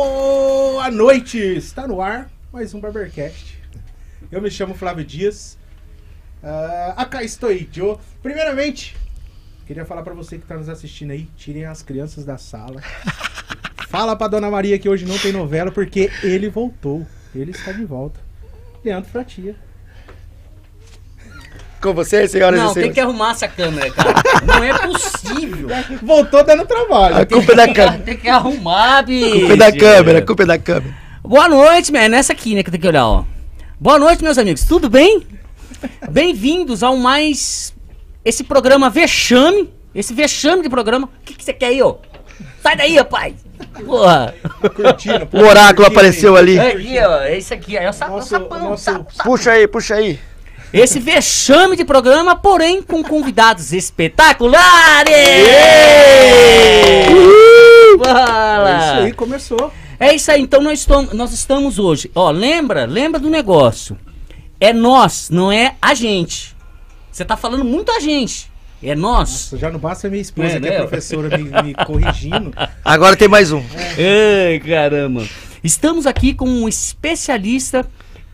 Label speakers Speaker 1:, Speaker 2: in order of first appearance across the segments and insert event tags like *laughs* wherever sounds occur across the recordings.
Speaker 1: Boa noite! Está no ar mais um Barbercast. Eu me chamo Flávio Dias. Ah, acá estou eu. Primeiramente, queria falar para você que está nos assistindo aí, tirem as crianças da
Speaker 2: *laughs*
Speaker 1: sala. Fala pra Dona Maria que hoje não tem novela porque ele voltou. Ele está de volta. Leandro Fratia.
Speaker 2: Com vocês, senhoras
Speaker 3: Não,
Speaker 2: e senhores.
Speaker 3: tem que arrumar essa câmera, cara. Não
Speaker 1: *laughs*
Speaker 3: é possível.
Speaker 1: Voltou dando trabalho.
Speaker 2: A culpa é da
Speaker 3: Tem que- *laughs*
Speaker 2: câmera.
Speaker 3: Tem que arrumar, bicho.
Speaker 2: Culpa é da câmera, culpa é da câmera.
Speaker 3: Boa noite, man. É Nessa aqui, né, que tem que olhar, ó. Boa noite, meus amigos. Tudo bem? Bem-vindos ao mais... Esse programa vexame. Esse vexame de programa. O que que você quer aí, ó? Sai daí, rapaz. Porra.
Speaker 1: Tá Curtindo, pô,
Speaker 2: O oráculo
Speaker 1: curtindo,
Speaker 2: apareceu
Speaker 1: hein?
Speaker 2: ali.
Speaker 3: É aqui, ó. É isso aqui. ó. É o sa- o
Speaker 1: Nosso,
Speaker 3: sapão, o
Speaker 1: nosso
Speaker 3: sapão.
Speaker 2: Puxa aí, puxa aí.
Speaker 3: Esse vexame de programa, porém, com convidados espetaculares!
Speaker 1: Isso
Speaker 3: Fala!
Speaker 1: É aí começou.
Speaker 3: É isso aí, então nós estamos, nós estamos hoje. Ó, lembra? Lembra do negócio. É nós, não é a gente. Você tá falando muito a gente. É nós.
Speaker 1: Nossa, já não basta minha esposa,
Speaker 3: É,
Speaker 1: que é
Speaker 3: né?
Speaker 1: professora, me, me
Speaker 2: *laughs*
Speaker 1: corrigindo.
Speaker 2: Agora tem mais um.
Speaker 3: Ai, caramba. Estamos aqui com um especialista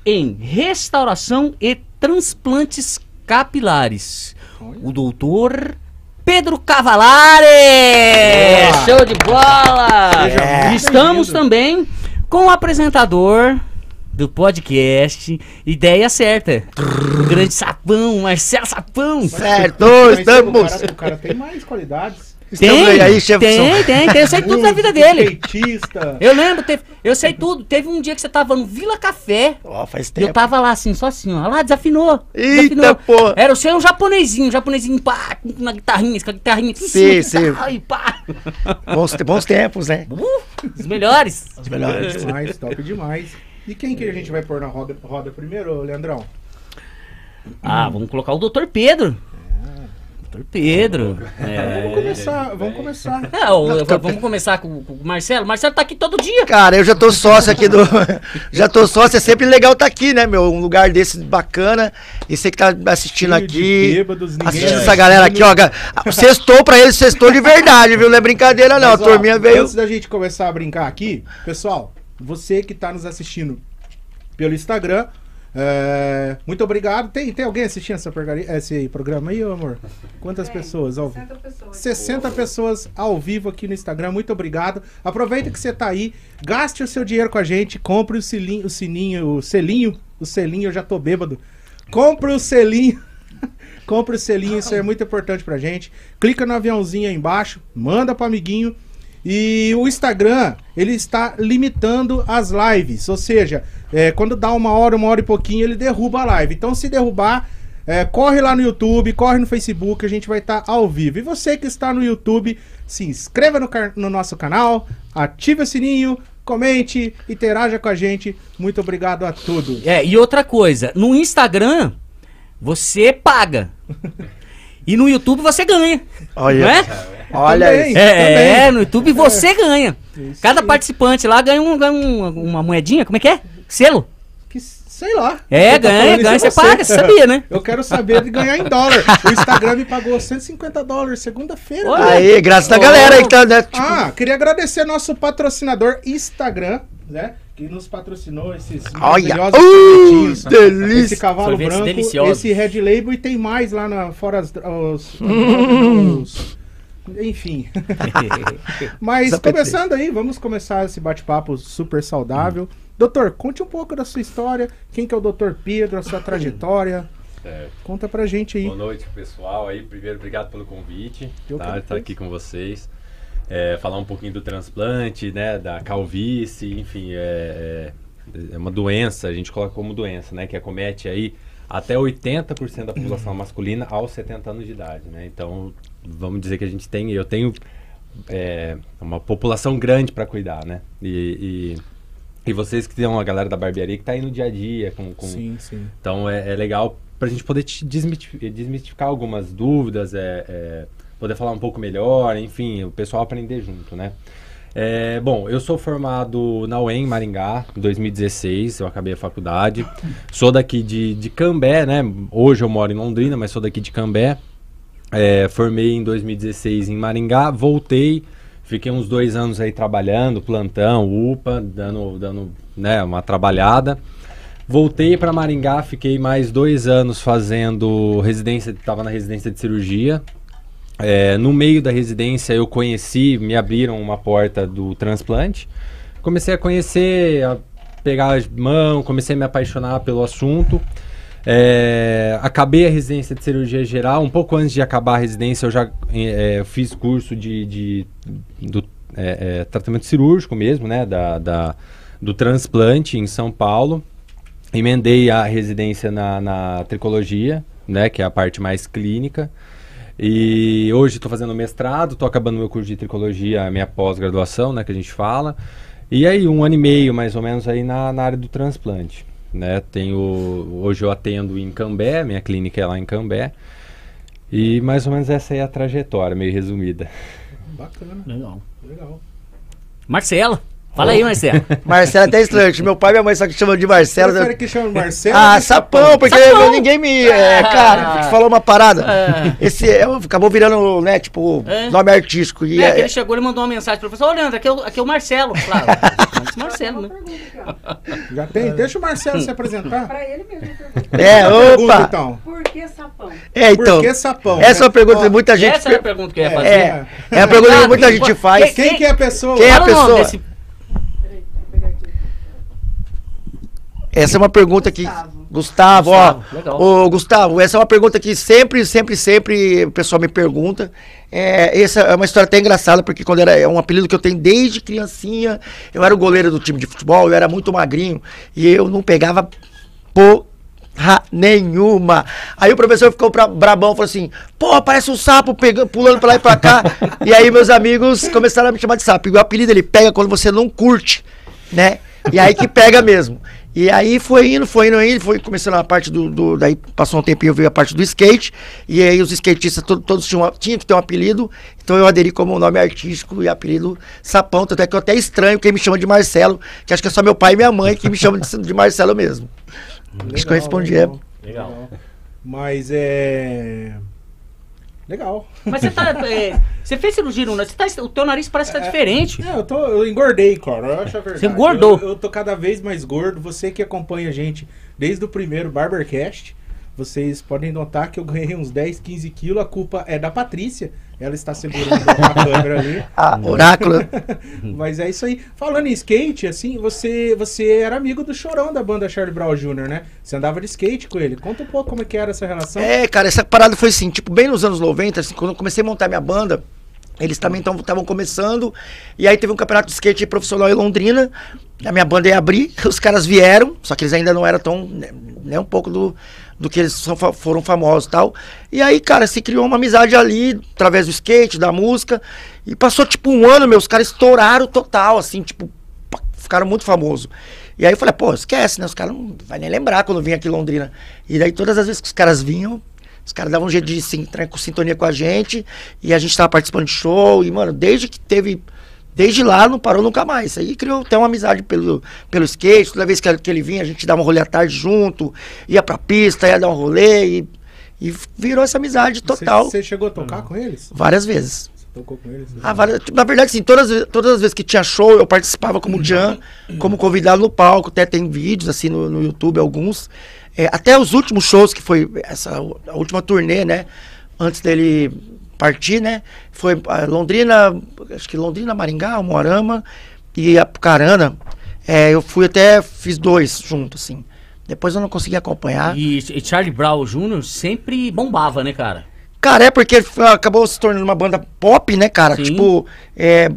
Speaker 3: em restauração e transplantes capilares. O doutor Pedro Cavalari!
Speaker 1: Boa.
Speaker 3: Show de bola!
Speaker 1: Seja
Speaker 3: É.
Speaker 1: muito
Speaker 3: Estamos
Speaker 1: bem-vindo.
Speaker 3: também com o apresentador do podcast Ideia Certa. O grande sapão, Marcelo Sapão.
Speaker 2: É. Certo,
Speaker 1: Mas
Speaker 2: estamos.
Speaker 1: Tipo, O cara, o cara tem mais qualidades.
Speaker 2: Estamos aí, aí, chefe. de som.
Speaker 3: tem, tem, tem. Eu sei é tudo
Speaker 1: *laughs*
Speaker 3: da vida dele. É
Speaker 1: Petista.
Speaker 3: Eu lembro, teve- eu sei tudo. Teve um dia que você tava no Vila Café.
Speaker 2: Ó, faz
Speaker 3: E eu
Speaker 2: tempo.
Speaker 3: tava lá assim, só assim, ó. Lá, desafinou.
Speaker 2: Eita,
Speaker 3: desafinou.
Speaker 2: pô.
Speaker 3: Era o seu um japonesinho, um japonesinho, pá, com na guitarrinha, com a guitarrinha. aqui em *laughs*
Speaker 2: Sim,
Speaker 3: cima,
Speaker 2: sim.
Speaker 3: tá, e pá.
Speaker 2: Bons, bons tempos, né?
Speaker 3: Uh, os melhores.
Speaker 2: Os melhores.
Speaker 1: Demais, top demais. E quem que a gente vai pôr na roda, roda primeiro, ô, Leandrão?
Speaker 3: Ah, vamos colocar o Dr. Pedro. Dr.
Speaker 2: *laughs*
Speaker 3: Pedro.
Speaker 1: Vamos
Speaker 3: É.
Speaker 1: começar, vamos começar.
Speaker 3: É, o- v- vamos começar com, com o Marcelo. Marcelo tá aqui todo dia.
Speaker 2: Cara, eu já tô sócio aqui do. *laughs* Já tô sócio, é sempre legal estar aqui, né, meu? Um lugar desse bacana. E você que tá assistindo
Speaker 1: Cheio de
Speaker 2: aqui.
Speaker 1: bêbados, ninguém tá
Speaker 2: Assistindo
Speaker 1: assistindo.
Speaker 2: essa galera aqui, ó. ga- Sextou pra eles, sextou de verdade, viu? Não é brincadeira, não.
Speaker 1: Mas,
Speaker 2: A
Speaker 1: ó,
Speaker 2: turminha veio.
Speaker 1: Antes da gente começar a brincar aqui, pessoal, você que tá nos assistindo pelo Instagram, é, muito obrigado. Tem, tem alguém assistindo essa porcaria- esse programa aí, ô, amor? Quantas pessoas ao vivo?
Speaker 4: 60 pessoas.
Speaker 1: 60 pessoas ao vivo aqui no Instagram, muito obrigado. Aproveita que você tá aí, gaste o seu dinheiro com a gente, compre o selinho, o sininho, o selinho, o selinho, eu já tô bêbado. Compre o selinho. compre o selinho, isso é muito importante pra gente. Clica no aviãozinho aí embaixo, manda pro amiguinho. E o Instagram, ele está limitando as lives, ou seja, é, quando dá uma hora, uma hora e pouquinho, ele derruba a live. Então, se derrubar, é, corre lá no YouTube, corre no Facebook, a gente vai estar ao vivo. E você que está no YouTube, se inscreva no, car- no nosso canal, ative o sininho, comente, interaja com a gente. Muito obrigado a todos.
Speaker 3: É, e outra coisa, no Instagram você
Speaker 2: *laughs*
Speaker 3: paga. E no YouTube você ganha. Não
Speaker 2: Olha.
Speaker 3: é?
Speaker 2: Olha
Speaker 1: Também.
Speaker 2: isso.
Speaker 3: É,
Speaker 1: também.
Speaker 3: é, no YouTube você ganha.
Speaker 1: Isso
Speaker 3: Cada
Speaker 1: aí.
Speaker 3: participante lá ganha, um- ganha um- uma moedinha, como é que é? Selo?
Speaker 1: Que, sei lá.
Speaker 3: É,
Speaker 1: Quem tá
Speaker 3: ganha,
Speaker 1: falando isso
Speaker 3: ganha,
Speaker 1: é
Speaker 3: você paga, você sabia, né?
Speaker 1: Eu quero saber de ganhar em dólar. O Instagram me pagou 150 dólares segunda-feira.
Speaker 3: Olha.
Speaker 2: Aí, graças a galera aí que tá, né? tipo,
Speaker 1: Ah, queria agradecer nosso patrocinador Instagram, né? Que nos patrocinou esses
Speaker 2: Olha!
Speaker 1: maravilhosos
Speaker 2: Uh,
Speaker 1: sorvetinhos. Esse
Speaker 2: delícia!
Speaker 1: cavalo
Speaker 3: Sorvetes
Speaker 1: branco,
Speaker 3: deliciosos.
Speaker 1: esse Red Label e tem mais lá na fora as, os, os- enfim. Mas
Speaker 2: Os apetites.
Speaker 1: começando aí, vamos começar esse bate-papo super saudável. Doutor, conte um pouco da sua história, quem que é o Doutor Pedro, a sua trajetória.
Speaker 5: Certo.
Speaker 1: Conta pra gente aí.
Speaker 5: Boa noite, pessoal. Aí, primeiro, obrigado pelo convite,
Speaker 1: Eu que
Speaker 5: tá? Estar
Speaker 1: agradeço.
Speaker 5: aqui com vocês. É, falar um pouquinho do transplante, né? Da calvície, enfim, é, é uma doença, a gente coloca como doença, né? Que acomete aí até 80% da
Speaker 1: Uhum.
Speaker 5: população masculina aos 70 anos de idade, né? Então, vamos dizer que a gente tem, eu tenho é, uma população grande para cuidar, né? E, e, e vocês que tem uma galera da barbearia que tá aí no dia a dia com, com,
Speaker 1: Sim, sim.
Speaker 5: então é, é legal pra gente poder te desmiti- desmistificar algumas dúvidas, é, é, poder falar um pouco melhor, enfim, o pessoal aprender junto, né? É, bom, eu sou formado na UEM Maringá, em 2016, eu acabei a faculdade. Sou daqui de, de Cambé, né? Hoje eu moro em Londrina, mas sou daqui de Cambé. É, formei em 2016 em Maringá, voltei, Fiquei uns dois anos aí trabalhando, plantão, UPA, dando, dando né, uma trabalhada. Voltei para Maringá, fiquei mais dois anos fazendo residência, estava na residência de cirurgia. É, no meio da residência eu conheci, me abriram uma porta do transplante. Comecei a conhecer, a pegar as mãos, comecei a me apaixonar pelo assunto. É, acabei a residência de cirurgia geral. Um pouco antes de acabar a residência, eu já eh, eh, fiz curso de, de- do, eh, eh, tratamento cirúrgico mesmo, né? Da, da- do transplante em São Paulo. Emendei a residência na, na tricologia, né? Que é a parte mais clínica. E hoje estou fazendo mestrado, estou acabando meu curso de tricologia, a minha pós-graduação, né, que a gente fala. E aí, um ano e meio, mais ou menos, aí na, na área do transplante. Né? Tenho, hoje eu atendo em Cambé, minha clínica é lá em Cambé. E mais ou menos essa é a trajetória, meio resumida.
Speaker 1: Bacana,
Speaker 3: Legal.
Speaker 1: legal.
Speaker 3: Marcela, fala aí, Marcela.
Speaker 1: *laughs*
Speaker 2: Marcelo é até estranho. Meu pai e minha mãe só que chamam de Marcelo.
Speaker 1: Prefere que chama Marcelo?
Speaker 2: Ah,
Speaker 1: ou
Speaker 2: sapão, porque
Speaker 3: Sapão!
Speaker 2: ninguém me. É, cara, te falou uma parada. Esse é, acabou virando, né, tipo,
Speaker 3: É.
Speaker 2: nome artístico. E
Speaker 3: É,
Speaker 2: é-
Speaker 3: que ele chegou e mandou uma mensagem pro professor: Ô, Leandro, aqui é o, aqui é o Marcelo. Claro, antes
Speaker 4: É
Speaker 2: *laughs*
Speaker 3: Marcelo, né?
Speaker 1: Já tem? Deixa o Marcelo se apresentar.
Speaker 4: Pra ele mesmo, eu pergunto,
Speaker 2: é,
Speaker 1: Pergunta,
Speaker 2: opa!
Speaker 1: então.
Speaker 4: por que sapão?
Speaker 2: É, então.
Speaker 1: Por que sapão? né?
Speaker 2: Essa é uma pergunta
Speaker 1: Ó,
Speaker 2: que muita gente.
Speaker 3: Essa era a pergunta assim, né? que eu ia fazer.
Speaker 2: É, é uma pergunta que muita
Speaker 3: tipo,
Speaker 2: gente faz.
Speaker 1: Quem que é a pessoa?
Speaker 2: Quem é a
Speaker 3: Fala o nome
Speaker 2: pessoa?
Speaker 3: desse-
Speaker 4: Peraí, deixa eu pegar aqui.
Speaker 2: Essa é uma pergunta que.
Speaker 4: Gustavo.
Speaker 2: Gustavo,
Speaker 3: Gustavo, legal.
Speaker 2: ó. Ô, Gustavo, essa é uma pergunta que sempre, sempre, sempre o pessoal me pergunta. É, essa é uma história até engraçada, porque quando era é um apelido que eu tenho desde criancinha, eu era o goleiro do time de futebol, eu era muito magrinho e eu não pegava porra nenhuma. Aí o professor ficou pra, brabão, falou assim: pô, parece um sapo pegando, pulando pra lá e pra cá.
Speaker 3: *laughs*
Speaker 2: e aí meus amigos começaram a me chamar de sapo. E o apelido ele pega quando você não curte, né? E aí que pega mesmo. E aí foi indo, foi indo, aí foi começando a parte do, do- Daí passou um tempinho, eu vi a parte do skate. E aí os skatistas to- todos tinham, tinham que ter um apelido. Então eu aderi como nome artístico e apelido Sapão. Tanto é que eu até estranho quem me chama de Marcelo, que acho que é só meu pai e minha mãe que me chamam de, de Marcelo mesmo. acho que eu respondi, é.
Speaker 1: Legal. legal. Mas é. Legal.
Speaker 3: Mas você tá. é, você fez cirurgia no nariz? você tá- o teu nariz parece que tá diferente.
Speaker 1: É, eu, tô, eu engordei, cara. Eu acho a verdade.
Speaker 3: Você engordou.
Speaker 1: Eu, eu tô cada vez mais gordo. Você que acompanha a gente desde o primeiro Barbercast, vocês podem notar que eu ganhei uns 10, 15 quilos. A culpa é da Patrícia. Ela está segurando a câmera
Speaker 2: *laughs*
Speaker 1: ali.
Speaker 2: Ah, oráculo.
Speaker 3: Hum.
Speaker 1: Mas é isso aí. Falando em skate, assim, você, você era amigo do chorão da banda Charlie Brown Jr., né? Você andava de skate com ele. Conta um pouco como é que era essa relação.
Speaker 2: É, cara, essa parada foi assim, tipo, bem nos anos 90, assim, quando eu comecei a montar minha banda, eles também estavam começando, e aí teve um campeonato de skate profissional em Londrina, a minha banda ia abrir, *laughs* os caras vieram, só que eles ainda não eram tão, né, nem um pouco do, do que eles são fa- foram famosos e tal, e aí, cara, se criou uma amizade ali, através do skate, da música, e passou, tipo, um ano, meus caras estouraram total, assim, tipo, pá, ficaram muito famosos. E aí eu falei, pô, esquece, né? Os caras não vai nem lembrar quando vim aqui em Londrina. E daí todas as vezes que os caras vinham, os caras davam um jeito de se entrar com sintonia com a gente. E a gente tava participando de show. E, mano, desde que teve. Desde lá não parou nunca mais. Aí criou até uma amizade pelo, pelo skate. Toda vez que ele- que ele vinha, a gente dava um rolê à tarde junto, ia pra pista, ia dar um rolê. E, e virou essa amizade
Speaker 1: Você-
Speaker 2: total.
Speaker 1: Você, chegou a tocar
Speaker 3: Hum.
Speaker 1: com eles?
Speaker 2: Várias vezes.
Speaker 1: Você tocou com eles?
Speaker 2: Ah, várias- tipo, na verdade, sim, todas, as ve- todas as vezes que tinha show, eu participava como Jan, como convidado no palco, até tem vídeos assim no, no YouTube, alguns. É, até os últimos shows, que foi essa u- a última turnê, né? Antes dele partir, né? Foi ah, Londrina, acho que Londrina, Maringá, Moarama e Apucarana. É, eu fui até, fiz dois juntos, assim. Depois eu não consegui acompanhar.
Speaker 3: E, e Charlie Brown Jr. sempre bombava, né, cara?
Speaker 2: Cara, é porque f- acabou se tornando uma banda pop, né, cara?
Speaker 3: Sim.
Speaker 2: Tipo, é,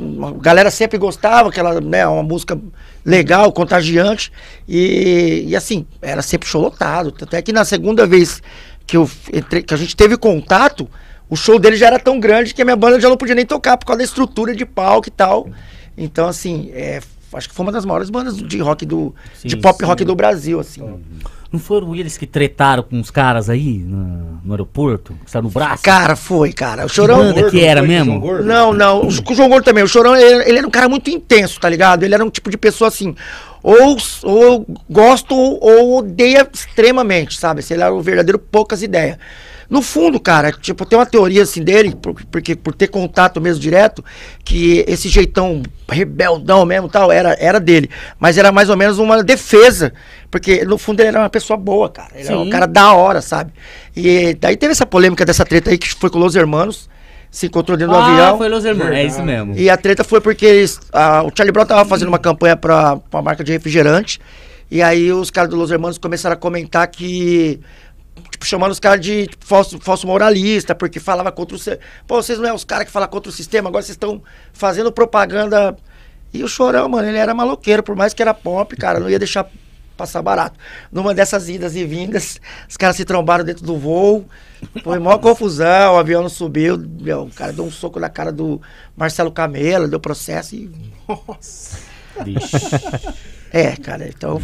Speaker 2: uma- a galera sempre gostava, aquela, né, uma música legal, contagiante. E, e assim, era sempre show lotado. Tanto é que na segunda vez que, eu f- entrei- que a gente teve contato, o show dele já era tão grande que a minha banda já não podia nem tocar por causa da estrutura de palco e tal. Então, assim, é, acho que foi uma das maiores bandas de rock do. de
Speaker 3: Sim,
Speaker 2: pop
Speaker 3: sim. Uhum.
Speaker 2: rock do Brasil, assim.
Speaker 3: Não foram eles que tretaram com os caras aí no, no aeroporto? Que saiu no braço?
Speaker 2: Cara, foi, cara. O
Speaker 3: Que
Speaker 2: chorão.
Speaker 3: banda que era
Speaker 1: Foi com o
Speaker 3: mesmo?
Speaker 1: João Gordo?
Speaker 2: Não, não. O Ch- o João Gordo também. O Chorão, ele, ele era um cara muito intenso, tá ligado? Ele era um tipo de pessoa assim. Ou, s- ou eu gosto ou, ou odeia extremamente, sabe? Assim, Ele era um verdadeiro poucas ideias. No fundo, cara, tipo, tem uma teoria assim dele, por- porque por ter contato mesmo direto, que esse jeitão rebeldão mesmo tal, era, era dele. Mas era mais ou menos uma defesa. Porque, no fundo, ele era uma pessoa boa, cara. Ele era um
Speaker 3: Sim.
Speaker 2: cara da hora, sabe? E daí teve essa polêmica dessa treta aí que foi com Los Hermanos. Se encontrou dentro do avião.
Speaker 3: foi Los Hermanos. É
Speaker 1: Verdade.
Speaker 3: isso mesmo.
Speaker 2: E a treta foi porque eles, ah, o Charlie Brown tava fazendo uma campanha pra uma marca de refrigerante. E aí os caras do Los Hermanos começaram a comentar que. Tipo, chamando os caras de tipo, falso, falso moralista, porque falava contra o. si- Pô, vocês não é os caras que falam contra o sistema, agora vocês estão fazendo propaganda. E o chorão, mano, ele era maloqueiro, por mais que era pop, cara, não ia deixar passar barato. Numa dessas idas e vindas, os caras se trombaram dentro do voo. Foi maior confusão, o avião não subiu. meu, o cara deu um soco na cara do Marcelo Camelo, deu processo e.
Speaker 1: Nossa.
Speaker 2: É, cara, então.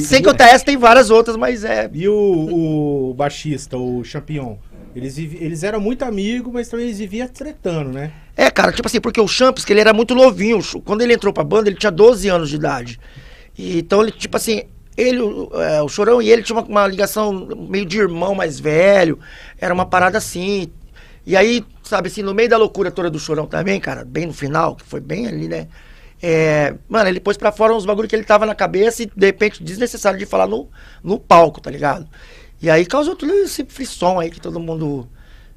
Speaker 2: Sem contar essa, tem várias outras, mas é.
Speaker 1: E o, o baixista, o Champion? Eles, vivi- eles eram muito amigos, mas também eles viviam tretando, né?
Speaker 2: É, cara, tipo assim, porque o Champs, que ele era muito novinho. o Ch- Quando ele entrou pra banda, ele tinha 12 anos de idade. E, então, ele, tipo assim, ele, o, é, o Chorão e ele tinha uma, uma ligação meio de irmão mais velho. Era uma parada assim. E aí, sabe assim, no meio da loucura toda do Chorão também, cara, bem no final, que foi bem ali, né? É, mano, ele pôs pra fora uns bagulho que ele tava na cabeça e, de repente, desnecessário de falar no, no palco, tá ligado? E aí causou tudo esse frisson aí que todo mundo,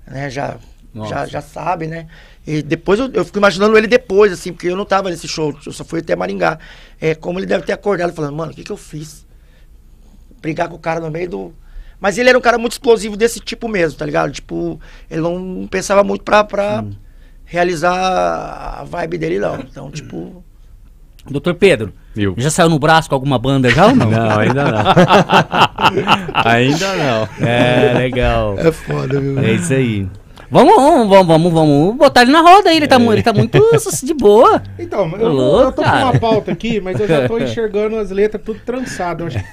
Speaker 2: né, já, já,
Speaker 3: Nossa.
Speaker 2: já sabe, né? E depois eu, eu fico imaginando ele depois, assim, porque eu não tava nesse show, eu só fui até Maringá. É, como ele deve ter acordado falando, mano, o que que eu fiz? Brigar com o cara no meio do... Mas ele era um cara muito explosivo desse tipo mesmo, tá ligado? Tipo, ele não pensava muito pra, pra realizar a vibe dele, não. Então, tipo...
Speaker 3: Doutor Pedro,
Speaker 5: Eu.
Speaker 3: já saiu no braço com alguma banda já ou não?
Speaker 5: Não,
Speaker 3: *laughs*
Speaker 5: ainda não. ainda não.
Speaker 3: É, legal.
Speaker 2: foda, viu?
Speaker 3: É isso aí. Vamos, vamos, vamos, vamos, vamos botar ele na roda aí. Ele, tá, mu- ele tá
Speaker 5: É.
Speaker 3: muito de boa.
Speaker 1: Então, eu,
Speaker 3: louco,
Speaker 1: eu tô com
Speaker 3: cara.
Speaker 1: uma pauta aqui, mas eu
Speaker 3: *laughs*
Speaker 1: já tô enxergando as letras tudo trançado. Eu acho que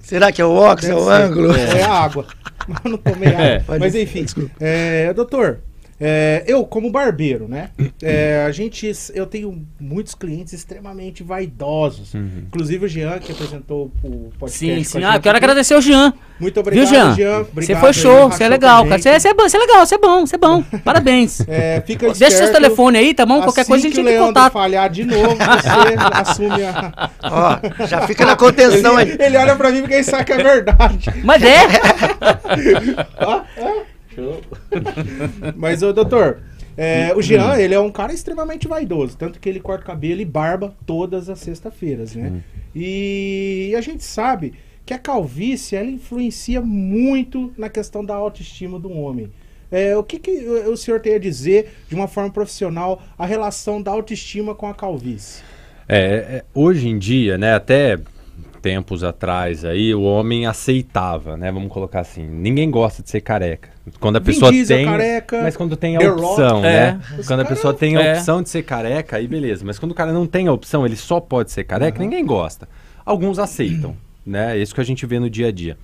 Speaker 2: Será que é o óculos, é
Speaker 1: deve
Speaker 2: o
Speaker 1: ser.
Speaker 2: ângulo?
Speaker 1: É a água. Mas eu não tomei água.
Speaker 3: É,
Speaker 2: pode
Speaker 1: mas
Speaker 2: ser,
Speaker 1: enfim,
Speaker 2: desculpa.
Speaker 1: é, doutor, é, eu como barbeiro, né? é, a gente, eu tenho muitos clientes extremamente vaidosos. Inclusive o Jean, que apresentou o podcast.
Speaker 3: Uhum. Sim,
Speaker 1: com
Speaker 3: sim.
Speaker 1: a
Speaker 3: Ah,
Speaker 1: gente.
Speaker 3: quero agradecer o Jean.
Speaker 1: Muito obrigado,
Speaker 3: Viu, Jean? Você
Speaker 1: Obrigado
Speaker 3: foi
Speaker 1: aí,
Speaker 3: show,
Speaker 1: rachou
Speaker 3: você é
Speaker 1: com
Speaker 3: legal,
Speaker 1: a
Speaker 3: cara.
Speaker 1: gente.
Speaker 3: Você é, você é bom, você é legal, você é bom, você é bom. Parabéns.
Speaker 1: É, fica
Speaker 3: Deixa seu
Speaker 1: esperto.
Speaker 3: telefone aí, tá bom? Qualquer
Speaker 1: assim
Speaker 3: coisa a gente
Speaker 1: que o
Speaker 3: entra em
Speaker 1: Leandro
Speaker 3: contato.
Speaker 1: falhar de novo, você
Speaker 3: *laughs*
Speaker 1: assume a.
Speaker 2: *laughs* Ó, já fica na contenção aí.
Speaker 3: é-
Speaker 1: Ele, ele olha pra mim porque ele sabe que é verdade.
Speaker 3: Mas é,
Speaker 1: Mas, ô, doutor, é, o Jean, ele é um cara extremamente vaidoso. Tanto que ele corta o cabelo e barba todas as sextas-feiras, né? E a gente sabe que a calvície, ela influencia muito na questão da autoestima do homem. É, o que, que o o senhor tem a dizer, de uma forma profissional, a relação da autoestima com a calvície?
Speaker 5: É, é, hoje em dia, né, até tempos atrás aí, o homem aceitava, né, vamos colocar assim, ninguém gosta de ser careca. Quando a
Speaker 1: Vin
Speaker 5: pessoa
Speaker 1: Diesel, é
Speaker 5: tem,
Speaker 1: careca,
Speaker 5: mas quando tem a
Speaker 1: The Rock.
Speaker 5: opção,
Speaker 3: É.
Speaker 5: né?
Speaker 1: Os
Speaker 5: Quando a
Speaker 1: caras-
Speaker 5: pessoa tem a
Speaker 3: É.
Speaker 5: opção de ser careca, aí beleza, mas quando o cara não tem a opção, ele só pode ser careca, ninguém gosta. Alguns
Speaker 1: *clears throat*
Speaker 5: aceitam, né? É isso que a gente vê no dia a dia.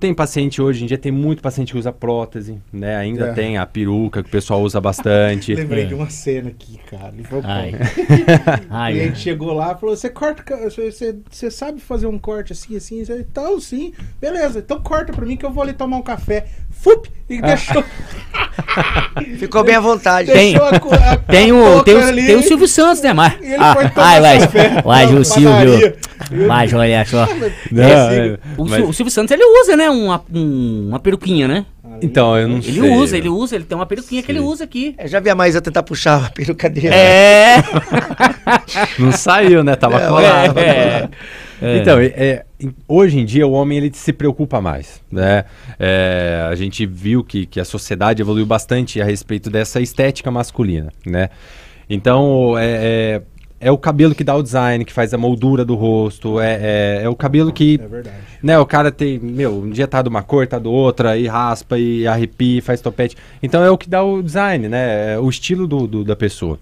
Speaker 5: Tem paciente hoje em dia, tem muito paciente que usa prótese, né? Ainda
Speaker 1: É.
Speaker 5: tem a peruca que o pessoal usa bastante.
Speaker 1: *laughs* Lembrei de uma cena aqui, cara. Ele falou,
Speaker 3: Ai.
Speaker 1: "Pô,
Speaker 3: Ai,
Speaker 1: E a gente chegou lá e falou: Você corta, ca- você- você você sabe fazer um corte assim, assim? assim?" Então, sim, beleza, então corta pra mim que eu vou ali tomar um café. Fup!
Speaker 3: Ah.
Speaker 1: E
Speaker 3: *laughs*
Speaker 1: deixou,
Speaker 2: Ficou bem à vontade.
Speaker 3: Tem-
Speaker 1: deixou a co- a,
Speaker 3: Tem o,
Speaker 1: touca
Speaker 3: tem, o,
Speaker 1: ali,
Speaker 3: tem o Silvio Santos, né? Mas,
Speaker 1: E ele
Speaker 3: ah,
Speaker 1: foi tomar
Speaker 3: ai, vai,
Speaker 1: café
Speaker 3: vai,
Speaker 1: na
Speaker 3: o Silvio.
Speaker 1: padaria.
Speaker 3: Mas olha só.
Speaker 5: Não,
Speaker 1: É,
Speaker 5: é,
Speaker 3: O,
Speaker 5: mas-
Speaker 3: Sil- o Silvio Santos, ele usa, né? Uma, um- uma peruquinha, né?
Speaker 5: então, eu não
Speaker 3: Ele
Speaker 5: sei.
Speaker 3: usa, ele usa, ele tem uma peruquinha que ele
Speaker 5: Sim.
Speaker 3: usa aqui.
Speaker 2: Eu já vi a Maísa tentar puxar a peruca dele.
Speaker 3: É. *laughs*
Speaker 5: Não saiu, né? Tava
Speaker 2: É,
Speaker 5: colado.
Speaker 3: é.
Speaker 5: Então, é, é, em- hoje em dia o homem ele se preocupa mais, né? É, a gente viu que, que a sociedade evoluiu bastante a respeito dessa estética masculina, né? Então, é, é, é o cabelo que dá o design, que faz a moldura do rosto, é, é, é o cabelo que
Speaker 1: É verdade.
Speaker 5: né, o cara tem, meu, um dia tá de uma cor, tá do outra, e raspa, e arrepia, e faz topete. Então é o que dá o design, né? É o estilo do, do- da pessoa.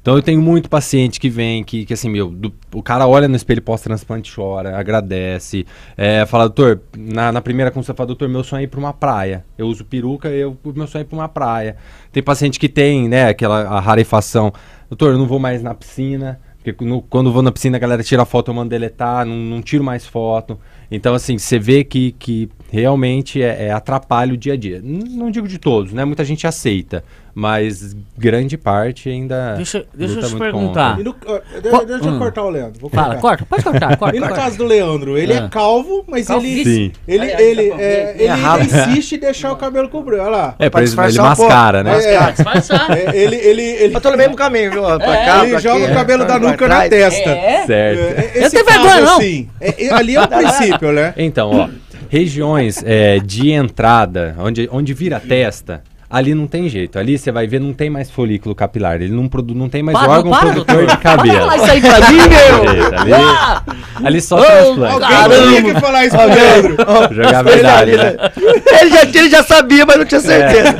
Speaker 5: Então eu tenho muito paciente que vem, que, que assim, meu, do- o cara olha no espelho pós-transplante, chora, agradece, é, fala, doutor, na, na primeira consulta fala, doutor, meu sonho é ir pra uma praia. Eu uso peruca, eu, o meu sonho é ir pra uma praia. Tem paciente que tem, né, aquela a rarefação, doutor, eu não vou mais na piscina, Porque no- quando eu vou na piscina, a galera tira foto, eu mando deletar, não, não tiro mais foto. Então, assim, você vê que, que realmente é, é atrapalha o dia a dia. N- Não digo de todos, né? Muita gente aceita, mas grande parte ainda.
Speaker 3: Deixa- deixa eu te
Speaker 5: luta É. tá muito
Speaker 3: perguntar.
Speaker 5: contra.
Speaker 1: E no- ah, de-
Speaker 3: Qual-
Speaker 1: deixa eu
Speaker 3: Hum.
Speaker 1: cortar o Leandro. Vou
Speaker 3: Fala,
Speaker 1: cortar.
Speaker 3: corta, pode cortar, corta.
Speaker 1: E no
Speaker 3: corta.
Speaker 1: caso do Leandro, ele é
Speaker 3: Ah.
Speaker 1: calvo, mas ele,
Speaker 3: Calvície.
Speaker 5: Sim.
Speaker 1: ele,
Speaker 2: Aliás,
Speaker 1: ele,
Speaker 2: dá pra
Speaker 1: é,
Speaker 2: ver.
Speaker 1: ele
Speaker 2: É ralo.
Speaker 1: insiste em deixar o cabelo com brilho. Olha lá.
Speaker 5: É, pra ele,
Speaker 2: disfarçar
Speaker 5: ele
Speaker 2: um pouco.
Speaker 5: mascara, né?
Speaker 1: É,
Speaker 3: Ah, disfarçar.
Speaker 1: é, ele, ele, ele,
Speaker 2: Eu tô no mesmo caminho, viu? Pra cá,
Speaker 1: É, ele
Speaker 2: pra
Speaker 1: joga
Speaker 2: aqui,
Speaker 1: o cabelo
Speaker 2: pra
Speaker 1: da
Speaker 2: pra
Speaker 1: nuca na
Speaker 2: trás.
Speaker 1: testa.
Speaker 5: Certo.
Speaker 1: É,
Speaker 3: Eu
Speaker 1: esse
Speaker 3: tenho
Speaker 1: caso,
Speaker 3: vergonha, não.
Speaker 1: assim, é- é- ali é o princípio, né?
Speaker 5: Então, ó, regiões é, de entrada, onde, onde vira a testa, ali não tem jeito. Ali você vai ver, não tem mais folículo capilar. Ele não, produ- não tem mais
Speaker 3: Para,
Speaker 5: órgão
Speaker 3: para,
Speaker 5: produtor
Speaker 3: doutor.
Speaker 5: de cabelo.
Speaker 3: Fala isso aí pra mim,
Speaker 5: Beleza, ali-
Speaker 3: meu! Ah!
Speaker 5: Ali só
Speaker 3: Ô,
Speaker 5: transplante.
Speaker 1: Alguém tinha que falar isso pro Leandro.
Speaker 5: Vou Jogar a verdade,
Speaker 2: Ele,
Speaker 5: né?
Speaker 2: *laughs* ele já, ele já sabia, mas não
Speaker 1: *laughs*
Speaker 2: tinha certeza.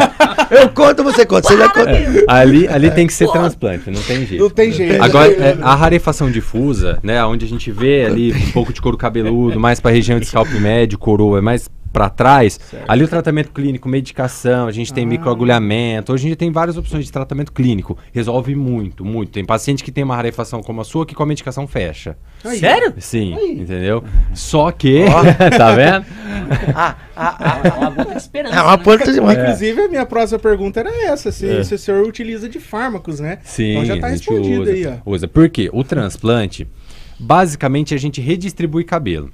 Speaker 2: Eu conto, você conta. Você já conta.
Speaker 5: Ali, ali tem que ser transplante, não tem jeito.
Speaker 1: Não tem jeito.
Speaker 5: Agora, é, a rarefação difusa, né, onde a gente vê ali um pouco de couro cabeludo, mais pra região de scalp médio, coroa, é mais pra trás, ali o tratamento clínico, medicação, a gente
Speaker 1: Ah.
Speaker 5: tem microagulhamento, hoje a gente tem várias opções de tratamento clínico, resolve muito, muito. Tem paciente que tem uma rarefação como a sua que com a medicação fecha.
Speaker 1: Ah. Aí.
Speaker 3: Sério?
Speaker 5: Sim, entendeu? Só que, *laughs* tá vendo?
Speaker 2: Ah, ah, ah.
Speaker 3: É uma boa esperança.
Speaker 2: É uma
Speaker 3: né?
Speaker 2: ponta de mãe.
Speaker 1: Inclusive, a minha próxima pergunta era essa: se, se o senhor utiliza de fármacos, né?
Speaker 5: É. Sim,
Speaker 1: Então já tá
Speaker 5: a gente
Speaker 1: respondido
Speaker 5: usa,
Speaker 1: aí, ó.
Speaker 5: Usa. Por quê? O transplante, basicamente, a gente redistribui cabelo.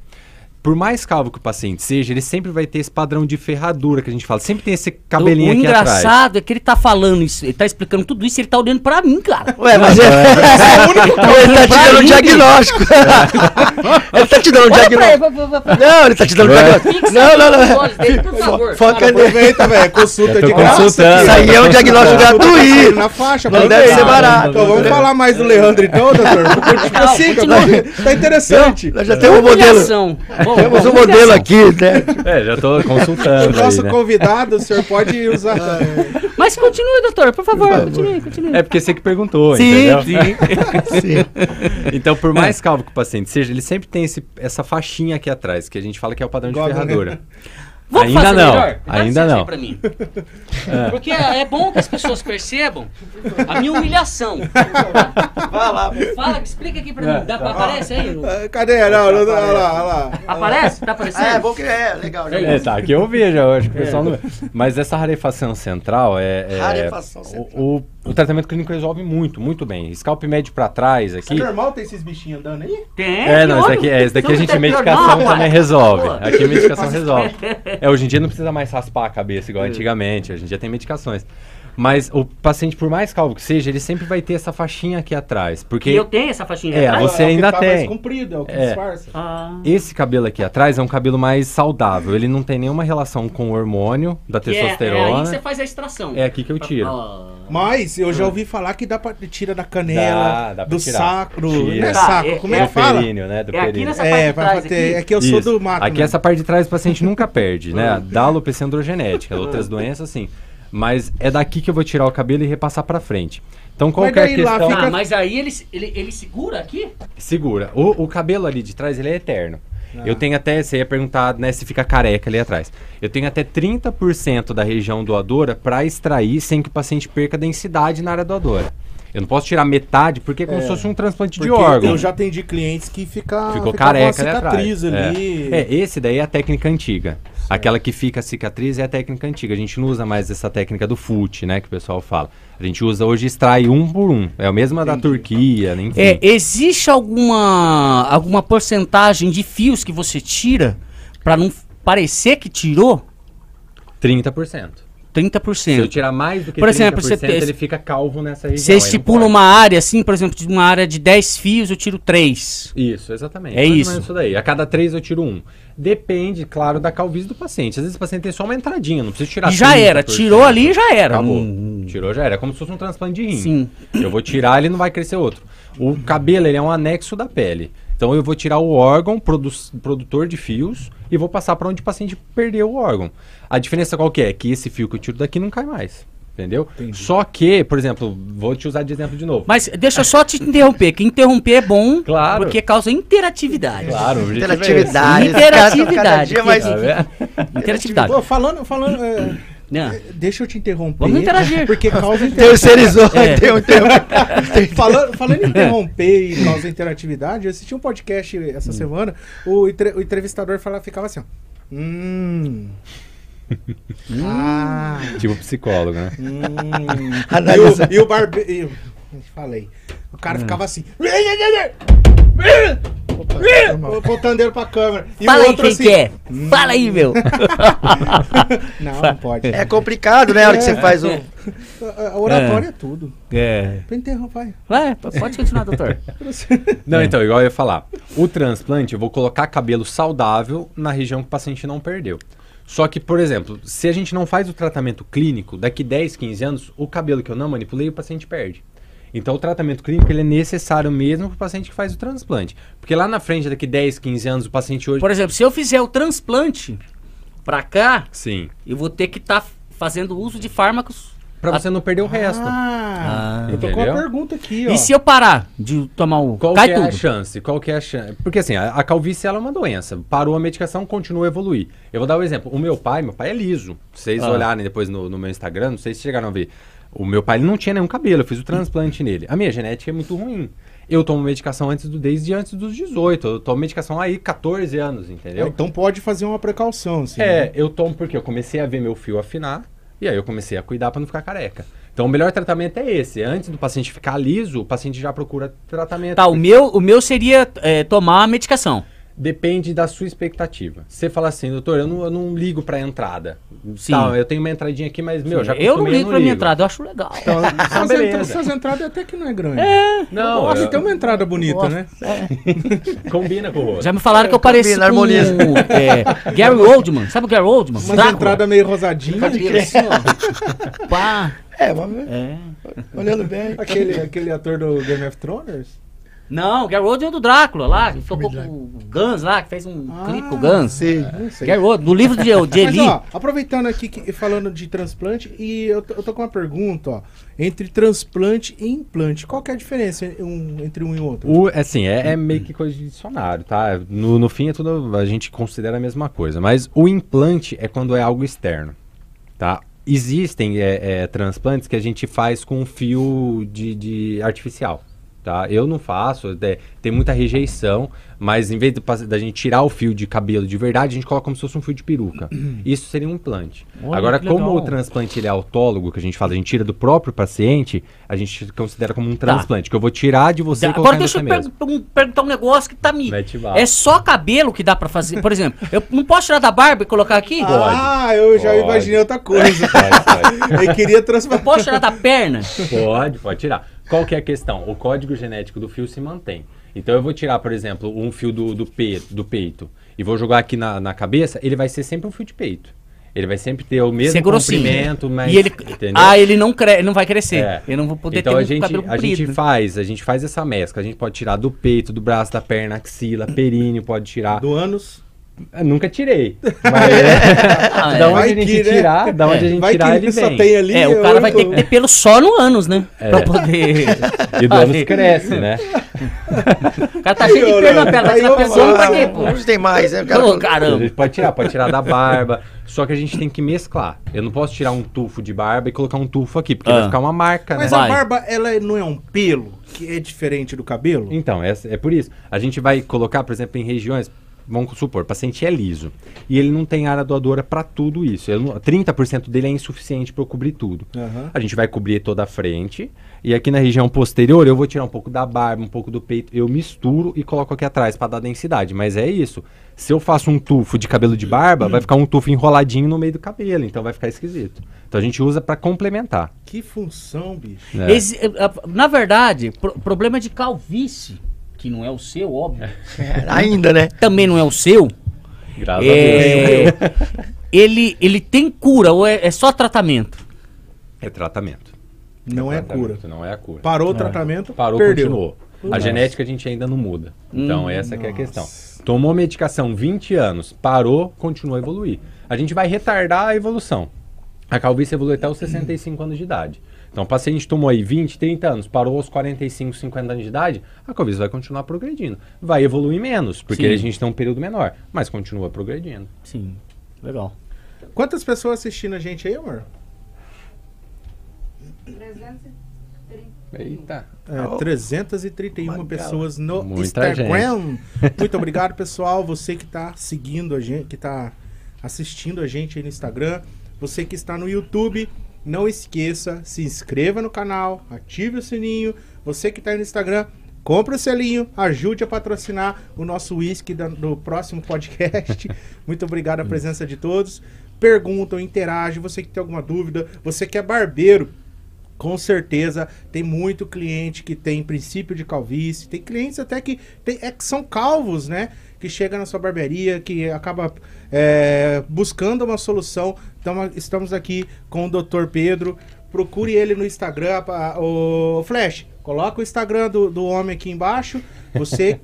Speaker 5: Por mais calvo que o paciente seja, ele sempre vai ter esse padrão de ferradura que a gente fala. Sempre tem esse cabelinho
Speaker 3: o
Speaker 5: aqui
Speaker 3: engraçado
Speaker 5: atrás.
Speaker 3: é que ele tá falando isso, ele tá explicando tudo isso e ele tá olhando pra mim, cara.
Speaker 2: Ué, mas é. *laughs* ele tá te dando um diagnóstico. *laughs* ele tá te dando um
Speaker 3: Olha pra ele,
Speaker 2: diagnóstico.
Speaker 3: vai, vai, vai, vai.
Speaker 2: Não, ele tá te dando um diagnóstico. Não, não, não.
Speaker 3: Olhos dele, por favor.
Speaker 2: Foca nele.
Speaker 1: Aproveita, velho. Consulta
Speaker 5: Eu tô
Speaker 1: de graça. aqui,
Speaker 2: Isso
Speaker 5: consultando.
Speaker 1: ó.
Speaker 2: aí é um diagnóstico
Speaker 1: Tá
Speaker 2: gratuito.
Speaker 1: Na faixa,
Speaker 2: Não
Speaker 1: aproveita.
Speaker 2: deve ser barato.
Speaker 1: Então vamos falar mais do Leandro, então, doutor? Porque, tipo
Speaker 3: Não,
Speaker 1: assim,
Speaker 3: continua.
Speaker 1: agora tá interessante.
Speaker 2: Nós já temos um modelo.
Speaker 3: Humilhação. Bom,
Speaker 2: Temos
Speaker 3: bom,
Speaker 2: um modelo
Speaker 3: humilhação.
Speaker 2: aqui, né?
Speaker 5: É, já tô consultando. aí,
Speaker 1: Nosso
Speaker 5: né?
Speaker 1: convidado, *laughs* o senhor pode
Speaker 2: *laughs*
Speaker 1: usar.
Speaker 3: Mas continue, doutor, por favor, continue, continue.
Speaker 5: É porque você que perguntou,
Speaker 3: sim, É.
Speaker 5: entendeu?
Speaker 3: sim.
Speaker 2: Sim.
Speaker 5: *laughs* Então, por mais calvo que o paciente seja, ele sempre tem esse, essa faixinha aqui atrás, que a gente fala que é o padrão de
Speaker 1: Igual a
Speaker 5: ferradura.
Speaker 3: Vamos
Speaker 5: Ainda
Speaker 3: fazer
Speaker 5: não,
Speaker 3: melhor? Dá
Speaker 5: ainda
Speaker 3: licença aí
Speaker 5: não.
Speaker 3: pra mim. Porque é bom que as pessoas percebam a minha humilhação.
Speaker 2: Vai lá.
Speaker 3: Fala, explica aqui pra
Speaker 5: É.
Speaker 3: mim. Dá pra, aparece aí?
Speaker 1: Ah, Cadê? Não, não, não, olha lá, olha lá.
Speaker 3: Aparece? Tá aparecendo?
Speaker 2: É, bom que é, legal. já.
Speaker 5: É, tá, que eu vejo, eu acho que o pessoal não vê. Mas essa rarefação central é. é-
Speaker 2: Rarefação
Speaker 5: o-
Speaker 2: central.
Speaker 5: O, o tratamento clínico resolve muito, muito bem. Scalp médio pra trás aqui.
Speaker 1: É normal ter esses bichinhos andando aí?
Speaker 3: Tem.
Speaker 5: É, não,
Speaker 3: olha.
Speaker 5: esse daqui, é, esse daqui a
Speaker 3: Tudo
Speaker 5: gente,
Speaker 3: tá
Speaker 5: medicação
Speaker 3: normal,
Speaker 5: também
Speaker 3: ué.
Speaker 5: resolve.
Speaker 3: Pô.
Speaker 5: Aqui
Speaker 3: *laughs*
Speaker 5: a medicação resolve. É, hoje em dia não precisa mais raspar a
Speaker 3: É.
Speaker 5: cabeça igual antigamente, hoje em dia tem medicações. Mas o paciente, por mais calvo que seja, ele sempre vai ter essa faixinha aqui atrás. Porque
Speaker 3: E eu tenho essa faixinha
Speaker 5: É,
Speaker 3: atrás?
Speaker 5: você
Speaker 1: É o que
Speaker 5: ainda
Speaker 1: tá
Speaker 5: tem.
Speaker 1: mais comprido, é o que
Speaker 5: É.
Speaker 1: disfarça.
Speaker 3: Ah.
Speaker 5: esse cabelo aqui atrás é um cabelo mais saudável. Ele não tem nenhuma relação com o hormônio da
Speaker 3: Que é- É, aí que
Speaker 5: testosterona.
Speaker 3: você faz a extração.
Speaker 5: É aqui que eu tiro.
Speaker 3: Ah.
Speaker 1: Mas eu já ouvi falar que dá pra tira da canela,
Speaker 5: Hum. Dá, dá pra
Speaker 1: do
Speaker 5: tirar.
Speaker 1: sacro.
Speaker 5: Tira.
Speaker 1: Não é
Speaker 3: Tá,
Speaker 1: saco,
Speaker 3: é-
Speaker 1: como
Speaker 3: é
Speaker 1: é
Speaker 5: do
Speaker 1: que fala?
Speaker 5: períneo, né? Do
Speaker 3: É aqui
Speaker 5: períneo.
Speaker 3: nessa parte
Speaker 1: É,
Speaker 3: de
Speaker 1: vai
Speaker 3: trás
Speaker 1: bater.
Speaker 3: aqui.
Speaker 1: É que eu sou
Speaker 5: Isso.
Speaker 1: do mato.
Speaker 5: Aqui
Speaker 1: né?
Speaker 5: essa parte de trás o paciente nunca perde, né? Da alopecia androgenética, outras doenças sim. Mas é daqui que eu vou tirar o cabelo e repassar pra frente. Então qualquer
Speaker 1: daí lá
Speaker 5: questão...
Speaker 1: fica-
Speaker 3: Ah, mas aí ele, ele, ele segura aqui?
Speaker 5: Segura. O, o cabelo ali de trás, ele é eterno.
Speaker 1: Ah.
Speaker 5: Eu tenho até, você ia perguntar, né, se fica careca ali atrás. Eu tenho até 30% da região doadora pra extrair sem que o paciente perca densidade na área doadora. Eu não posso tirar metade porque é como se fosse um transplante
Speaker 1: Porque
Speaker 5: de órgão.
Speaker 1: Eu já atendi clientes que fica,
Speaker 5: Ficou
Speaker 1: fica com uma
Speaker 5: careca ali atrás.
Speaker 1: cicatriz ali.
Speaker 5: É. É, esse daí é a técnica antiga. Aquela que fica a cicatriz é a técnica antiga. A gente não usa mais essa técnica do foot, né? Que o pessoal fala. A gente usa hoje extrai um por um. É a mesma da Turquia, né, enfim.
Speaker 3: É, existe alguma alguma porcentagem de fios que você tira pra não parecer que tirou
Speaker 5: 30%. Se eu
Speaker 3: 30%?
Speaker 5: tirar mais do que
Speaker 3: Por
Speaker 5: 30%,
Speaker 3: exemplo, você tem-
Speaker 5: ele fica calvo nessa região.
Speaker 3: Você
Speaker 5: aí não
Speaker 3: estipula
Speaker 5: pode.
Speaker 3: uma área assim, por exemplo, de uma área de 10 fios, eu tiro 3.
Speaker 5: Isso, exatamente.
Speaker 3: É
Speaker 5: Mais ou
Speaker 3: isso.
Speaker 5: menos daí. A cada três eu tiro um. Depende, claro, da calvície do paciente. Às vezes o paciente tem só uma entradinha, não precisa tirar
Speaker 3: E já era,
Speaker 5: 30%.
Speaker 3: tirou ali e já era.
Speaker 5: Acabou.
Speaker 3: Hum.
Speaker 5: Tirou, já era. É como se fosse um transplante de rim.
Speaker 3: Sim.
Speaker 5: Eu vou tirar, ele não vai crescer outro. O cabelo, ele é um anexo da pele. Então eu vou tirar o órgão produ- produtor de fios e vou passar para onde o paciente perdeu o órgão. A diferença qual que é? Que esse fio que eu tiro daqui não cai mais. Entendeu? Só que, por exemplo, vou te usar de exemplo de novo.
Speaker 3: Mas deixa eu só te interromper, que interromper é bom,
Speaker 5: Claro.
Speaker 3: porque causa interatividade.
Speaker 5: Claro, o objetivo é esse.
Speaker 2: Interatividade.
Speaker 3: Interatividade.
Speaker 2: Cada dia mais
Speaker 5: Tá vendo?
Speaker 3: Interatividade.
Speaker 1: Pô, falando, falando. é,
Speaker 3: Não.
Speaker 1: Deixa eu te interromper.
Speaker 3: Vamos interagir.
Speaker 1: Porque
Speaker 5: *laughs*
Speaker 1: causa interatividade.
Speaker 2: Terceirizou,
Speaker 3: É.
Speaker 2: tem um tempo.
Speaker 1: falando,
Speaker 5: É.
Speaker 1: falando em interromper e causa interatividade, eu assisti um podcast essa
Speaker 5: Hum.
Speaker 1: semana, o, entre- o entrevistador fala, ficava assim, ó. Hum. ah.
Speaker 5: Tipo psicólogo, né?
Speaker 3: *laughs*
Speaker 1: Hum.
Speaker 2: Analisa.
Speaker 1: E o, e o barbeiro. Falei. O
Speaker 3: É.
Speaker 1: cara ficava assim. Botando ele pra câmera. E
Speaker 3: Fala
Speaker 1: o
Speaker 3: aí
Speaker 1: outro
Speaker 3: quem
Speaker 1: assim.
Speaker 3: que é.
Speaker 5: hum.
Speaker 3: Fala aí, meu.
Speaker 1: Não, não pode.
Speaker 2: É complicado, né? A hora que você faz o.
Speaker 1: A a oratória é, tudo.
Speaker 3: É.
Speaker 1: Pra interromper.
Speaker 3: Vai, pode continuar, doutor.
Speaker 5: Não, então, igual eu ia falar. O transplante, eu vou colocar cabelo saudável na região que o paciente não perdeu. Só que, por exemplo, se a gente não faz o tratamento clínico, daqui 10, 15 anos, o cabelo que eu não manipulei, o paciente perde. Então, o tratamento clínico ele é necessário mesmo para o paciente que faz o transplante. Porque lá na frente, daqui 10, 15 anos, o paciente hoje.
Speaker 3: Por exemplo, se eu fizer o transplante pra cá,
Speaker 5: Sim.
Speaker 3: eu vou ter que estar fazendo uso de fármacos.
Speaker 5: Para você não perder o resto.
Speaker 1: Ah,
Speaker 3: Ah,
Speaker 1: eu tô com uma
Speaker 5: entendeu?
Speaker 1: pergunta aqui, ó.
Speaker 3: E se eu parar de tomar o.
Speaker 5: Qual
Speaker 3: Cai
Speaker 5: que é a
Speaker 3: tudo.
Speaker 5: chance? Qual que é a chance? Porque assim, a, a calvície ela é uma doença. Parou a medicação, continua a evoluir. Eu vou dar um exemplo. O meu pai, meu pai é liso. Se vocês
Speaker 3: Ah.
Speaker 5: olharem depois no, no meu Instagram, não sei se chegaram a ver. O meu pai ele não tinha nenhum cabelo, eu fiz o transplante nele. A minha genética é muito ruim. Eu tomo medicação antes do, desde antes dos 18. Eu tomo medicação aí 14 anos, entendeu?
Speaker 1: Então pode fazer uma precaução, assim. né?
Speaker 5: É, eu tomo porque eu comecei a ver meu fio afinar e aí eu comecei a cuidar pra não ficar careca. Então o melhor tratamento é esse. Antes do paciente ficar liso, o paciente já procura tratamento.
Speaker 3: Tá, o meu, o meu seria é, tomar a medicação.
Speaker 5: Depende da sua expectativa. Você fala assim, doutor, eu não, eu não ligo pra entrada.
Speaker 3: Sim.
Speaker 5: Tá, eu tenho uma entradinha aqui, mas, meu, já
Speaker 3: eu não
Speaker 5: acostumei,
Speaker 3: ligo pra minha entrada, eu acho legal.
Speaker 5: Tá.
Speaker 1: Então,
Speaker 5: *laughs*
Speaker 1: suas,
Speaker 5: Ah, beleza.
Speaker 1: entra- suas entradas até que não é grande. É,
Speaker 5: Não,
Speaker 1: Nossa,
Speaker 5: eu-
Speaker 3: então,
Speaker 1: tem uma entrada bonita, né?
Speaker 5: *laughs* Combina com o rosto.
Speaker 3: Já me falaram que eu pareci
Speaker 2: combina,
Speaker 3: com
Speaker 2: harmoniza.
Speaker 3: é, Gary Oldman. Sabe o Gary Oldman?
Speaker 1: Uma
Speaker 3: Drácula.
Speaker 1: entrada meio rosadinha.
Speaker 3: Cabelo um assim, ó. Pá.
Speaker 2: É, vamos ver.
Speaker 3: É.
Speaker 2: Olhando bem.
Speaker 1: Aquele, aquele ator do Game of Thrones?
Speaker 3: Não, o Gary Oldman é do Drácula lá, que tocou com o Guns lá, que fez um
Speaker 1: Ah,
Speaker 3: clipe com o Guns.
Speaker 2: Sim.
Speaker 1: Não sei.
Speaker 3: Gary Oldman, do livro de, de
Speaker 1: Mas,
Speaker 3: Eli.
Speaker 1: ó, aproveitando aqui que- falando de transplante, e eu, tô- eu tô com uma pergunta, ó. Entre transplante e implante, qual que é a diferença um- entre um e outro?
Speaker 5: O, assim, é, é meio que coisa de dicionário, tá? No, no fim, é tudo, a gente considera a mesma coisa. Mas o implante é quando é algo externo, tá? Existem é, é, transplantes que a gente faz com um fio de, de artificial, tá? Eu não faço, é, tem muita rejeição, mas em vez do paci- da gente tirar o fio de cabelo de verdade, a gente coloca como se fosse um fio
Speaker 3: *clears throat*
Speaker 5: de peruca. Isso seria um implante.
Speaker 3: Olha,
Speaker 5: Agora,
Speaker 3: que
Speaker 5: como
Speaker 3: legal.
Speaker 5: o transplante ele é autólogo, que a gente fala, a gente tira do próprio paciente, a gente considera como um transplante, que eu vou tirar de você e colocar
Speaker 3: Agora
Speaker 5: em
Speaker 3: deixa
Speaker 5: você
Speaker 3: eu
Speaker 5: mesmo.
Speaker 3: per- per- perguntar um negócio que tá me.
Speaker 5: Mete bala.
Speaker 3: É só cabelo que dá pra fazer. Por exemplo, eu não posso tirar da barba e colocar aqui?
Speaker 1: Ah, eu já
Speaker 5: Pode.
Speaker 1: imaginei outra
Speaker 5: *laughs*
Speaker 1: coisa.
Speaker 3: *laughs*
Speaker 1: eu queria
Speaker 3: Eu
Speaker 1: transplante.
Speaker 3: posso tirar da perna?
Speaker 5: Pode, pode tirar. Qual que é a questão? O código genético do fio se mantém. Então eu vou tirar, por exemplo, um fio do, do, pe- do peito e vou jogar aqui na, na cabeça, ele vai ser sempre um fio de peito. Ele vai sempre ter o mesmo
Speaker 3: Ser grossinho. né?
Speaker 5: comprimento, mas...
Speaker 3: E ele,
Speaker 5: entendeu?
Speaker 3: ah, ele não, cre... ele não vai crescer.
Speaker 5: É.
Speaker 3: Eu não vou poder
Speaker 5: então
Speaker 3: ter
Speaker 5: a
Speaker 3: um
Speaker 5: gente,
Speaker 3: cabelo
Speaker 5: a
Speaker 3: comprido.
Speaker 5: gente faz, a gente faz essa mescla. A gente pode tirar do peito, do braço, da perna, axila, períneo, pode tirar.
Speaker 1: Do ânus.
Speaker 5: Eu nunca
Speaker 1: *laughs*
Speaker 5: tirei. Mas
Speaker 3: Ah, é.
Speaker 5: *laughs* da
Speaker 1: Vai
Speaker 5: onde a gente
Speaker 1: que, né?
Speaker 5: tirar, da onde
Speaker 3: É.
Speaker 5: a gente
Speaker 1: Vai que
Speaker 5: tirar,
Speaker 1: ele
Speaker 5: ele
Speaker 1: só
Speaker 5: vem.
Speaker 1: tem ali.
Speaker 3: É, o cara vai ter
Speaker 1: ânus.
Speaker 3: que ter pelo só no ânus, né? Pra poder.
Speaker 5: É. *laughs* E
Speaker 3: *laughs*
Speaker 5: do ânus cresce, né?
Speaker 3: O cara tá cheio de
Speaker 1: Aí,
Speaker 3: pelo
Speaker 1: olha,
Speaker 3: na perna,
Speaker 1: aí
Speaker 3: tá
Speaker 1: eu
Speaker 3: tirando pelo não vai
Speaker 1: falo.
Speaker 3: ter, pô.
Speaker 2: "Ah, Onde tem mais, né? O
Speaker 1: é.
Speaker 2: cara-
Speaker 3: Ô,
Speaker 5: A
Speaker 3: caramba.
Speaker 5: gente pode tirar, pode tirar da barba. Só que a gente tem que mesclar. Eu não posso tirar um tufo de barba e colocar um tufo aqui, porque
Speaker 3: Ah.
Speaker 5: vai ficar uma marca,
Speaker 1: Mas
Speaker 5: né?
Speaker 1: a
Speaker 3: Vai.
Speaker 1: barba, ela não é um pelo que é diferente do cabelo?
Speaker 5: Então, é, é por isso. A gente vai colocar, por exemplo, em regiões. Vamos supor, o paciente é liso e ele não tem área doadora para tudo isso. Ele não- 30% dele é insuficiente para cobrir tudo.
Speaker 1: Aham.
Speaker 5: A gente vai cobrir toda a frente e aqui na região posterior eu vou tirar um pouco da barba, um pouco do peito, eu misturo e coloco aqui atrás para dar densidade. Mas é isso. Se eu faço um tufo de cabelo de barba, vai ficar um tufo enroladinho no meio do cabelo, então vai ficar esquisito. Então a gente usa para complementar.
Speaker 1: Que função, bicho.
Speaker 5: né?
Speaker 3: Exi- eh, a- Na verdade, pro- problema de calvície, que não é o seu, óbvio.
Speaker 2: Ainda, né?
Speaker 3: Também não é o seu.
Speaker 5: Graças
Speaker 3: É, ele, ele tem cura ou é, é só tratamento?
Speaker 5: É tratamento.
Speaker 1: Não é
Speaker 5: Tratamento,
Speaker 1: cura.
Speaker 5: Não é a cura.
Speaker 1: Parou o tratamento,
Speaker 5: Parou,
Speaker 1: perdeu.
Speaker 5: continuou. A genética a gente ainda não muda. Então, essa que é a questão. Tomou medicação 20 anos, parou, continua a evoluir. A gente vai retardar a evolução. A calvície evolui até os 65 anos de idade. Então, o paciente tomou aí 20, 30 anos, parou aos 45, 50 anos de idade, a calvície vai continuar progredindo. Vai evoluir menos, porque
Speaker 3: Sim.
Speaker 5: a gente tem um período menor, mas continua progredindo.
Speaker 3: Sim. Legal.
Speaker 1: Quantas pessoas assistindo a gente aí, amor?
Speaker 4: 330.
Speaker 5: Eita.
Speaker 1: É,
Speaker 2: Ah, ó.
Speaker 1: 331
Speaker 2: Uma
Speaker 1: pessoas no
Speaker 5: Muita
Speaker 1: Instagram. *laughs* Muito obrigado, pessoal. Você que tá seguindo a gente, que tá assistindo a gente aí no Instagram. Você que está no YouTube, não esqueça, se inscreva no canal, ative o sininho. Você que tá aí no Instagram, compra o selinho, ajude a patrocinar o nosso whisky da- do próximo podcast. Muito obrigado a presença de todos. Perguntam, interagem. Você que tem alguma dúvida, você que é barbeiro, com certeza tem muito cliente que tem princípio de calvície, tem clientes até que, tem- é que são calvos, né? Que chega na sua barbearia, que acaba é, buscando uma solução. Então, estamos aqui com o Dr. Pedro. Procure ele no Instagram. pa- O Flash, coloca o Instagram do, do homem aqui embaixo. Você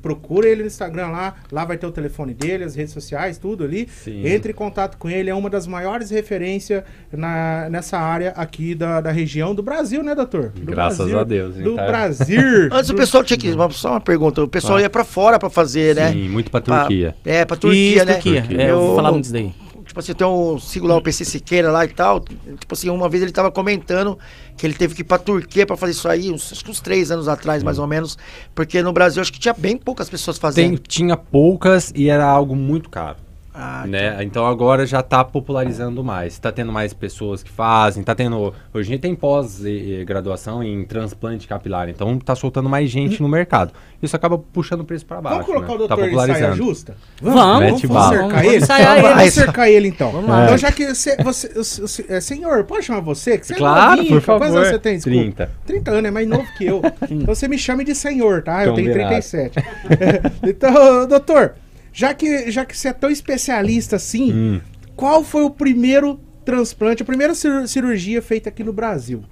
Speaker 1: procura ele no Instagram lá. Lá vai ter o telefone dele, as redes sociais, tudo ali.
Speaker 5: Sim.
Speaker 1: Entre entre em contato com ele, é uma das maiores referências na, nessa área aqui da, da região do Brasil, né, doutor? Do
Speaker 5: Graças
Speaker 1: Brasil,
Speaker 5: a Deus, hein,
Speaker 1: Do
Speaker 5: tá?
Speaker 1: Brasil.
Speaker 2: *laughs*
Speaker 3: Hum.
Speaker 2: Antes o
Speaker 1: do-
Speaker 2: pessoal tinha que. uma- Só uma pergunta. O pessoal ia pra fora pra fazer, né?
Speaker 5: Sim, muito pra Turquia.
Speaker 2: É, pra Turquia,
Speaker 3: Isso,
Speaker 2: né?
Speaker 3: Turquia.
Speaker 5: Turquia.
Speaker 3: É, eu
Speaker 2: Eu-
Speaker 3: vou falar muito disso daí.
Speaker 2: Tipo assim, tem um sigo lá, o PC Siqueira lá e tal. Tipo assim, uma vez ele tava comentando que ele teve que ir pra Turquia pra fazer isso aí, uns, acho que uns três anos atrás,
Speaker 3: Hum.
Speaker 2: mais ou menos. Porque no Brasil acho que tinha bem poucas pessoas
Speaker 5: Tem,
Speaker 2: fazendo.
Speaker 5: tinha poucas e era algo muito caro.
Speaker 1: tá.
Speaker 2: Ah,
Speaker 5: né? Então agora já tá popularizando mais. Tá tendo mais pessoas que fazem, tá tendo. Hoje em dia tem pós-graduação em transplante capilar, então tá soltando mais gente no mercado. Isso acaba puxando o preço pra
Speaker 1: Hum.
Speaker 5: baixo.
Speaker 1: Vamos colocar
Speaker 5: né?
Speaker 1: o doutor
Speaker 5: tá
Speaker 1: em saia
Speaker 5: popularizando.
Speaker 1: justa?
Speaker 3: Vamos,
Speaker 5: Mete
Speaker 1: vamos
Speaker 5: bala.
Speaker 1: cercar
Speaker 3: Vamos
Speaker 1: ele?
Speaker 3: ensaiar
Speaker 1: Vamos
Speaker 2: ele.
Speaker 1: cercar ele, então.
Speaker 3: Vamos lá.
Speaker 1: Então, já que você... você- o- o- é, senhor, pode chamar você? Que você é
Speaker 5: Claro,
Speaker 1: novinho, Quantos
Speaker 5: por favor.
Speaker 1: anos você tem? Desculpa.
Speaker 5: 30.
Speaker 1: 30 anos, é mais novo que eu. então você me chame de senhor, tá? Eu tenho
Speaker 5: Combinado.
Speaker 1: 37. *laughs* então, doutor, já que, já que você é tão especialista assim...
Speaker 5: Hum.
Speaker 1: Qual foi o primeiro transplante, a primeira cir- cirurgia feita aqui no Brasil?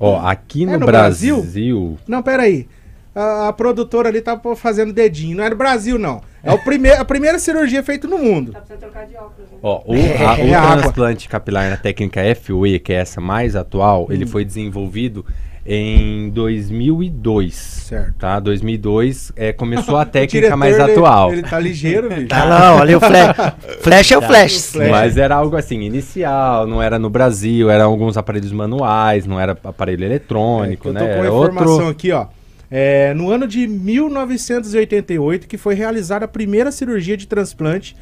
Speaker 5: Ó, aqui no,
Speaker 1: É no Brasil?
Speaker 5: Brasil.
Speaker 1: Não, peraí. A, a produtora ali tá fazendo dedinho. Não é no Brasil, não. É o prime a primeira cirurgia feita no mundo.
Speaker 4: Tá precisando trocar de óculos, né?
Speaker 5: Ó, o, a- o
Speaker 1: É água.
Speaker 5: transplante capilar na técnica FUE, que é essa mais atual,
Speaker 1: Hum.
Speaker 5: ele foi desenvolvido em 2002.
Speaker 1: Certo.
Speaker 5: Tá? 2002
Speaker 1: *laughs*
Speaker 5: é, começou a
Speaker 1: O
Speaker 5: técnica
Speaker 1: diretor,
Speaker 5: mais
Speaker 1: ele-
Speaker 5: atual.
Speaker 1: Ele, tá
Speaker 5: *laughs*
Speaker 1: ligeiro, bicho.
Speaker 2: Tá lá, olha o flash. Flash é
Speaker 3: Tá.
Speaker 2: o flash.
Speaker 1: Flash.
Speaker 5: Mas era algo assim, inicial, não era no Brasil, eram alguns aparelhos manuais, não era aparelho eletrônico,
Speaker 1: É, eu tô
Speaker 5: né?
Speaker 1: com a
Speaker 5: Era
Speaker 1: informação
Speaker 5: outro.
Speaker 1: aqui, ó. É, no ano de 1988, que foi realizada a primeira cirurgia de transplante,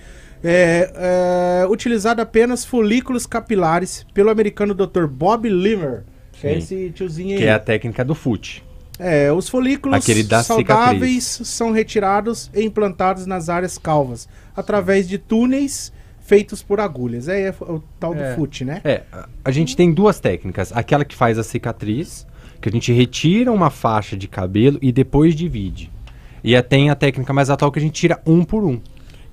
Speaker 1: é, é, utilizada apenas folículos capilares pelo americano Dr. Bob Limer. Que é
Speaker 5: Sim.
Speaker 1: esse tiozinho aí.
Speaker 5: Que é a técnica do FUT.
Speaker 1: É, os folículos
Speaker 5: Aquele da
Speaker 1: saudáveis
Speaker 5: cicatriz.
Speaker 1: são retirados e implantados nas áreas calvas, através de túneis feitos por agulhas. É, é o tal do
Speaker 5: É.
Speaker 1: FUT, né?
Speaker 5: É, a- a gente tem duas técnicas. Aquela que faz a cicatriz, que a gente retira uma faixa de cabelo e depois divide. E a- tem a técnica mais atual que a gente tira um por um.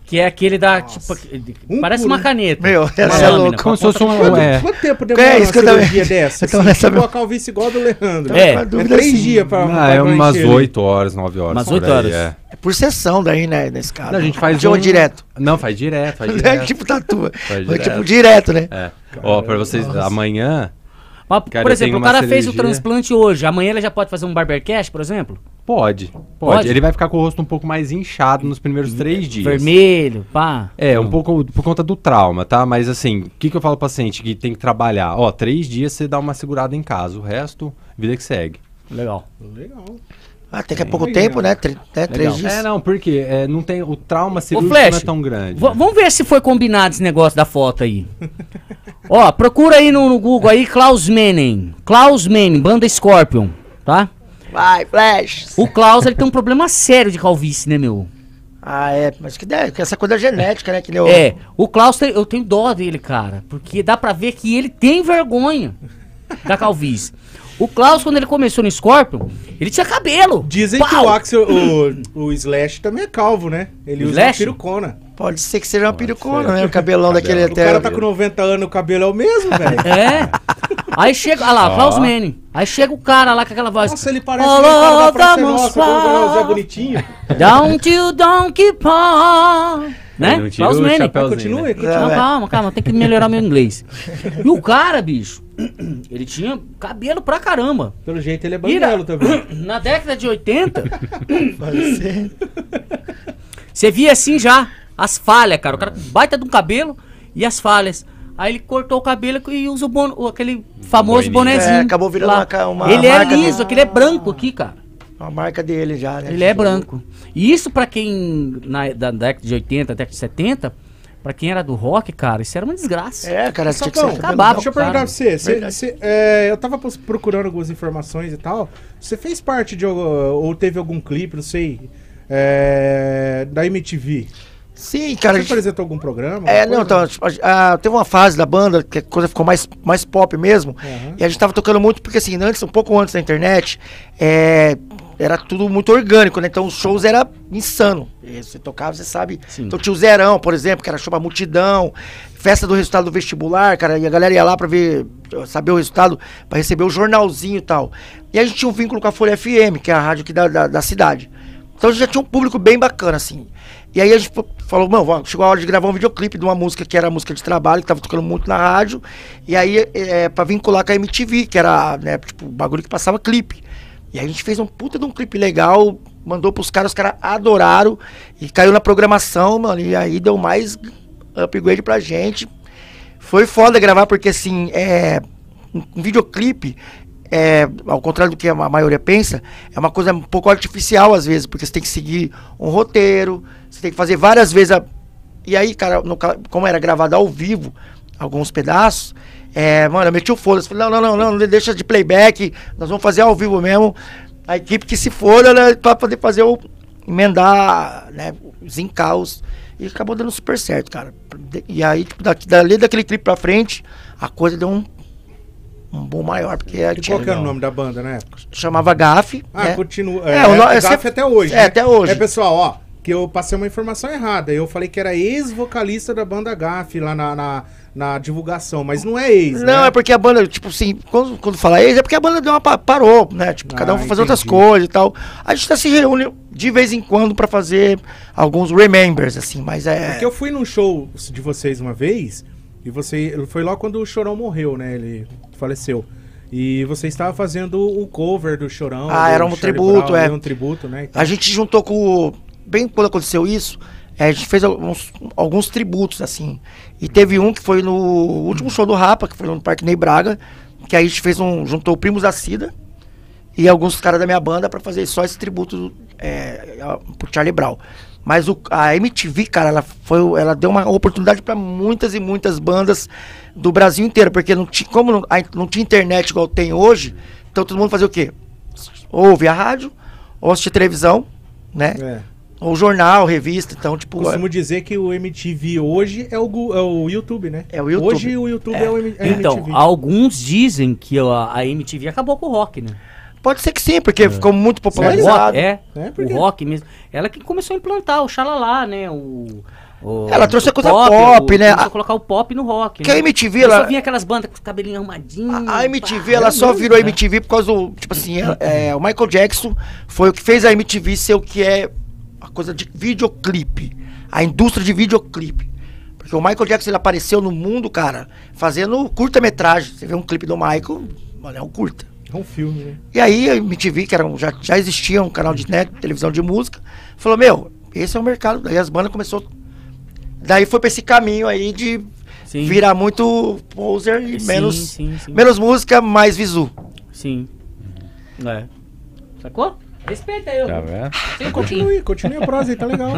Speaker 3: Que é aquele da,
Speaker 1: Nossa.
Speaker 3: tipo, aquele-
Speaker 1: Um
Speaker 3: parece
Speaker 1: por
Speaker 3: uma
Speaker 1: um.
Speaker 3: caneta.
Speaker 2: Meu,
Speaker 3: Uma
Speaker 2: essa é
Speaker 3: lâmina,
Speaker 2: louca.
Speaker 3: com a
Speaker 5: Como se fosse
Speaker 3: ponta
Speaker 5: um. É,
Speaker 1: Quanto tempo demora
Speaker 2: É,
Speaker 1: uma
Speaker 2: isso que eu também-
Speaker 1: cirurgia dessa?
Speaker 2: eu tô
Speaker 1: Assim,
Speaker 2: nessa
Speaker 1: tipo
Speaker 2: mesma-
Speaker 1: a calvície igual a do Leandro.
Speaker 3: É.
Speaker 2: Uma dúvida
Speaker 1: três
Speaker 2: assim.
Speaker 1: dias pra,
Speaker 5: Ah,
Speaker 1: pra-
Speaker 5: é
Speaker 1: pra
Speaker 5: umas
Speaker 1: encher ele.
Speaker 5: 8 horas, 9 horas.
Speaker 3: Umas
Speaker 5: por
Speaker 3: oito
Speaker 5: aí,
Speaker 3: horas.
Speaker 5: é.
Speaker 2: É por sessão daí, né? Nesse caso.
Speaker 5: Não, a gente faz
Speaker 2: Tinha um
Speaker 5: um-
Speaker 2: direto.
Speaker 5: Não, faz direto, faz
Speaker 2: Não *laughs* é
Speaker 5: direto.
Speaker 2: tipo tatu.
Speaker 5: Faz
Speaker 2: Mas tipo
Speaker 5: direto.
Speaker 2: direto, né?
Speaker 5: É. Ó, pra vocês, amanhã,
Speaker 3: Mas,
Speaker 5: Cara,
Speaker 3: por
Speaker 5: eu tenho
Speaker 3: exemplo, o
Speaker 5: uma
Speaker 3: cara fez o
Speaker 5: cirurgia.
Speaker 3: transplante hoje. Amanhã ele já pode fazer um barbercast, por exemplo?
Speaker 5: pode, pode.
Speaker 3: Pode?
Speaker 5: Ele vai ficar com o rosto um pouco mais inchado nos primeiros três dias.
Speaker 3: Vermelho, pá.
Speaker 5: É, um pouco por conta do trauma, tá? Mas assim, o que, que eu falo pro paciente que tem que trabalhar? Ó, três dias você dá uma segurada em casa, o resto, vida que segue.
Speaker 3: Legal.
Speaker 1: Legal.
Speaker 2: Ah, até que é pouco
Speaker 1: Legal.
Speaker 2: tempo, né? Tre- né? Três dias.
Speaker 5: É, não, porque é, não tem, o trauma cirúrgico não é
Speaker 3: Flash,
Speaker 5: tão grande.
Speaker 3: V- vamos ver se foi combinado esse negócio da foto aí. Ó, procura aí no, no Google aí Klaus Menem. Klaus Menem, banda Scorpion, tá?
Speaker 2: Vai, flash.
Speaker 3: O Klaus, ele tem um problema sério de calvície, né, meu?
Speaker 2: Ah, é. Mas que ideia, que essa coisa é genética, né? Que nem o-
Speaker 3: É, o Klaus, tem- eu tenho dó dele, cara. Porque dá pra ver que ele tem vergonha da calvície. O Klaus, quando ele começou no Scorpion, ele tinha cabelo.
Speaker 1: Dizem que
Speaker 3: Pau!
Speaker 1: o Axel, o, o Slash também é calvo, né? Ele usa
Speaker 3: Slash?
Speaker 1: pirocona.
Speaker 2: Pode ser que seja uma
Speaker 5: Pode
Speaker 2: piricona,
Speaker 5: ser.
Speaker 2: né? O cabelão daquele
Speaker 5: Cabelo.
Speaker 1: O
Speaker 2: até.
Speaker 1: cara tá com 90 anos, o cabelo é o mesmo, velho.
Speaker 3: *laughs* É. Aí chega, olha lá,
Speaker 5: Ó.
Speaker 3: Klaus Menem. Aí chega o cara lá com aquela voz.
Speaker 1: Nossa, ele parece
Speaker 3: Olá,
Speaker 1: aquele cara da Praça
Speaker 3: vamos
Speaker 1: Nossa, quando o Zé
Speaker 3: lá.
Speaker 1: Bonitinho.
Speaker 3: Don't you donkey paw.
Speaker 5: Eu
Speaker 3: Né?
Speaker 5: não tiro
Speaker 3: Klaus
Speaker 5: o
Speaker 3: Menem.
Speaker 5: chapéuzinho,
Speaker 1: Continua
Speaker 5: né?
Speaker 1: aí, continua.
Speaker 3: Não,
Speaker 2: É.
Speaker 3: calma, calma, tem que melhorar meu inglês. E o cara, bicho, ele tinha cabelo pra caramba.
Speaker 1: Pelo jeito ele é
Speaker 3: E na,
Speaker 1: banguelo
Speaker 2: *coughs*
Speaker 1: também.
Speaker 3: na década de 80,
Speaker 2: Pode ser.
Speaker 3: você via assim já as falhas, cara. O cara com baita de um cabelo e as falhas. Aí ele cortou o cabelo e usa o bono, o- aquele famoso
Speaker 5: Boininho.
Speaker 3: bonezinho.
Speaker 2: É, acabou virando uma ca- uma
Speaker 3: ele é
Speaker 2: marca
Speaker 3: liso, aquele é branco aqui, cara.
Speaker 2: A É marca dele já, né?
Speaker 3: Ele é branco. E isso pra quem na da década de 80, década de 70, pra quem era do rock, cara, isso era uma desgraça.
Speaker 2: É, cara, tinha que ser
Speaker 1: Sapão,
Speaker 5: tá
Speaker 2: cabelo
Speaker 3: acabava.
Speaker 2: branco.
Speaker 1: Deixa eu perguntar pra
Speaker 3: cara.
Speaker 1: você. você-
Speaker 2: Verdade.
Speaker 1: você, é, eu tava pos- procurando algumas informações e tal. Você fez parte de. algum- Ou teve algum clipe, não sei. é, da MTV.
Speaker 2: Sim, cara. a
Speaker 1: você
Speaker 2: gente-
Speaker 1: apresentou algum programa?
Speaker 2: É,
Speaker 1: alguma coisa?
Speaker 2: não, então, tipo, a- a- teve uma fase da banda que a coisa ficou mais, mais pop mesmo.
Speaker 1: Aham.
Speaker 2: E a gente tava tocando muito, porque assim, antes, um pouco antes da internet, é, era tudo muito orgânico, né? Então os shows era insano. E Você tocava, você sabe.
Speaker 3: Sim.
Speaker 2: Então tinha o Zerão, por exemplo, que era show pra multidão, festa do resultado do vestibular, cara, e a galera ia lá pra ver, saber o resultado, pra receber o jornalzinho e tal. E a gente tinha um vínculo com a Folha FM, que é a rádio aqui da, da, da cidade. Então a gente já tinha um público bem bacana, assim. E aí a gente fa- falou, mano, vamos- chegou a hora de gravar um videoclipe de uma música que era música de trabalho, que tava tocando muito na rádio. E aí, é, pra vincular com a MTV, que era, né, tipo, o bagulho que passava clipe. E aí a gente fez um puta de um clipe legal, mandou pros caras, os caras adoraram. E caiu na programação, mano, e aí deu mais upgrade pra gente. Foi foda gravar, porque assim, é. Um um videoclipe, é, ao contrário do que a ma- maioria pensa, é uma coisa um pouco artificial às vezes, porque você tem que seguir um roteiro, você tem que fazer várias vezes. a- E aí, cara, no ca- como era gravado ao vivo, alguns pedaços, é, mano, eu meti o foda. Falei, não, não, não, não, deixa de playback, nós vamos fazer ao vivo mesmo. A equipe que se for, né, pra poder fazer o. emendar, né, os encaos. E acabou dando super certo, cara. E aí, tipo, daqui, dali daquele clipe pra frente, a coisa deu um, um bom maior, porque a
Speaker 1: E
Speaker 2: gente
Speaker 1: qual que era o nome da banda na época?
Speaker 2: chamava GAF.
Speaker 1: Ah,
Speaker 2: né?
Speaker 1: continua.
Speaker 2: É,
Speaker 1: É,
Speaker 2: o no-
Speaker 1: é
Speaker 2: é
Speaker 1: Zaf
Speaker 2: sempre-
Speaker 1: até hoje.
Speaker 2: é, até hoje.
Speaker 1: É, pessoal, ó. Que eu passei uma informação errada. Eu falei que era ex-vocalista da banda GAF lá na, na, na divulgação, mas não é ex.
Speaker 2: Não,
Speaker 1: né?
Speaker 2: é porque a banda, tipo assim, quando, quando fala eles, é porque a banda deu uma pa- parou, né? Tipo, cada um
Speaker 1: Ah,
Speaker 2: foi fazer outras
Speaker 1: entendi.
Speaker 2: coisas e tal. A gente tá se reúne de vez em quando pra fazer alguns remembers, assim, mas é.
Speaker 1: Porque eu fui num show de vocês uma vez, e você. Foi logo quando o Chorão morreu, né? Ele faleceu. E você estava fazendo o cover do Chorão.
Speaker 2: Ah,
Speaker 1: do
Speaker 2: era um
Speaker 1: Charlie
Speaker 2: tributo,
Speaker 1: Brown,
Speaker 2: é.
Speaker 1: Era um tributo, né?
Speaker 2: A gente juntou com. o- Bem quando aconteceu isso, eh, a gente fez alguns, alguns tributos, assim. E teve um que foi no último show do Rapa, que foi no Parque Ney Braga, que aí a gente fez um. juntou o Primos da Cida e alguns caras da minha banda pra fazer só esse tributo eh, a- pro Charlie Brown. Mas o- a MTV, cara, ela, foi, o- ela deu uma oportunidade pra muitas e muitas bandas do Brasil inteiro, porque não tinha, como não, a- não tinha internet igual tem hoje, então todo mundo fazia o quê? Ou ouvia a rádio, ou assistia televisão, né?
Speaker 1: É.
Speaker 2: Ou jornal, revista, então, tipo.
Speaker 1: Costumo dizer que o MTV hoje é o, Gu- é o YouTube, né?
Speaker 2: É o YouTube.
Speaker 1: Hoje o YouTube é, o M- é
Speaker 3: Então,
Speaker 1: MTV.
Speaker 3: alguns dizem que a, a MTV acabou com o rock, né?
Speaker 2: é, Pode ser que sim, porque ficou muito
Speaker 3: O rock,
Speaker 2: popularizado.
Speaker 3: é,
Speaker 1: É, por quê?
Speaker 3: o rock mesmo. Ela que começou a implantar o xalalá, né? O, o-
Speaker 2: Ela trouxe
Speaker 3: o
Speaker 2: a coisa pop,
Speaker 3: o-
Speaker 2: né?
Speaker 3: Começou
Speaker 2: A-
Speaker 3: a colocar o pop no rock. né?
Speaker 2: Porque a MTV,
Speaker 3: Começou a
Speaker 2: ela.
Speaker 3: vir aquelas bandas com os cabelinhos arrumadinhos.
Speaker 2: A, a MTV,
Speaker 3: Hum, pá. é né?
Speaker 2: ela só virou MTV por causa do. Tipo assim, é, é, o Michael Jackson foi o que fez a MTV ser o que é a coisa de videoclipe. A indústria de videoclipe. Porque o Michael Jackson ele apareceu no mundo, cara, fazendo curta-metragem. Você vê um clipe do Michael, mano, é um curta.
Speaker 1: É um filme, né?
Speaker 2: E aí a MTV, que era um- já, já existia um canal de net, televisão de música, falou, meu, esse é o mercado. Daí as bandas começou. Daí foi pra esse caminho aí de
Speaker 3: Sim.
Speaker 2: virar muito poser e
Speaker 3: Sim,
Speaker 2: menos,
Speaker 3: sim, sim.
Speaker 2: menos música, mais visu.
Speaker 3: Sim. É. Sacou? Respeita eu.
Speaker 5: Tá vendo?
Speaker 3: Sem coquinho.
Speaker 1: Continue, continue a prosa aí, tá legal.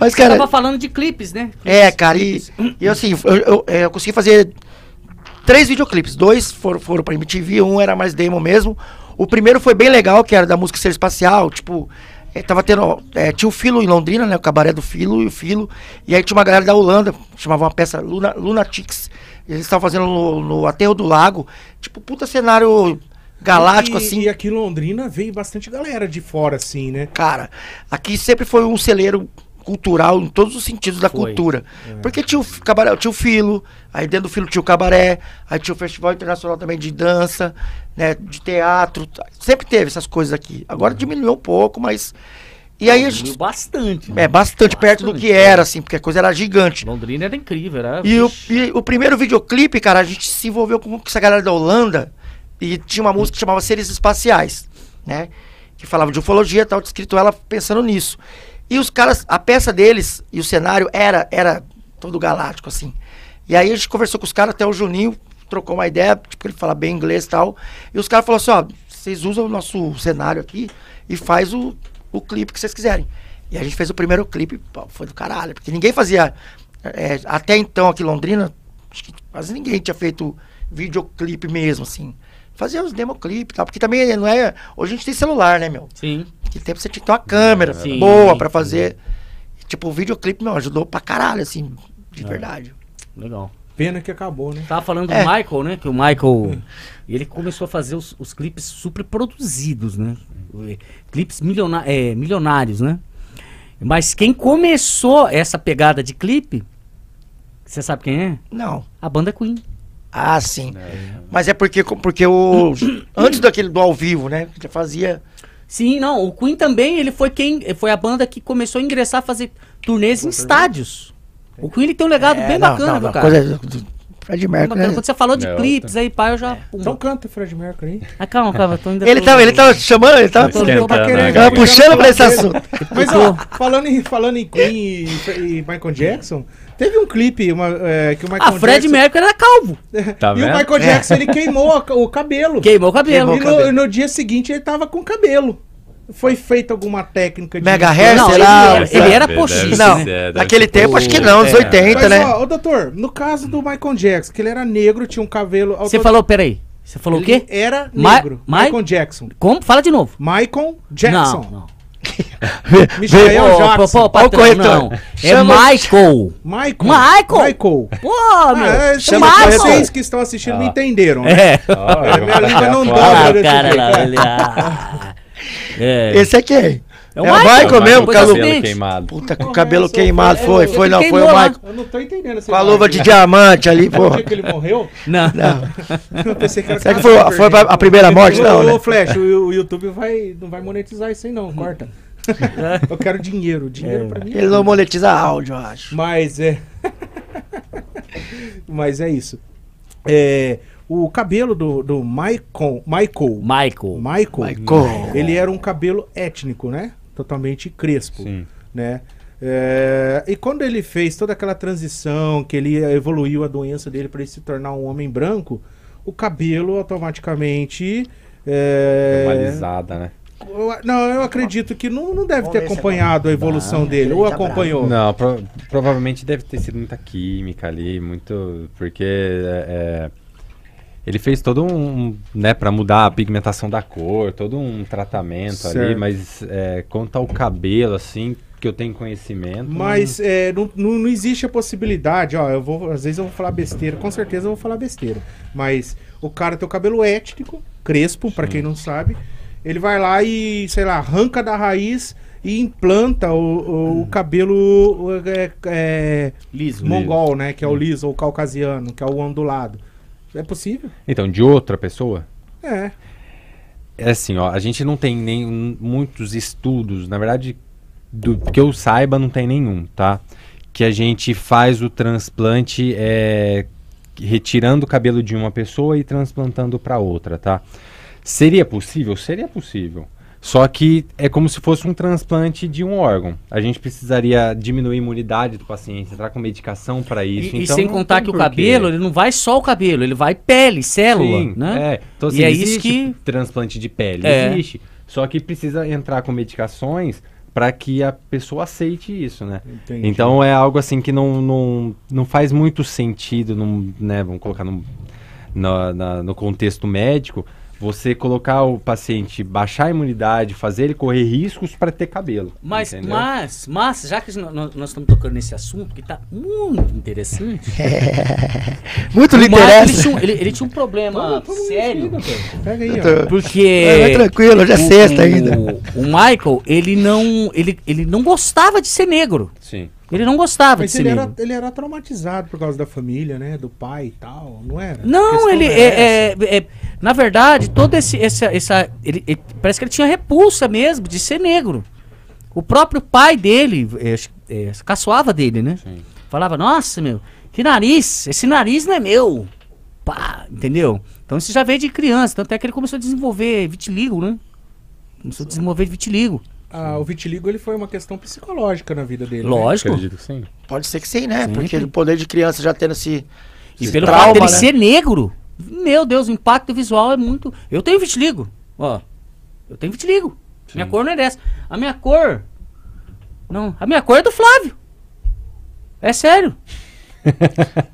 Speaker 2: Mas,
Speaker 3: Eu
Speaker 2: cara.
Speaker 3: tava falando de clipes, né?
Speaker 2: É, cara, e, e assim, eu, eu, é, eu consegui fazer três videoclipes. Dois foram, foram pra MTV, um era mais demo mesmo. O primeiro foi bem legal, que era da música Ser Espacial, tipo. eh, Tava tendo. eh, tinha o Filo em Londrina, né? O cabaré do Filo e o Filo. E aí tinha uma galera da Holanda, chamava uma peça Luna, Lunatics. Eles estavam fazendo no, no Aterro do Lago. Tipo, puta cenário *laughs*
Speaker 1: e,
Speaker 2: galáctico, assim.
Speaker 1: E aqui em Londrina veio bastante galera de fora, assim, né?
Speaker 2: Cara, aqui sempre foi um celeiro cultural em todos os sentidos da
Speaker 3: Foi.
Speaker 2: cultura. Porque tinha o f- cabaré, tinha o filo, aí dentro do filo tinha o cabaré, aí tinha o Festival Internacional também de dança, né, de teatro. t- Sempre teve essas coisas aqui. Agora diminuiu um pouco, mas e aí a gente
Speaker 3: Bastante.
Speaker 2: é bastante perto do
Speaker 3: Bastante,
Speaker 2: que era assim, porque a coisa era gigante.
Speaker 3: Londrina era incrível, era.
Speaker 2: E o,
Speaker 3: Vixe.
Speaker 2: e o primeiro videoclipe, cara, a gente se envolveu com essa galera da Holanda e tinha uma música que chamava Seres Espaciais, né? Que falava de ufologia e tal, descrito ela pensando nisso. E os caras, a peça deles e o cenário era, era todo galáctico, assim. E aí a gente conversou com os caras, até o Juninho trocou uma ideia, tipo, ele fala bem inglês e tal. E os caras falaram assim, ó, vocês usam o nosso cenário aqui e faz o, o clipe que vocês quiserem. E a gente fez o primeiro clipe, pô, foi do caralho, porque ninguém fazia. é, até então aqui em Londrina, acho que quase ninguém tinha feito videoclipe mesmo, assim. Fazia os democlipe e tal, porque também não é. Hoje a gente tem celular, né, meu?
Speaker 3: Sim.
Speaker 2: Naquele tempo você tinha que ter uma câmera
Speaker 3: Sim.
Speaker 2: boa pra fazer. Tipo, o videoclipe, meu, ajudou pra caralho, assim, de verdade.
Speaker 3: Legal.
Speaker 1: Pena que acabou, né?
Speaker 3: Tava falando
Speaker 2: É.
Speaker 3: do Michael, né? Que o Michael. ele começou a fazer os, os clipes super produzidos, né? Eh, Clipes miliona- eh, milionários, né? Mas quem começou essa pegada de clipe, você sabe quem é?
Speaker 2: Não.
Speaker 3: A banda Queen.
Speaker 2: Ah, sim.
Speaker 5: É.
Speaker 2: Mas é porque, porque o. antes daquele do ao vivo, né? Que já fazia.
Speaker 3: Sim, não. O Queen também, ele foi quem. Foi a banda que começou a ingressar a fazer turnês em estádios.
Speaker 5: tá
Speaker 3: O Queen ele tem um legado
Speaker 2: É,
Speaker 3: bem
Speaker 2: não,
Speaker 3: bacana,
Speaker 2: não,
Speaker 3: viu,
Speaker 2: não,
Speaker 3: cara?
Speaker 2: Coisa do Fred
Speaker 3: Bem
Speaker 2: Mercury.
Speaker 3: bacana.
Speaker 2: né?
Speaker 3: Quando você falou de
Speaker 5: Não, tá. É.
Speaker 3: clipes aí, pai, eu já.
Speaker 1: Então
Speaker 3: Pum.
Speaker 1: canta Fred Mercury aí.
Speaker 3: Ah, calma, calma, eu tô ainda.
Speaker 2: Ele
Speaker 3: tô-
Speaker 2: tava, ele tava chamando, ele tava.
Speaker 3: Esquece.
Speaker 5: Esquentando,
Speaker 1: Tava
Speaker 5: né,
Speaker 1: querendo-
Speaker 2: Tava
Speaker 5: cara?
Speaker 2: puxando pra esse assunto.
Speaker 1: Tá Mas ó, falando em, falando em Queen e, e Michael Jackson, teve um clipe uma, é, que o Michael
Speaker 3: Ah, Fred
Speaker 1: Jackson...
Speaker 3: Mercury era calvo.
Speaker 5: Tá
Speaker 1: *laughs* e o
Speaker 5: vendo?
Speaker 1: Michael Jackson, ele queimou a- o cabelo.
Speaker 3: Queimou o cabelo.
Speaker 2: Queimou
Speaker 1: E
Speaker 2: o
Speaker 1: no,
Speaker 2: cabelo.
Speaker 1: no dia seguinte ele tava com cabelo. Foi feita alguma técnica de.
Speaker 2: Megahertz,
Speaker 3: Não,
Speaker 2: será?
Speaker 3: Ah, ele- ele era
Speaker 5: Deve-
Speaker 3: postiço, né?
Speaker 5: deve
Speaker 2: Não,
Speaker 5: ser, deve
Speaker 2: naquele
Speaker 5: ser
Speaker 2: tempo, acho que não, nos
Speaker 5: é.
Speaker 2: 80.
Speaker 1: Mas,
Speaker 2: né?
Speaker 1: ó, ô, doutor, no caso do Michael Jackson, que ele era negro, tinha um cabelo.
Speaker 3: Você falou, peraí. Você falou o quê?
Speaker 1: Era
Speaker 3: Ma-
Speaker 1: negro.
Speaker 3: Ma-
Speaker 1: Michael Jackson.
Speaker 3: Como? Fala de novo.
Speaker 1: Michael Jackson.
Speaker 3: Não, não.
Speaker 1: Michael
Speaker 3: Ô,
Speaker 1: Jackson.
Speaker 3: pô, pô, patrão,
Speaker 2: corretor.
Speaker 3: não. É
Speaker 2: Chama-
Speaker 3: Michael.
Speaker 1: Michael.
Speaker 3: Michael.
Speaker 1: Michael.
Speaker 3: Pô, meu.
Speaker 1: Ah, é,
Speaker 3: é
Speaker 1: chama vocês
Speaker 3: Michael.
Speaker 1: que estão assistindo não
Speaker 5: Ah.
Speaker 1: entenderam. né?
Speaker 3: É.
Speaker 5: Ó, ele vai
Speaker 1: Minha língua
Speaker 5: tirar
Speaker 1: não
Speaker 5: fora.
Speaker 1: dá,
Speaker 3: Ah,
Speaker 1: olha
Speaker 3: o cara
Speaker 1: esse
Speaker 3: lá,
Speaker 1: cara.
Speaker 3: ele- ah. É.
Speaker 2: Esse é quem?
Speaker 3: É o
Speaker 2: é o
Speaker 3: Michael,
Speaker 2: Michael mesmo,
Speaker 5: Depois do
Speaker 2: Calu.
Speaker 3: cabelo
Speaker 5: cabelo queimado.
Speaker 2: Puta, com o
Speaker 1: Porra,
Speaker 2: cabelo
Speaker 1: essa foi-
Speaker 2: queimado,
Speaker 1: é,
Speaker 2: foi,
Speaker 1: eu-
Speaker 2: foi,
Speaker 3: eu
Speaker 2: não, foi o
Speaker 3: queimou lá.
Speaker 2: Michael.
Speaker 1: Eu não tô entendendo essa
Speaker 2: Com a luva de
Speaker 1: imagem.
Speaker 2: diamante ali, pô.
Speaker 1: O dia que ele morreu?
Speaker 3: Não.
Speaker 2: Não.
Speaker 1: Eu pensei que era
Speaker 2: Será É que foi,
Speaker 1: Carter,
Speaker 2: foi
Speaker 1: gente.
Speaker 2: a primeira morte?
Speaker 1: Ô,
Speaker 2: Não, né?
Speaker 1: ô, Flash, o, o YouTube vai, não vai monetizar isso aí não,
Speaker 2: *laughs*
Speaker 1: corta. eu quero dinheiro, dinheiro pra mim.
Speaker 2: É. Ele não monetiza áudio, eu acho.
Speaker 1: Mas é. *laughs* Mas é isso. É, o cabelo do, do Michael, Michael,
Speaker 3: Michael.
Speaker 1: Michael,
Speaker 2: Michael.
Speaker 1: ele era um cabelo étnico, né? Totalmente crespo,
Speaker 5: Sim.
Speaker 1: né? É, e quando ele fez toda aquela transição, que ele evoluiu a doença dele para ele se tornar um homem branco, o cabelo automaticamente é,
Speaker 5: Normalizada, né?
Speaker 1: eu- Não, eu acredito que não, não deve
Speaker 2: Vamos
Speaker 1: ter
Speaker 2: ver se
Speaker 1: acompanhado a evolução
Speaker 2: é Não,
Speaker 1: dele.
Speaker 2: ele
Speaker 1: Ou
Speaker 2: tá bravo.
Speaker 1: acompanhou.
Speaker 5: Não, pro- provavelmente deve ter sido muita química ali, muito. Porque é, é, ele fez todo um. né, pra mudar a pigmentação da cor, todo um tratamento ali,
Speaker 1: Certo.
Speaker 5: mas é, quanto ao cabelo, assim, que eu tenho conhecimento.
Speaker 1: Mas é, não, não, não existe a possibilidade, ó, eu vou, às vezes eu vou falar besteira, com certeza eu vou falar besteira. Mas o cara tem o cabelo étnico, crespo, pra quem não sabe, ele vai lá e, sei lá, arranca da raiz e implanta o, o- o cabelo o- é, é,
Speaker 3: Liso.
Speaker 1: mongol, né? Que é o liso, ou caucasiano, que é o ondulado. É possível?
Speaker 5: Então, de outra pessoa?
Speaker 1: É.
Speaker 5: É assim, ó, a gente não tem nem muitos estudos, na verdade, do que eu saiba, não tem nenhum, tá? Que a gente faz o transplante é, retirando o cabelo de uma pessoa e transplantando para outra, tá? Seria possível? Seria possível. Só que é como se fosse um transplante de um órgão. A gente precisaria diminuir a imunidade do paciente, entrar com medicação para
Speaker 3: E,
Speaker 5: isso.
Speaker 3: e
Speaker 5: então
Speaker 3: sem
Speaker 5: não
Speaker 3: contar
Speaker 5: tem
Speaker 3: que o
Speaker 5: porquê.
Speaker 3: cabelo, ele não vai só o cabelo, ele vai pele, célula, né?
Speaker 5: É. Então,
Speaker 3: E
Speaker 5: assim,
Speaker 3: é isso
Speaker 5: existe
Speaker 3: que-
Speaker 5: transplante de pele,
Speaker 3: É.
Speaker 5: existe. Só que precisa entrar com medicações para que a pessoa aceite isso, né?
Speaker 1: Entendi.
Speaker 5: Então é algo assim que não, não, não faz muito sentido, não, né? Vamos colocar num- na- na- no contexto médico, você colocar o paciente, baixar a imunidade, fazer ele correr riscos para ter cabelo.
Speaker 3: Mas,
Speaker 5: entendeu?
Speaker 3: mas, mas, já que nó- nó- nós estamos tocando nesse assunto, que tá muito interessante,
Speaker 2: Muito
Speaker 3: o
Speaker 2: lhe
Speaker 3: Michael, ele,
Speaker 2: interessa.
Speaker 3: tinha, um- ele- ele tinha um
Speaker 1: Ah,
Speaker 3: problema sério,
Speaker 1: Pega aí, ó.
Speaker 2: Doutor. É, vai
Speaker 3: porque...
Speaker 2: tranquilo, hoje é
Speaker 3: o-
Speaker 2: sexta
Speaker 3: o-
Speaker 2: ainda.
Speaker 3: O Michael, ele não, ele, ele não gostava de ser negro.
Speaker 5: Sim.
Speaker 3: Ele não gostava
Speaker 1: Mas
Speaker 3: de ser
Speaker 1: ele
Speaker 3: negro.
Speaker 1: era, ele era traumatizado por causa da família, né? Do pai e tal, não era? A
Speaker 3: Não,
Speaker 1: questão
Speaker 3: ele
Speaker 1: não
Speaker 3: é,
Speaker 1: essa.
Speaker 3: é- é- na verdade, todo esse essa, essa ele, ele- parece que ele tinha repulsa mesmo de ser negro. O próprio pai dele é, acho que- é, caçoava dele, né?
Speaker 5: Sim.
Speaker 3: Falava: "Nossa, meu, que nariz, esse nariz não é meu". Pá, entendeu? Então isso já veio de criança, tanto é que ele começou a desenvolver vitiligo, né? Começou a desenvolver vitiligo.
Speaker 1: a- o vitiligo ele foi uma questão psicológica na vida dele. né?
Speaker 3: Lógico.
Speaker 5: Acredito que sim.
Speaker 2: Pode ser que sim, né? Porque o poder de criança já tendo esse,
Speaker 3: E
Speaker 2: esse
Speaker 3: pelo
Speaker 2: trauma,
Speaker 3: fato dele
Speaker 2: né?
Speaker 3: ser negro, meu Deus, o impacto visual é muito. Eu tenho vitiligo. Ó. Eu tenho vitiligo. Minha cor não é dessa. A minha cor. Não, a minha cor é do Flávio. É sério.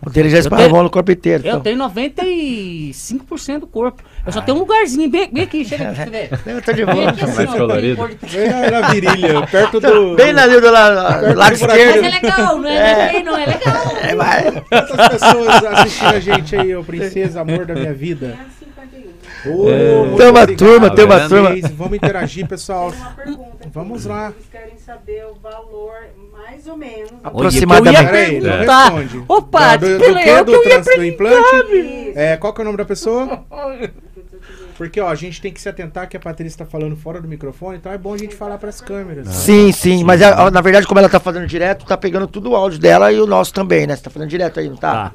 Speaker 2: O dele já esparramou no corpo inteiro.
Speaker 3: Eu
Speaker 2: então.
Speaker 3: tenho 95% do corpo. Eu só tenho um lugarzinho bem, bem aqui. Chega aqui, deixa eu ver.
Speaker 2: Eu tô de
Speaker 3: Bem
Speaker 2: boa.
Speaker 3: aqui, assim,
Speaker 5: é Mais
Speaker 3: ó,
Speaker 5: colorido.
Speaker 3: cor de-
Speaker 1: Bem na, na virilha, perto do.
Speaker 2: *laughs* Bem na língua do la-
Speaker 1: Perto do
Speaker 2: lado
Speaker 1: buraquinho.
Speaker 2: esquerdo.
Speaker 3: Mas é legal, não é, feio, não é legal.
Speaker 2: É, mas-
Speaker 1: Quantas pessoas assistindo a gente aí, ô princesa, amor da minha vida?
Speaker 4: 551.
Speaker 1: Ô, muito
Speaker 2: É. Tem uma
Speaker 1: obrigado,
Speaker 2: turma, tem uma
Speaker 1: parabéns.
Speaker 2: turma.
Speaker 1: Vamos interagir, pessoal.
Speaker 4: Uma pergunta. aqui.
Speaker 1: Vamos lá.
Speaker 4: Eles querem saber o valor, mais ou menos.
Speaker 5: Tá
Speaker 3: Olha, que
Speaker 2: Aproximadamente.
Speaker 3: Eu ia
Speaker 1: Peraí, não
Speaker 5: É.
Speaker 3: perguntar.
Speaker 1: responde.
Speaker 3: Ô, Paty,
Speaker 1: Ah, do, do,
Speaker 3: pela-
Speaker 1: que, do
Speaker 3: eu que eu ia
Speaker 1: trans- do implante?
Speaker 4: bicho.
Speaker 1: É, qual que é o nome da pessoa? Porque, ó, a gente tem que se atentar que a Patrícia tá falando fora do microfone, então é bom a gente falar pras câmeras.
Speaker 2: Sim, sim, mas a- a- na verdade, como ela tá fazendo direto, tá pegando tudo o áudio dela e o nosso também, né? Você tá fazendo direto aí, não tá?
Speaker 3: Tá,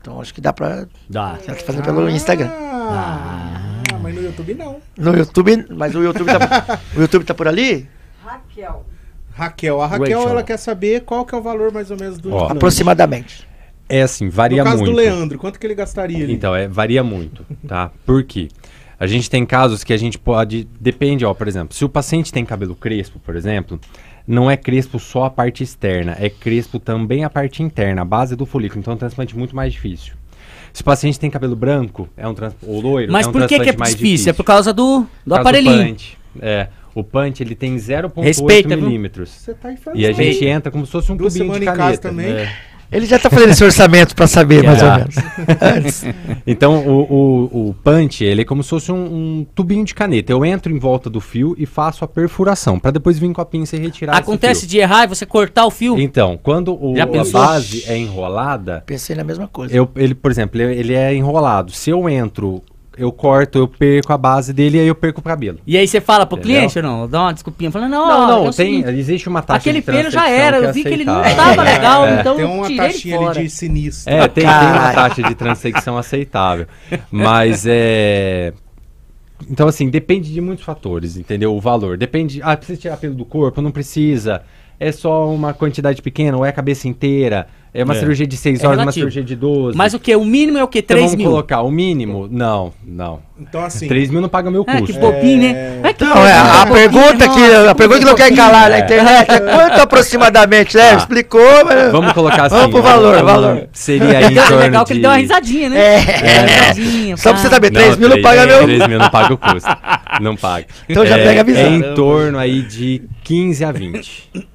Speaker 2: Então acho que dá pra.
Speaker 3: dá.
Speaker 2: Ela tá fazendo pelo Instagram.
Speaker 1: Ah, mas no YouTube não.
Speaker 2: No YouTube, mas o YouTube tá, o YouTube tá por ali?
Speaker 4: Raquel.
Speaker 1: Raquel, a Raquel,
Speaker 3: Rachel.
Speaker 1: ela quer saber qual que é o valor mais ou menos do
Speaker 5: Ó,
Speaker 1: implante.
Speaker 2: Aproximadamente.
Speaker 5: É assim,
Speaker 1: No
Speaker 5: varia
Speaker 1: caso
Speaker 5: muito.
Speaker 1: do Leandro, quanto que ele gastaria ali?
Speaker 5: Então, é, varia muito,
Speaker 3: *laughs*
Speaker 5: tá? Por quê? A gente tem casos que a gente pode. Depende, ó, por exemplo, se o paciente tem cabelo crespo, por exemplo, não é crespo só a parte externa, é crespo também a parte interna, a base do folículo. Então é um transplante muito mais difícil. Se o paciente tem cabelo branco, é um trans... ou loiro,
Speaker 3: Mas
Speaker 5: é um
Speaker 3: por que, que é
Speaker 5: transplante mais
Speaker 3: difícil? É por causa do, do
Speaker 5: Por causa
Speaker 3: aparelhinho.
Speaker 5: punch. É. O punch ele tem 0,8
Speaker 3: Respeita, viu?
Speaker 5: milímetros.
Speaker 1: Você tá informando.
Speaker 5: E a gente entra como se fosse um
Speaker 1: Duas
Speaker 5: cubinho de
Speaker 1: semanas em
Speaker 5: caneta.
Speaker 1: casa também.
Speaker 5: né?
Speaker 2: Ele já tá fazendo esse orçamento pra saber, mais ou
Speaker 5: Já.
Speaker 2: menos. Antes.
Speaker 5: Então, o, o, o punch, ele é como se fosse um, um tubinho de caneta. Eu entro em volta do fio e faço a perfuração, pra depois vir com a pinça e retirar
Speaker 3: Acontece
Speaker 5: Tá, esse
Speaker 3: de errar e você cortar o fio.
Speaker 5: fio. Então, quando o,
Speaker 3: Já
Speaker 5: a
Speaker 3: pensou?
Speaker 5: base é enrolada,
Speaker 2: Pensei na mesma coisa.
Speaker 5: eu, ele, por exemplo, ele, ele é enrolado. Se eu entro, eu corto, eu perco a base dele e aí eu perco o cabelo.
Speaker 3: E aí você fala pro
Speaker 5: Entendeu?
Speaker 3: cliente ou não? Dá uma desculpinha. Fala, não,
Speaker 5: Não,
Speaker 3: é
Speaker 5: não,
Speaker 3: o
Speaker 5: tem,
Speaker 3: seguinte,
Speaker 5: existe uma taxa
Speaker 3: aquele
Speaker 5: de
Speaker 3: pelo já
Speaker 5: transfecção
Speaker 3: era,
Speaker 5: que é
Speaker 3: eu vi que ele não
Speaker 5: aceitável.
Speaker 3: tava Tá, legal,
Speaker 5: É.
Speaker 3: então
Speaker 1: Tem uma
Speaker 3: tirei ele
Speaker 1: taxinha
Speaker 3: fora.
Speaker 1: ali de sinistro.
Speaker 3: Ah,
Speaker 5: É, tem, tem uma
Speaker 2: Caralho.
Speaker 5: taxa de transecção aceitável. Mas é. Então, assim, depende de muitos fatores, entendeu? O valor. Depende. Ah, precisa tirar pelo do corpo? Não precisa. É só uma quantidade pequena ou é a cabeça inteira? É uma
Speaker 3: É.
Speaker 5: cirurgia de 6
Speaker 3: É
Speaker 5: horas, uma
Speaker 3: relativo.
Speaker 5: cirurgia de 12.
Speaker 3: Mas o que? O mínimo é o que?
Speaker 5: então,
Speaker 3: 3
Speaker 5: vamos
Speaker 3: mil?
Speaker 5: colocar o mínimo? Não, não.
Speaker 1: Então, assim.
Speaker 5: 3 mil não paga meu
Speaker 3: Ah,
Speaker 5: custo. Então,
Speaker 3: que bobinho, né? Ai, que
Speaker 2: Não, é, a
Speaker 3: bobinho,
Speaker 2: pergunta que,
Speaker 3: nossa,
Speaker 2: a pergunta que não quer
Speaker 3: bobinho.
Speaker 2: calar na internet é quanto aproximadamente, né?
Speaker 5: Tá.
Speaker 2: Explicou, mas...
Speaker 5: Vamos colocar assim.
Speaker 2: Vamos pro valor,
Speaker 5: então,
Speaker 2: valor.
Speaker 5: Seria aí
Speaker 3: *laughs*
Speaker 5: em
Speaker 3: É
Speaker 5: torno
Speaker 3: legal que
Speaker 5: de...
Speaker 3: ele deu uma risadinha, né?
Speaker 2: É.
Speaker 3: Deu uma risadinha,
Speaker 2: Só pra
Speaker 3: pá.
Speaker 2: você saber, 3 mil não
Speaker 5: três-
Speaker 2: paga
Speaker 5: é,
Speaker 2: meu.
Speaker 5: três mil não paga o custo. Não paga.
Speaker 2: Então já
Speaker 5: é,
Speaker 2: pega avisado.
Speaker 5: É em torno aí de 15 a 20.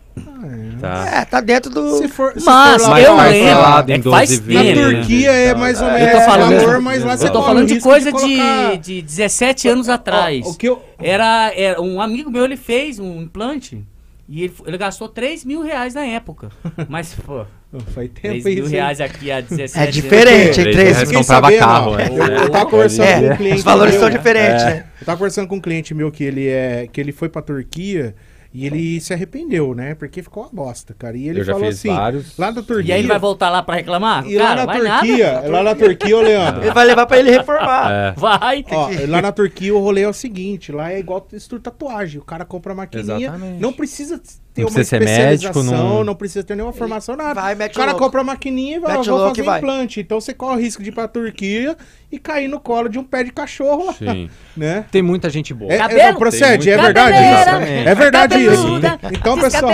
Speaker 5: Tá.
Speaker 2: É, tá dentro do.
Speaker 1: Se for, se
Speaker 3: Mas
Speaker 1: for lá
Speaker 3: eu
Speaker 1: pra-
Speaker 5: parcelado
Speaker 3: lembro.
Speaker 5: em
Speaker 3: É que faz
Speaker 5: 12
Speaker 1: Na
Speaker 5: Ele,
Speaker 3: tempo.
Speaker 5: vezes, né?
Speaker 1: Turquia é mais ou
Speaker 5: Eu tô
Speaker 1: menos
Speaker 3: falando-
Speaker 1: valor, mas lá você
Speaker 3: Eu tô
Speaker 1: corre o
Speaker 3: falando de
Speaker 1: risco
Speaker 3: coisa
Speaker 1: colocar-
Speaker 3: de, de 17 anos atrás.
Speaker 1: Ó, O que eu...
Speaker 3: Era, era- um amigo meu, ele fez um implante e ele, ele gastou 3 mil reais na época. Mas, pô,
Speaker 1: Foi tempo
Speaker 3: 3
Speaker 1: isso.
Speaker 3: mil
Speaker 1: hein?
Speaker 3: reais aqui há 17
Speaker 2: É
Speaker 3: anos.
Speaker 2: diferente, hein? 3
Speaker 5: Três reais
Speaker 1: Fiquei
Speaker 2: mil.
Speaker 5: comprava
Speaker 1: sabendo,
Speaker 5: carro,
Speaker 1: ó,
Speaker 5: é.
Speaker 1: Eu, eu tava conversando
Speaker 2: É,
Speaker 1: com um cliente.
Speaker 2: os valores
Speaker 1: meu,
Speaker 2: são diferentes, né?
Speaker 1: Eu tava conversando com um cliente meu que ele é que ele foi pra Turquia e ele se arrependeu, né? Porque ficou uma bosta, cara. E ele
Speaker 5: Eu já
Speaker 1: falou
Speaker 5: fiz
Speaker 1: assim,
Speaker 5: vários.
Speaker 1: lá da Turquia.
Speaker 3: E aí ele vai voltar lá
Speaker 2: *laughs*
Speaker 3: pra reclamar?
Speaker 1: e
Speaker 3: Cara,
Speaker 1: lá na
Speaker 3: vai
Speaker 1: Turquia,
Speaker 3: nada.
Speaker 1: lá na Turquia, ô Leandro.
Speaker 2: Ele vai levar pra ele reformar.
Speaker 5: É,
Speaker 3: *laughs* Vai.
Speaker 1: Ó, lá na Turquia o rolê é o seguinte, lá é igual estudo tatuagem, o cara compra a maquininha,
Speaker 5: Exatamente.
Speaker 1: não precisa ter
Speaker 5: Não
Speaker 1: uma
Speaker 5: precisa ser médico,
Speaker 1: especialização, não...
Speaker 5: não-
Speaker 1: precisa ter nenhuma formação, nada.
Speaker 2: Vai, mete
Speaker 1: o cara
Speaker 2: o louco.
Speaker 1: compra a maquininha e vai,
Speaker 2: Mete
Speaker 1: vou
Speaker 2: o louco
Speaker 1: fazer
Speaker 2: e vai."
Speaker 1: implante. Então você corre o risco de ir pra Turquia e cair no colo de um pé de cachorro lá,
Speaker 5: sim.
Speaker 1: né?
Speaker 5: Tem muita gente boa.
Speaker 1: É, é,
Speaker 3: Cabelo?
Speaker 1: não procede, é
Speaker 5: Tem muita-
Speaker 1: verdade isso.
Speaker 5: Exatamente.
Speaker 1: É verdade isso.
Speaker 3: Cabeluda,
Speaker 1: Então, pessoal,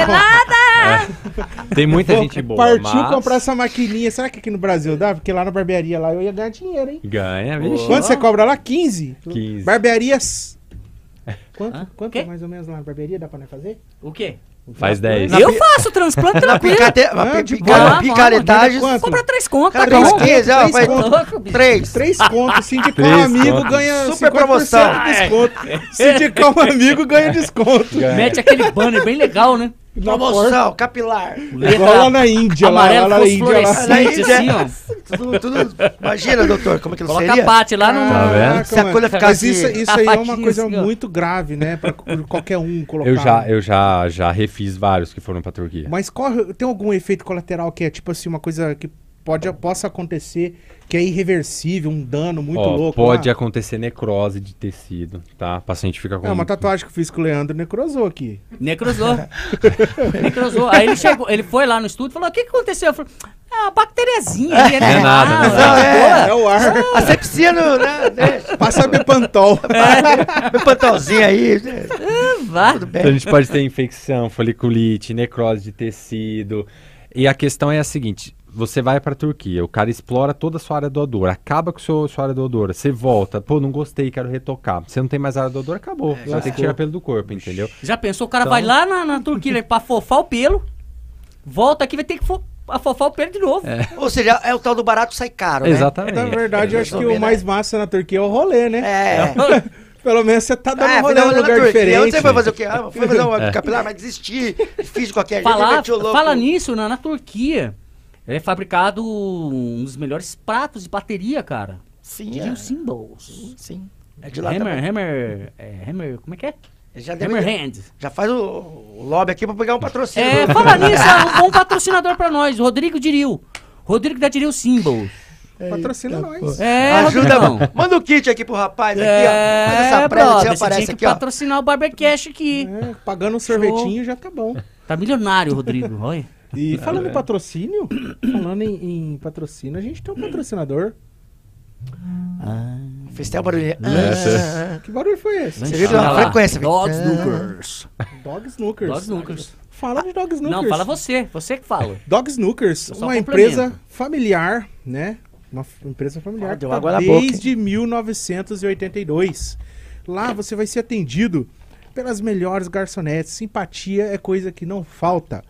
Speaker 5: Tem muita
Speaker 1: vou-
Speaker 5: gente boa.
Speaker 1: partiu
Speaker 5: mas
Speaker 1: comprar essa maquininha. Será que aqui no Brasil dá? Porque lá na barbearia lá eu ia ganhar dinheiro, hein?
Speaker 5: Ganha, vixe.
Speaker 1: Quanto você cobra lá? 15.
Speaker 5: 15.
Speaker 1: Barbearias.
Speaker 3: É.
Speaker 1: Quanto,
Speaker 3: Hã?
Speaker 1: quanto
Speaker 3: Quê?
Speaker 1: mais ou menos lá na barbearia dá pra nós fazer?
Speaker 3: O quê?
Speaker 5: Faz 10.
Speaker 3: Eu faço transplante tranquilo.
Speaker 2: Picate...
Speaker 1: Ah, de
Speaker 2: pica-
Speaker 3: boa.
Speaker 2: Picaretagens.
Speaker 1: Quanto?
Speaker 3: Compra três contas,
Speaker 2: Cara,
Speaker 3: tá
Speaker 2: três
Speaker 3: bom?
Speaker 2: quinze, ó,
Speaker 1: Três
Speaker 2: faz
Speaker 1: conto.
Speaker 3: Louco, bicho.
Speaker 2: 3.
Speaker 1: Três contos,
Speaker 5: *laughs*
Speaker 1: sindicar um
Speaker 5: Três
Speaker 1: amigo
Speaker 5: contos.
Speaker 1: ganha 50%
Speaker 2: Super promoção.
Speaker 1: de
Speaker 3: É.
Speaker 1: desconto. Sindicar um amigo ganha desconto.
Speaker 3: Mete aquele banner bem legal, né?
Speaker 1: Na porta.
Speaker 2: Promoção, capilar.
Speaker 1: Igual lá na Índia, lá, lá
Speaker 3: amarelo
Speaker 1: na
Speaker 3: com
Speaker 1: Índia. Lá.
Speaker 2: Na
Speaker 3: fluorescente,
Speaker 2: Índia.
Speaker 3: assim, ó.
Speaker 2: Tudo, tudo- Imagina, doutor, como é que não
Speaker 3: Coloca a
Speaker 2: seria?
Speaker 3: Pati lá no...
Speaker 5: Tá vendo?
Speaker 1: Caraca,
Speaker 2: Se a
Speaker 1: mano.
Speaker 2: coisa
Speaker 1: Mas
Speaker 2: ficasse-
Speaker 1: isso, isso aí é uma
Speaker 3: Rapidinho,
Speaker 1: coisa
Speaker 3: assim, ó.
Speaker 1: muito grave, né? Pra c- qualquer um colocar.
Speaker 5: Eu já, eu já, já refiz vários que foram pra Turquia.
Speaker 1: Mas qual, tem algum efeito colateral que é tipo assim, uma coisa que pode, possa acontecer, que é irreversível, um dano muito
Speaker 5: Ó,
Speaker 1: louco. né?
Speaker 5: Pode
Speaker 1: lá.
Speaker 5: acontecer necrose de tecido, tá? O paciente fica com.
Speaker 1: É uma tatuagem que eu fiz com o Leandro necrosou aqui.
Speaker 3: Necrosou. Necrosou. Aí ele chegou, ele foi lá no estúdio e falou: o que, que aconteceu? Eu falei, ah, a bactériazinha ali, é
Speaker 5: Não é nada,
Speaker 3: normal, é
Speaker 5: não é nada.
Speaker 3: de boa."
Speaker 1: o ar.
Speaker 2: Asepsia é no, né? né?
Speaker 1: *laughs* Passa Bepantol.
Speaker 2: Meu pantalzinho aí. né?
Speaker 3: Vá.
Speaker 5: Então a gente pode ter infecção, foliculite, necrose de tecido. E a questão é a seguinte: você vai pra Turquia, o cara explora toda a sua área do odor, acaba com a sua área do odor, você volta, pô, não gostei, quero retocar. Você não tem mais área do odor, acabou.
Speaker 2: É,
Speaker 5: você vai ter que tirar pelo do corpo, entendeu?
Speaker 3: Já pensou, o cara
Speaker 5: Então-
Speaker 3: vai lá na, na Turquia pra fofar o pelo, volta aqui, vai ter que fo- afofar o pelo de novo.
Speaker 2: Ou seja, é o tal do barato sai caro, né?
Speaker 5: Exatamente.
Speaker 1: Na verdade, eu acho que o mais massa na Turquia é o rolê, né?
Speaker 2: É.
Speaker 1: *laughs* Pelo menos você tá dando
Speaker 2: Ah,
Speaker 1: rolê
Speaker 2: fui dar
Speaker 1: num
Speaker 2: uma olhada
Speaker 1: lugar
Speaker 2: na Turquia. Onde
Speaker 1: diferente.
Speaker 2: você foi fazer o quê? Ah, fui fazer uma capilar, mas desisti. Fiz qualquer jeito,
Speaker 3: Falar,
Speaker 2: meti o louco.
Speaker 3: É. fala nisso, na, na Turquia é fabricado um dos melhores pratos de bateria, cara.
Speaker 2: Sim,
Speaker 3: Digital
Speaker 2: é.
Speaker 3: Symbols.
Speaker 2: Sim. É de lá
Speaker 3: Hammer,
Speaker 2: também.
Speaker 3: hammer, é, hammer, como é que é?
Speaker 2: Já, deu-
Speaker 3: Hammer Hand.
Speaker 2: já faz o, o lobby aqui pra pegar um patrocínio.
Speaker 3: É, fala
Speaker 2: *laughs*
Speaker 3: nisso, é um bom patrocinador pra nós, Rodrigo Diril. Rodrigo da Diril Symbols.
Speaker 1: Patrocina nós.
Speaker 3: É,
Speaker 2: Ajuda,
Speaker 3: Rodrigão.
Speaker 2: manda o kit aqui pro rapaz aqui,
Speaker 3: É,
Speaker 2: ó. Faz essa prenda,
Speaker 3: brother,
Speaker 2: você
Speaker 3: você tinha
Speaker 2: aparece
Speaker 3: que
Speaker 2: aqui, ó.
Speaker 3: patrocinar o Barbercash aqui.
Speaker 1: É, pagando um sorvetinho já tá bom.
Speaker 3: Tá milionário, Rodrigo,
Speaker 2: *laughs*
Speaker 3: olha.
Speaker 1: E falando em patrocínio, falando em, em patrocínio, a gente tem um patrocinador.
Speaker 2: Fez até o
Speaker 3: É,
Speaker 2: barulhinho.
Speaker 5: Essa.
Speaker 2: Ah,
Speaker 1: Que barulho foi esse?
Speaker 2: Você viu a frequência?
Speaker 3: Dogs
Speaker 2: Ah.
Speaker 3: Snookers.
Speaker 1: Dog Snookers.
Speaker 3: Dogs Snookers.
Speaker 1: Fala de Dog Snookers.
Speaker 3: Não, fala você, você que fala.
Speaker 1: Dog Snookers,
Speaker 3: Eu só
Speaker 1: uma
Speaker 3: complemento.
Speaker 1: empresa familiar, né? Uma f- empresa familiar
Speaker 2: Ah, deu
Speaker 1: que tá
Speaker 2: água na boca,
Speaker 1: desde 1982. Lá você vai ser atendido pelas melhores garçonetes. Simpatia é coisa que não falta.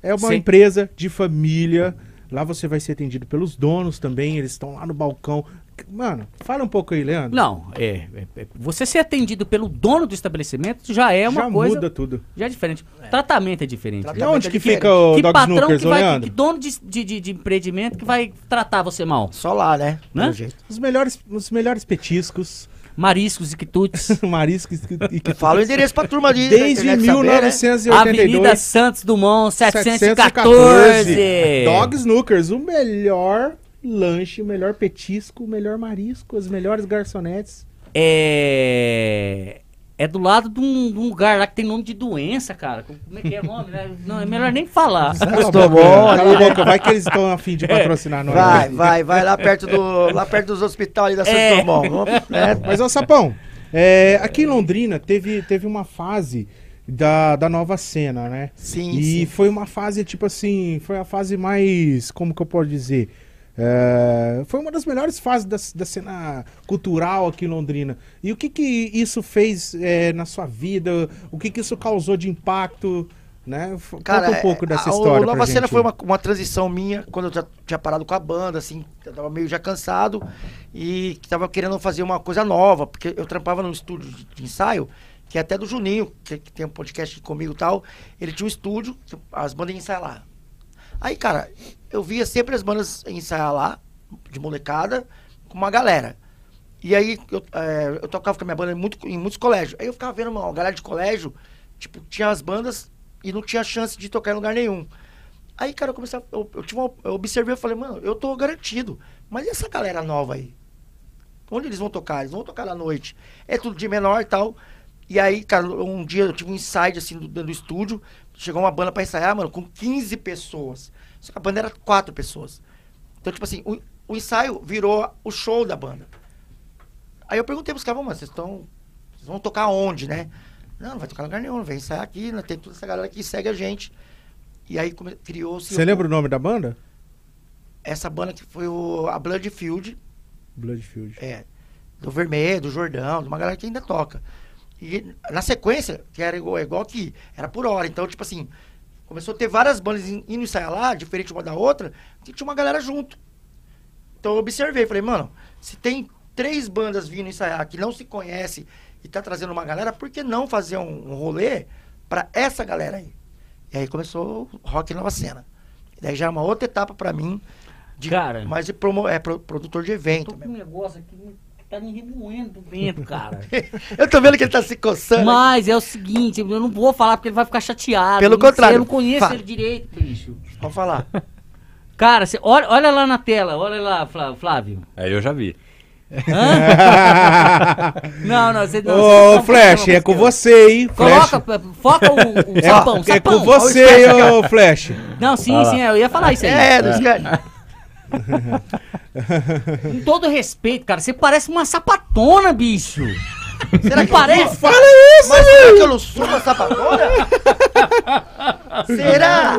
Speaker 1: É uma
Speaker 3: Sim.
Speaker 1: empresa de família. Lá você vai ser atendido pelos donos também. Eles estão lá no balcão. Mano, fala um pouco aí, Leandro.
Speaker 3: Não, é, é- é- você ser atendido pelo dono do estabelecimento já é uma
Speaker 1: Já
Speaker 3: coisa.
Speaker 1: muda tudo.
Speaker 3: Já é diferente. O tratamento é diferente.
Speaker 1: E
Speaker 2: Tratamento
Speaker 3: né?
Speaker 2: Também
Speaker 1: onde
Speaker 2: tá
Speaker 1: que
Speaker 2: diferente.
Speaker 1: fica o
Speaker 3: Que
Speaker 1: Dog
Speaker 3: patrão
Speaker 1: Snookers,
Speaker 3: que
Speaker 1: ô,
Speaker 3: vai. Que
Speaker 1: Leandro?
Speaker 3: dono de, de, de- de empreendimento que vai tratar você mal?
Speaker 2: Só lá, né?
Speaker 3: Né?
Speaker 2: Pelo jeito.
Speaker 1: Os melhores, os melhores petiscos, *laughs*
Speaker 3: Mariscos e quitutes.
Speaker 1: mariscos e-
Speaker 3: *laughs*
Speaker 1: e que
Speaker 2: Fala o endereço pra turma de
Speaker 1: Desde
Speaker 2: internet saber, né?
Speaker 1: 1982.
Speaker 3: Avenida Santos Dumont, 714.
Speaker 1: 714. Dog Snookers, o melhor lanche, o melhor petisco, o melhor marisco, as melhores garçonetes.
Speaker 3: É. É do lado de um, de um lugar lá que tem nome de doença, cara. Como é que é o nome?
Speaker 1: *laughs*
Speaker 3: né? Não, é melhor nem falar.
Speaker 1: Cala a
Speaker 2: Gostou,
Speaker 1: boca,
Speaker 2: bom,
Speaker 1: cala a
Speaker 2: né?
Speaker 1: boca, vai que eles estão afim de patrocinar nós.
Speaker 2: Vai, vai, vai lá perto, do, lá perto dos hospitais ali da Santo
Speaker 3: É.
Speaker 2: Tomão. Vamos, né?
Speaker 1: Mas, ó, Sapão, é, aqui em Londrina teve, teve uma fase da, da nova cena, né?
Speaker 2: Sim,
Speaker 1: E
Speaker 2: sim.
Speaker 1: foi uma fase, tipo assim, foi a fase mais. Como que eu posso dizer? É, foi uma das melhores fases da, da cena cultural aqui em Londrina. E o que que isso fez é, na sua vida? O que que isso causou de impacto? Né? F- Conta um pouco dessa
Speaker 2: eh, é, a-
Speaker 1: história.
Speaker 2: O Nova
Speaker 1: pra
Speaker 2: Cena
Speaker 1: gente.
Speaker 2: foi uma, uma transição minha, quando eu já tinha parado com a banda, assim, eu tava meio já cansado e que tava querendo fazer uma coisa nova, porque eu trampava num estúdio de, de ensaio, que é até do Juninho, que, que tem um podcast comigo e tal. Ele tinha um estúdio, que as bandas iam ensaiar lá. Aí, cara, eu via sempre as bandas ensaiar lá, de molecada, com uma galera. E aí eu, é, eu tocava com a minha banda em, muito- em muitos colégios. Aí eu ficava vendo uma galera de colégio, tipo, tinha as bandas e não tinha chance de tocar em lugar nenhum. Aí, cara, eu comecei a, eu, eu tive uma- eu observei, eu falei, mano, eu tô garantido. Mas e essa galera nova aí? Onde eles vão tocar? Eles vão tocar à noite. É tudo de menor e tal. E aí, cara, um dia eu tive um insight assim do, do estúdio. Chegou uma banda pra ensaiar, mano, com 15 pessoas. Só que a banda era quatro pessoas. Então, tipo assim, o, o ensaio virou o show da banda. Aí eu perguntei pros caras, "Ô, mano, vocês estão. Vocês vão tocar onde, né? Não, não vai tocar em lugar nenhum, vem ensaiar aqui, né? Tem toda essa galera que segue a gente. E aí come- criou-se.
Speaker 1: Você lembra o nome da banda?
Speaker 2: Essa banda que foi o, a Bloodfield,
Speaker 1: *laughs* Bloodfield.
Speaker 2: é, do Vermelho, do Jordão, de uma galera que ainda toca. E na sequência, que era igual, igual aqui, era por hora. Então, tipo assim, começou a ter várias bandas in- indo ensaiar lá, diferente uma da outra, que tinha uma galera junto. Então eu observei, falei, mano, se tem três bandas vindo ensaiar que não se conhece e tá trazendo uma galera, por que não fazer um, um rolê pra essa galera aí? E aí começou o Rock Nova Cena. E daí já é uma outra etapa pra mim, de,
Speaker 3: Cara.
Speaker 2: mas de promo, é, pro- produtor de evento
Speaker 3: Tô com
Speaker 2: mesmo.
Speaker 3: um negócio aqui que tá me remoendo dentro, cara.
Speaker 2: Eu tô vendo que ele tá se coçando.
Speaker 3: Mas é o seguinte, eu não vou falar porque ele vai ficar chateado.
Speaker 2: Pelo
Speaker 3: Eu não sei,
Speaker 2: contrário.
Speaker 3: Eu não conheço
Speaker 2: Fala.
Speaker 3: ele direito, bicho.
Speaker 2: Vamos falar.
Speaker 3: Cara, você olha, olha lá na tela, olha lá, Flá- Flávio.
Speaker 5: Aí É, eu já vi.
Speaker 1: *laughs*
Speaker 3: Não, não, você tá não. você
Speaker 1: Ô,
Speaker 3: não-
Speaker 1: Flash,
Speaker 3: não,
Speaker 1: é com
Speaker 3: não,
Speaker 1: você, hein, Flash.
Speaker 3: Coloca, p- foca o, o sapão,
Speaker 1: é
Speaker 3: sapão.
Speaker 1: com você, ô, Flash.
Speaker 3: Não, sim, sim, eu ia falar isso aí.
Speaker 2: É, dos caras.
Speaker 3: Com todo respeito, cara, você parece uma sapatona, bicho.
Speaker 2: Será que
Speaker 3: Parece?
Speaker 1: Fala isso,
Speaker 2: Mas será que eu não sou uma sapatona? será?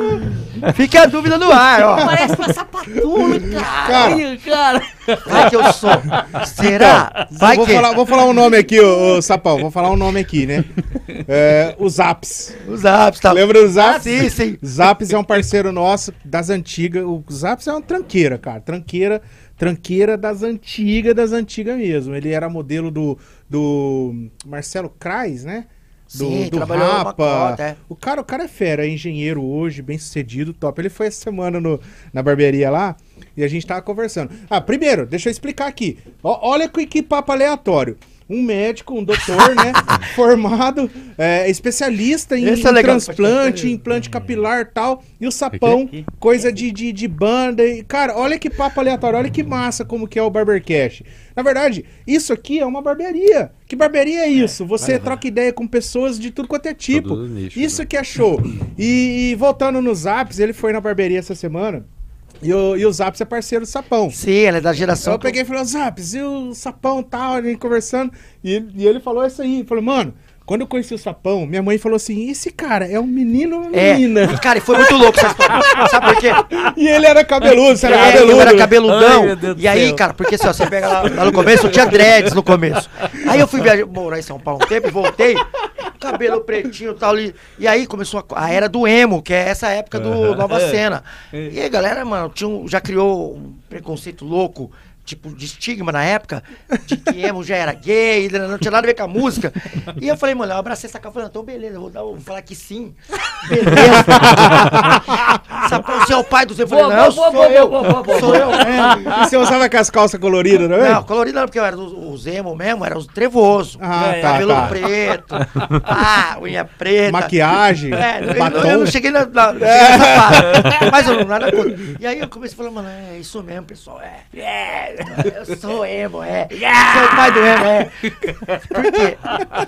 Speaker 2: Fica a dúvida no ar, ó.
Speaker 3: Parece uma sapatona, cara. cara.
Speaker 2: Será que eu sou? Será? Vai
Speaker 1: Então, vou,
Speaker 2: que...
Speaker 1: falar, vou falar um nome aqui, ô, ô, Sapão. Vou falar um nome aqui,
Speaker 2: *laughs*
Speaker 1: né? É, o Zaps.
Speaker 2: Os apps, tá?
Speaker 1: Lembra do Zaps?
Speaker 2: Sim, sim.
Speaker 1: Zaps é um parceiro nosso das antigas. O Zaps é uma tranqueira, cara. Tranqueira, tranqueira das antigas, das antigas mesmo. Ele era modelo do, do Marcelo Krais, né? Do,
Speaker 2: Sim,
Speaker 1: do
Speaker 2: trabalhou uma
Speaker 1: Rapa.
Speaker 2: cota, é.
Speaker 1: O cara, o cara é fera, é engenheiro hoje, bem sucedido, top. Ele foi essa semana no- na barbearia lá e a gente tava conversando. Ah, primeiro, deixa eu explicar aqui. Ó, olha que, que papo aleatório. Um médico, um doutor,
Speaker 2: *laughs*
Speaker 1: né? formado, é, especialista em,
Speaker 2: Esse é
Speaker 1: em
Speaker 2: legal,
Speaker 1: transplante, implante capilar e tal. E o
Speaker 2: é
Speaker 1: sapão, coisa de, de, de banda. E, cara, olha que papo aleatório, olha que massa como que é o Barbercast. Na verdade, isso aqui é uma barbearia. Que barbearia é isso? Você troca ideia com pessoas de tudo quanto é tipo.
Speaker 5: Todo nicho,
Speaker 2: né?
Speaker 1: isso que é show. E, e voltando nos apps, ele foi na barbearia essa semana. E o, e o Zaps é parceiro do Sapão.
Speaker 2: Sim, ela é da geração.
Speaker 1: Eu peguei e falei, Zaps, e o sapão tal, a gente conversando. E, ele- e ele falou isso aí. Ele falou, mano, quando eu conheci o sapão, minha mãe falou assim: esse cara é um menino ou uma
Speaker 2: É,
Speaker 1: menina? *laughs*
Speaker 2: cara, e foi muito louco essa história. Sabe por quê?
Speaker 1: E ele era cabeludo, você era
Speaker 2: É,
Speaker 1: cabeludo.
Speaker 2: eu era
Speaker 1: né?
Speaker 2: cabeludão.
Speaker 3: Ai, meu Deus do
Speaker 2: e aí,
Speaker 3: céu.
Speaker 2: cara, porque assim, ó, você pega lá, lá no começo, eu tinha dreads no começo. Aí eu fui viajar, morar em São Paulo um tempo, voltei, cabelo pretinho e tal. E, e aí começou a, a era do emo, que é essa época do Nova
Speaker 3: É.
Speaker 2: Cena. E aí, galera, mano, tinha um- já criou um preconceito louco. Tipo, de estigma na época, de que emo já era gay, não tinha nada a ver com a música. E eu falei, mano, eu abracei essa cara, falei, então beleza, eu vou, dar, o- vou falar que sim. Beleza. Sapão, você é o pai dos emo. Eu falei,
Speaker 3: Boa,
Speaker 2: não, sou
Speaker 3: boa, boa, boa,
Speaker 2: eu.
Speaker 3: boa, boa, boa,
Speaker 2: Sou
Speaker 3: boa.
Speaker 2: eu.
Speaker 1: É, e você usava com as calças coloridas, não é?
Speaker 2: Não, colorido não, porque eu era os, os emo mesmo, era os trevoso.
Speaker 1: Ah,
Speaker 3: É,
Speaker 1: tá,
Speaker 2: cabelo
Speaker 1: tá.
Speaker 2: preto, ah, unha preta.
Speaker 1: Maquiagem,
Speaker 2: É, eu,
Speaker 1: batom. É.
Speaker 2: não- eu não cheguei na, na, não cheguei nessa parte. Mas eu não nada contra. E aí eu comecei a falar, mano, é isso mesmo, pessoal. É, é eu sou emo, é. Sou o pai do emo, é. Por quê?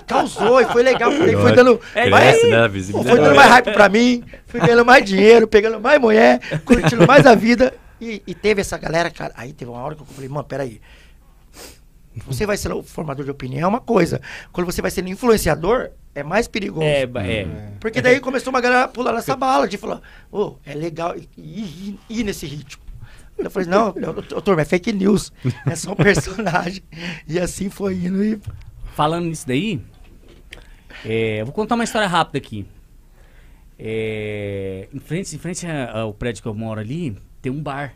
Speaker 2: Causou e foi legal, porque foi dando.
Speaker 3: É
Speaker 5: Cresce,
Speaker 2: vai-
Speaker 5: né, a
Speaker 2: Pô,
Speaker 5: visibilidade.
Speaker 2: foi dando mais hype pra mim, fui ganhando mais dinheiro, pegando mais mulher, curtindo mais a vida. E, e teve essa galera, cara. Aí teve uma hora que eu falei, mano, peraí. Você vai ser o formador de opinião é uma coisa. Quando você vai sendo influenciador, é mais perigoso.
Speaker 3: É, ba- é.
Speaker 2: Porque daí começou uma galera a pular nessa bala de falar, ô, é legal e- e e- ir nesse ritmo. Eu falei, não, eu, eu, turma, é fake news. É só um personagem. E assim foi indo e.
Speaker 3: Falando nisso daí, é, eu vou contar uma história rápida aqui. É, em frente, em frente a- ao prédio que eu moro ali, tem um bar.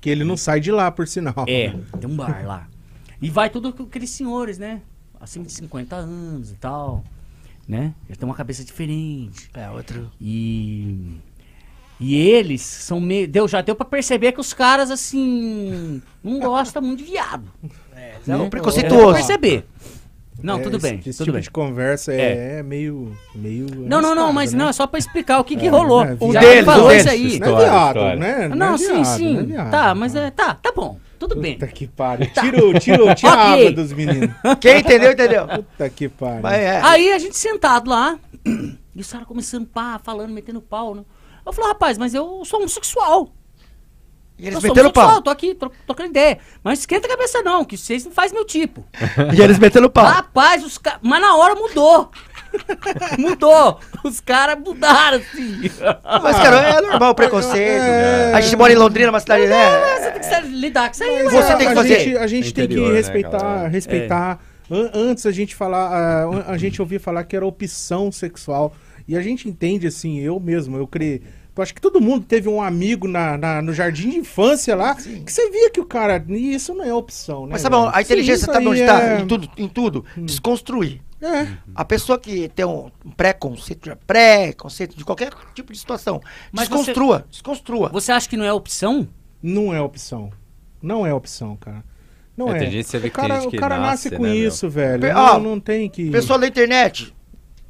Speaker 1: Que ele não sai de lá, por sinal.
Speaker 3: É, tem um bar lá. E vai tudo com aqueles senhores, né? Acima de 50 anos e tal. Né? Eles têm uma cabeça diferente.
Speaker 2: É, outro.
Speaker 3: E. E eles são meio. Deu, já deu pra perceber que os caras, assim. Não gostam muito de viado.
Speaker 2: É um
Speaker 3: né? Deu pra
Speaker 2: preconceituoso.
Speaker 3: perceber. Não,
Speaker 1: É,
Speaker 3: tudo
Speaker 1: esse-
Speaker 3: bem.
Speaker 1: Esse
Speaker 3: tudo
Speaker 1: tipo
Speaker 3: bem.
Speaker 1: de conversa é, é meio, meio.
Speaker 3: Não, não, não,
Speaker 1: arriscado,
Speaker 3: mas
Speaker 1: né?
Speaker 3: não, é só pra explicar o que, que rolou.
Speaker 1: né, um
Speaker 3: Já
Speaker 2: deles,
Speaker 3: falou
Speaker 2: um
Speaker 3: isso
Speaker 2: deles.
Speaker 3: aí.
Speaker 1: Não é
Speaker 5: História,
Speaker 1: viado,
Speaker 5: história.
Speaker 1: né?
Speaker 3: Não,
Speaker 1: é
Speaker 3: sim,
Speaker 1: viado,
Speaker 3: sim.
Speaker 1: não é viado.
Speaker 3: tá, mas é, tá, tá bom. Tudo bem.
Speaker 1: Puta que pariu. Tira, tira, tira a
Speaker 3: Ok.
Speaker 1: aba dos
Speaker 3: *laughs*
Speaker 1: meninos.
Speaker 2: Quem entendeu, *laughs* entendeu?
Speaker 1: Puta que pariu.
Speaker 2: Mas é.
Speaker 3: Aí a gente sentado lá, *clears throat* e os caras começando pá, falando, metendo pau, né? Eu falo, rapaz, mas eu sou homossexual.
Speaker 2: E eles
Speaker 3: eu sou
Speaker 2: meteram pau.
Speaker 3: tô aqui, tô trocando ideia. Mas esquenta a cabeça não, que vocês não fazem meu tipo.
Speaker 2: E eles metendo pau.
Speaker 3: Rapaz, os caras... Mas na hora mudou. *laughs* mudou. Os caras mudaram, assim.
Speaker 2: Mas, cara, é normal o preconceito.
Speaker 1: É.
Speaker 2: A gente mora em Londrina, uma cidade, né?
Speaker 3: Você tem que se lidar com isso aí, é.
Speaker 2: Você
Speaker 1: a-
Speaker 2: tem
Speaker 1: é,
Speaker 2: que
Speaker 1: a
Speaker 2: fazer.
Speaker 1: gente- a gente tem que
Speaker 5: Interior, né,
Speaker 1: respeitar,
Speaker 5: galera?
Speaker 1: respeitar. An- Antes a gente falar, ah, a gente ouvia falar que era opção sexual. E a gente entende assim, eu mesmo, eu creio. Eu acho que todo mundo teve um amigo na, na- no jardim de infância lá, que você via que o cara. "Ih, Isso não é opção, né?
Speaker 2: Mas sabe, tá a inteligência
Speaker 1: está
Speaker 2: tá? sabe onde está?
Speaker 3: é.
Speaker 2: Em tudo, em tudo.
Speaker 3: Hum.
Speaker 2: Desconstruir.
Speaker 1: É,
Speaker 2: A pessoa que tem um preconceito, pré-conceito de qualquer tipo de situação,
Speaker 3: Mas
Speaker 2: desconstrua, desconstrua.
Speaker 3: Você acha que não é opção?
Speaker 1: não é opção. Não é opção, cara. Não
Speaker 5: É,
Speaker 1: é.
Speaker 5: tem gente que né, você vê
Speaker 1: o
Speaker 5: que
Speaker 1: cara,
Speaker 5: tem gente
Speaker 1: o
Speaker 5: que
Speaker 1: cara nasce,
Speaker 5: nasce,
Speaker 1: com
Speaker 5: né, meu?
Speaker 1: isso, velho.
Speaker 2: Pe-
Speaker 1: não,
Speaker 2: ó,
Speaker 1: não tem que.
Speaker 2: Pessoal da internet,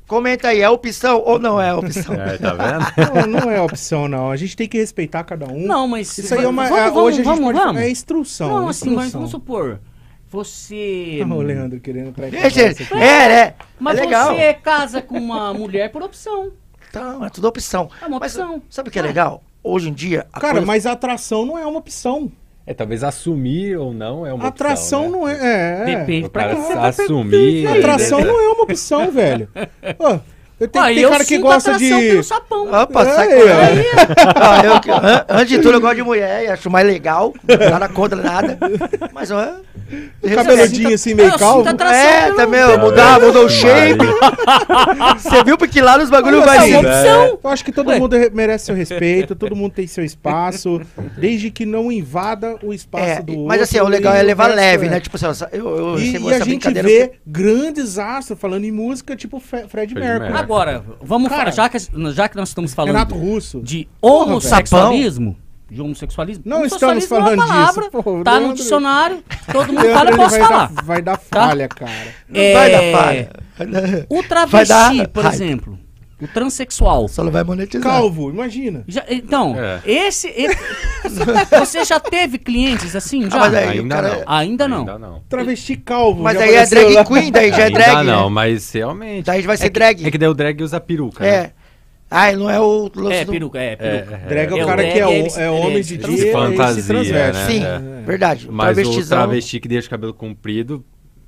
Speaker 2: Comenta aí, é opção ou não é opção?
Speaker 5: É, tá vendo?
Speaker 1: Não, não é opção, não. A gente tem que respeitar cada um.
Speaker 3: Não, mas.
Speaker 1: Isso aí é uma. é- hoje a gente pode falar, é instrução.
Speaker 3: Não, assim, mas
Speaker 1: instrução.
Speaker 3: vamos supor. Você.
Speaker 1: Ah, o Leandro querendo trair
Speaker 2: *laughs*
Speaker 1: conversa
Speaker 2: Gente,
Speaker 1: aqui.
Speaker 2: é, é.
Speaker 3: Mas
Speaker 2: é legal.
Speaker 3: você casa com uma mulher por opção.
Speaker 2: Então, é tudo opção.
Speaker 3: É uma
Speaker 2: Mas
Speaker 3: opção.
Speaker 2: sabe o que é legal? Hoje em dia. a
Speaker 1: Cara,
Speaker 2: coisa-
Speaker 1: mas a atração não é uma opção.
Speaker 5: *laughs* É, talvez assumir ou não é uma
Speaker 1: A atração
Speaker 5: opção, né?
Speaker 1: não é. é.
Speaker 3: Depende
Speaker 5: O cara
Speaker 3: pra quem você tá
Speaker 5: assumir.
Speaker 1: A atração
Speaker 5: né?
Speaker 1: não é uma opção, velho. Pô, eu tenho,
Speaker 3: Ó,
Speaker 1: tem
Speaker 3: Ah, eu
Speaker 1: cara que
Speaker 3: sinto
Speaker 1: gosta de.
Speaker 3: atração pelo sapão.
Speaker 2: Opa,
Speaker 1: É,
Speaker 2: sai
Speaker 1: é.
Speaker 2: correndo. Ah, eu que- an- Antes de tudo, eu gosto de mulher e acho mais legal. Nada contra nada. Mas, ó.
Speaker 1: Cabeludinho assim, meio
Speaker 3: Eu
Speaker 1: calvo.
Speaker 3: sinto atração
Speaker 2: É,
Speaker 3: pelo-
Speaker 2: também,
Speaker 5: Tá
Speaker 2: ó, mudar,
Speaker 5: vendo?
Speaker 2: mudou o shape. Você viu porque lá nos bagulho
Speaker 1: Olha
Speaker 2: vai
Speaker 1: só,
Speaker 2: indo.
Speaker 3: é opção.
Speaker 1: Eu acho que todo
Speaker 3: Ué.
Speaker 1: mundo re- merece seu respeito, todo mundo tem seu espaço, desde que não invada o espaço
Speaker 2: É,
Speaker 1: do outro.
Speaker 2: mas assim, o legal
Speaker 1: e
Speaker 2: é levar
Speaker 1: resto
Speaker 2: leve,
Speaker 1: é.
Speaker 2: né? Tipo assim, ó, eu, eu
Speaker 1: E,
Speaker 2: recebo
Speaker 1: e a
Speaker 2: essa
Speaker 1: gente
Speaker 2: brincadeira.
Speaker 1: vê grandes astros falando em música, tipo Fe- Fred Mercury,
Speaker 5: Mercury.
Speaker 3: Agora, vamos
Speaker 1: Cara,
Speaker 3: falar. Já que, já que nós estamos Ah, tá falando
Speaker 1: Renato Russo.
Speaker 3: de
Speaker 1: Porra,
Speaker 3: homossexualismo. De homossexualismo.
Speaker 1: Não
Speaker 3: homossexualismo
Speaker 1: estamos falando
Speaker 3: é uma palavra,
Speaker 1: disso, pô,
Speaker 3: tá
Speaker 1: Leandro.
Speaker 3: no dicionário, todo mundo
Speaker 1: Leandro,
Speaker 3: fala, eu
Speaker 1: ele
Speaker 3: posso
Speaker 1: vai
Speaker 3: falar.
Speaker 1: Dar, vai dar falha, cara.
Speaker 2: Não vai
Speaker 3: É,
Speaker 2: dar falha.
Speaker 3: O
Speaker 2: Vai dar
Speaker 3: travesti, por
Speaker 2: hype.
Speaker 3: exemplo. O
Speaker 2: *laughs*
Speaker 3: transexual.
Speaker 2: Só não vai monetizar.
Speaker 1: Calvo, imagina.
Speaker 3: Já- então,
Speaker 5: É.
Speaker 3: esse. esse- você já teve clientes assim?
Speaker 2: Ah,
Speaker 3: Já?
Speaker 2: mas aí, o
Speaker 5: Ainda
Speaker 2: cara...
Speaker 5: não.
Speaker 3: Ainda não.
Speaker 5: Ainda não.
Speaker 1: Travesti calvo.
Speaker 2: Mas
Speaker 1: já
Speaker 2: aí é
Speaker 1: apareceu
Speaker 2: drag
Speaker 1: lá.
Speaker 2: queen, daí já é
Speaker 5: Ainda
Speaker 2: drag.
Speaker 5: não,
Speaker 2: né?
Speaker 5: mas realmente.
Speaker 2: Daí vai ser
Speaker 5: é que,
Speaker 2: drag.
Speaker 5: É que daí o drag usa peruca. né?
Speaker 2: É. Ah, ele não é o lance
Speaker 3: É,
Speaker 2: do-
Speaker 3: peruca, é, peruca.
Speaker 1: Drag é o
Speaker 3: É, o
Speaker 1: cara
Speaker 3: drag,
Speaker 1: que é, o-
Speaker 3: ele se-
Speaker 1: é homem
Speaker 3: ele
Speaker 1: de
Speaker 3: se
Speaker 1: dia e se
Speaker 5: fantasia,
Speaker 1: transveste.
Speaker 5: né?
Speaker 2: Sim,
Speaker 5: É.
Speaker 2: verdade. O
Speaker 5: Mas
Speaker 2: travestizão.
Speaker 5: o travesti que deixa o cabelo comprido,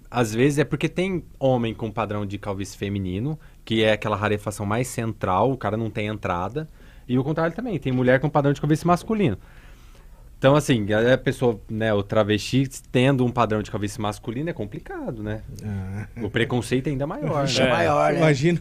Speaker 5: às vezes é porque tem homem com padrão de calvície feminino, que é aquela rarefação mais central, o cara não tem entrada. E o contrário também, tem mulher com padrão de calvície masculino. Então, assim, a a pessoa, né, o travesti tendo um padrão de calvície masculino é complicado, né? O preconceito é ainda maior,
Speaker 2: Puxa,
Speaker 5: né?
Speaker 2: maior, né?
Speaker 1: Ah, Imagina.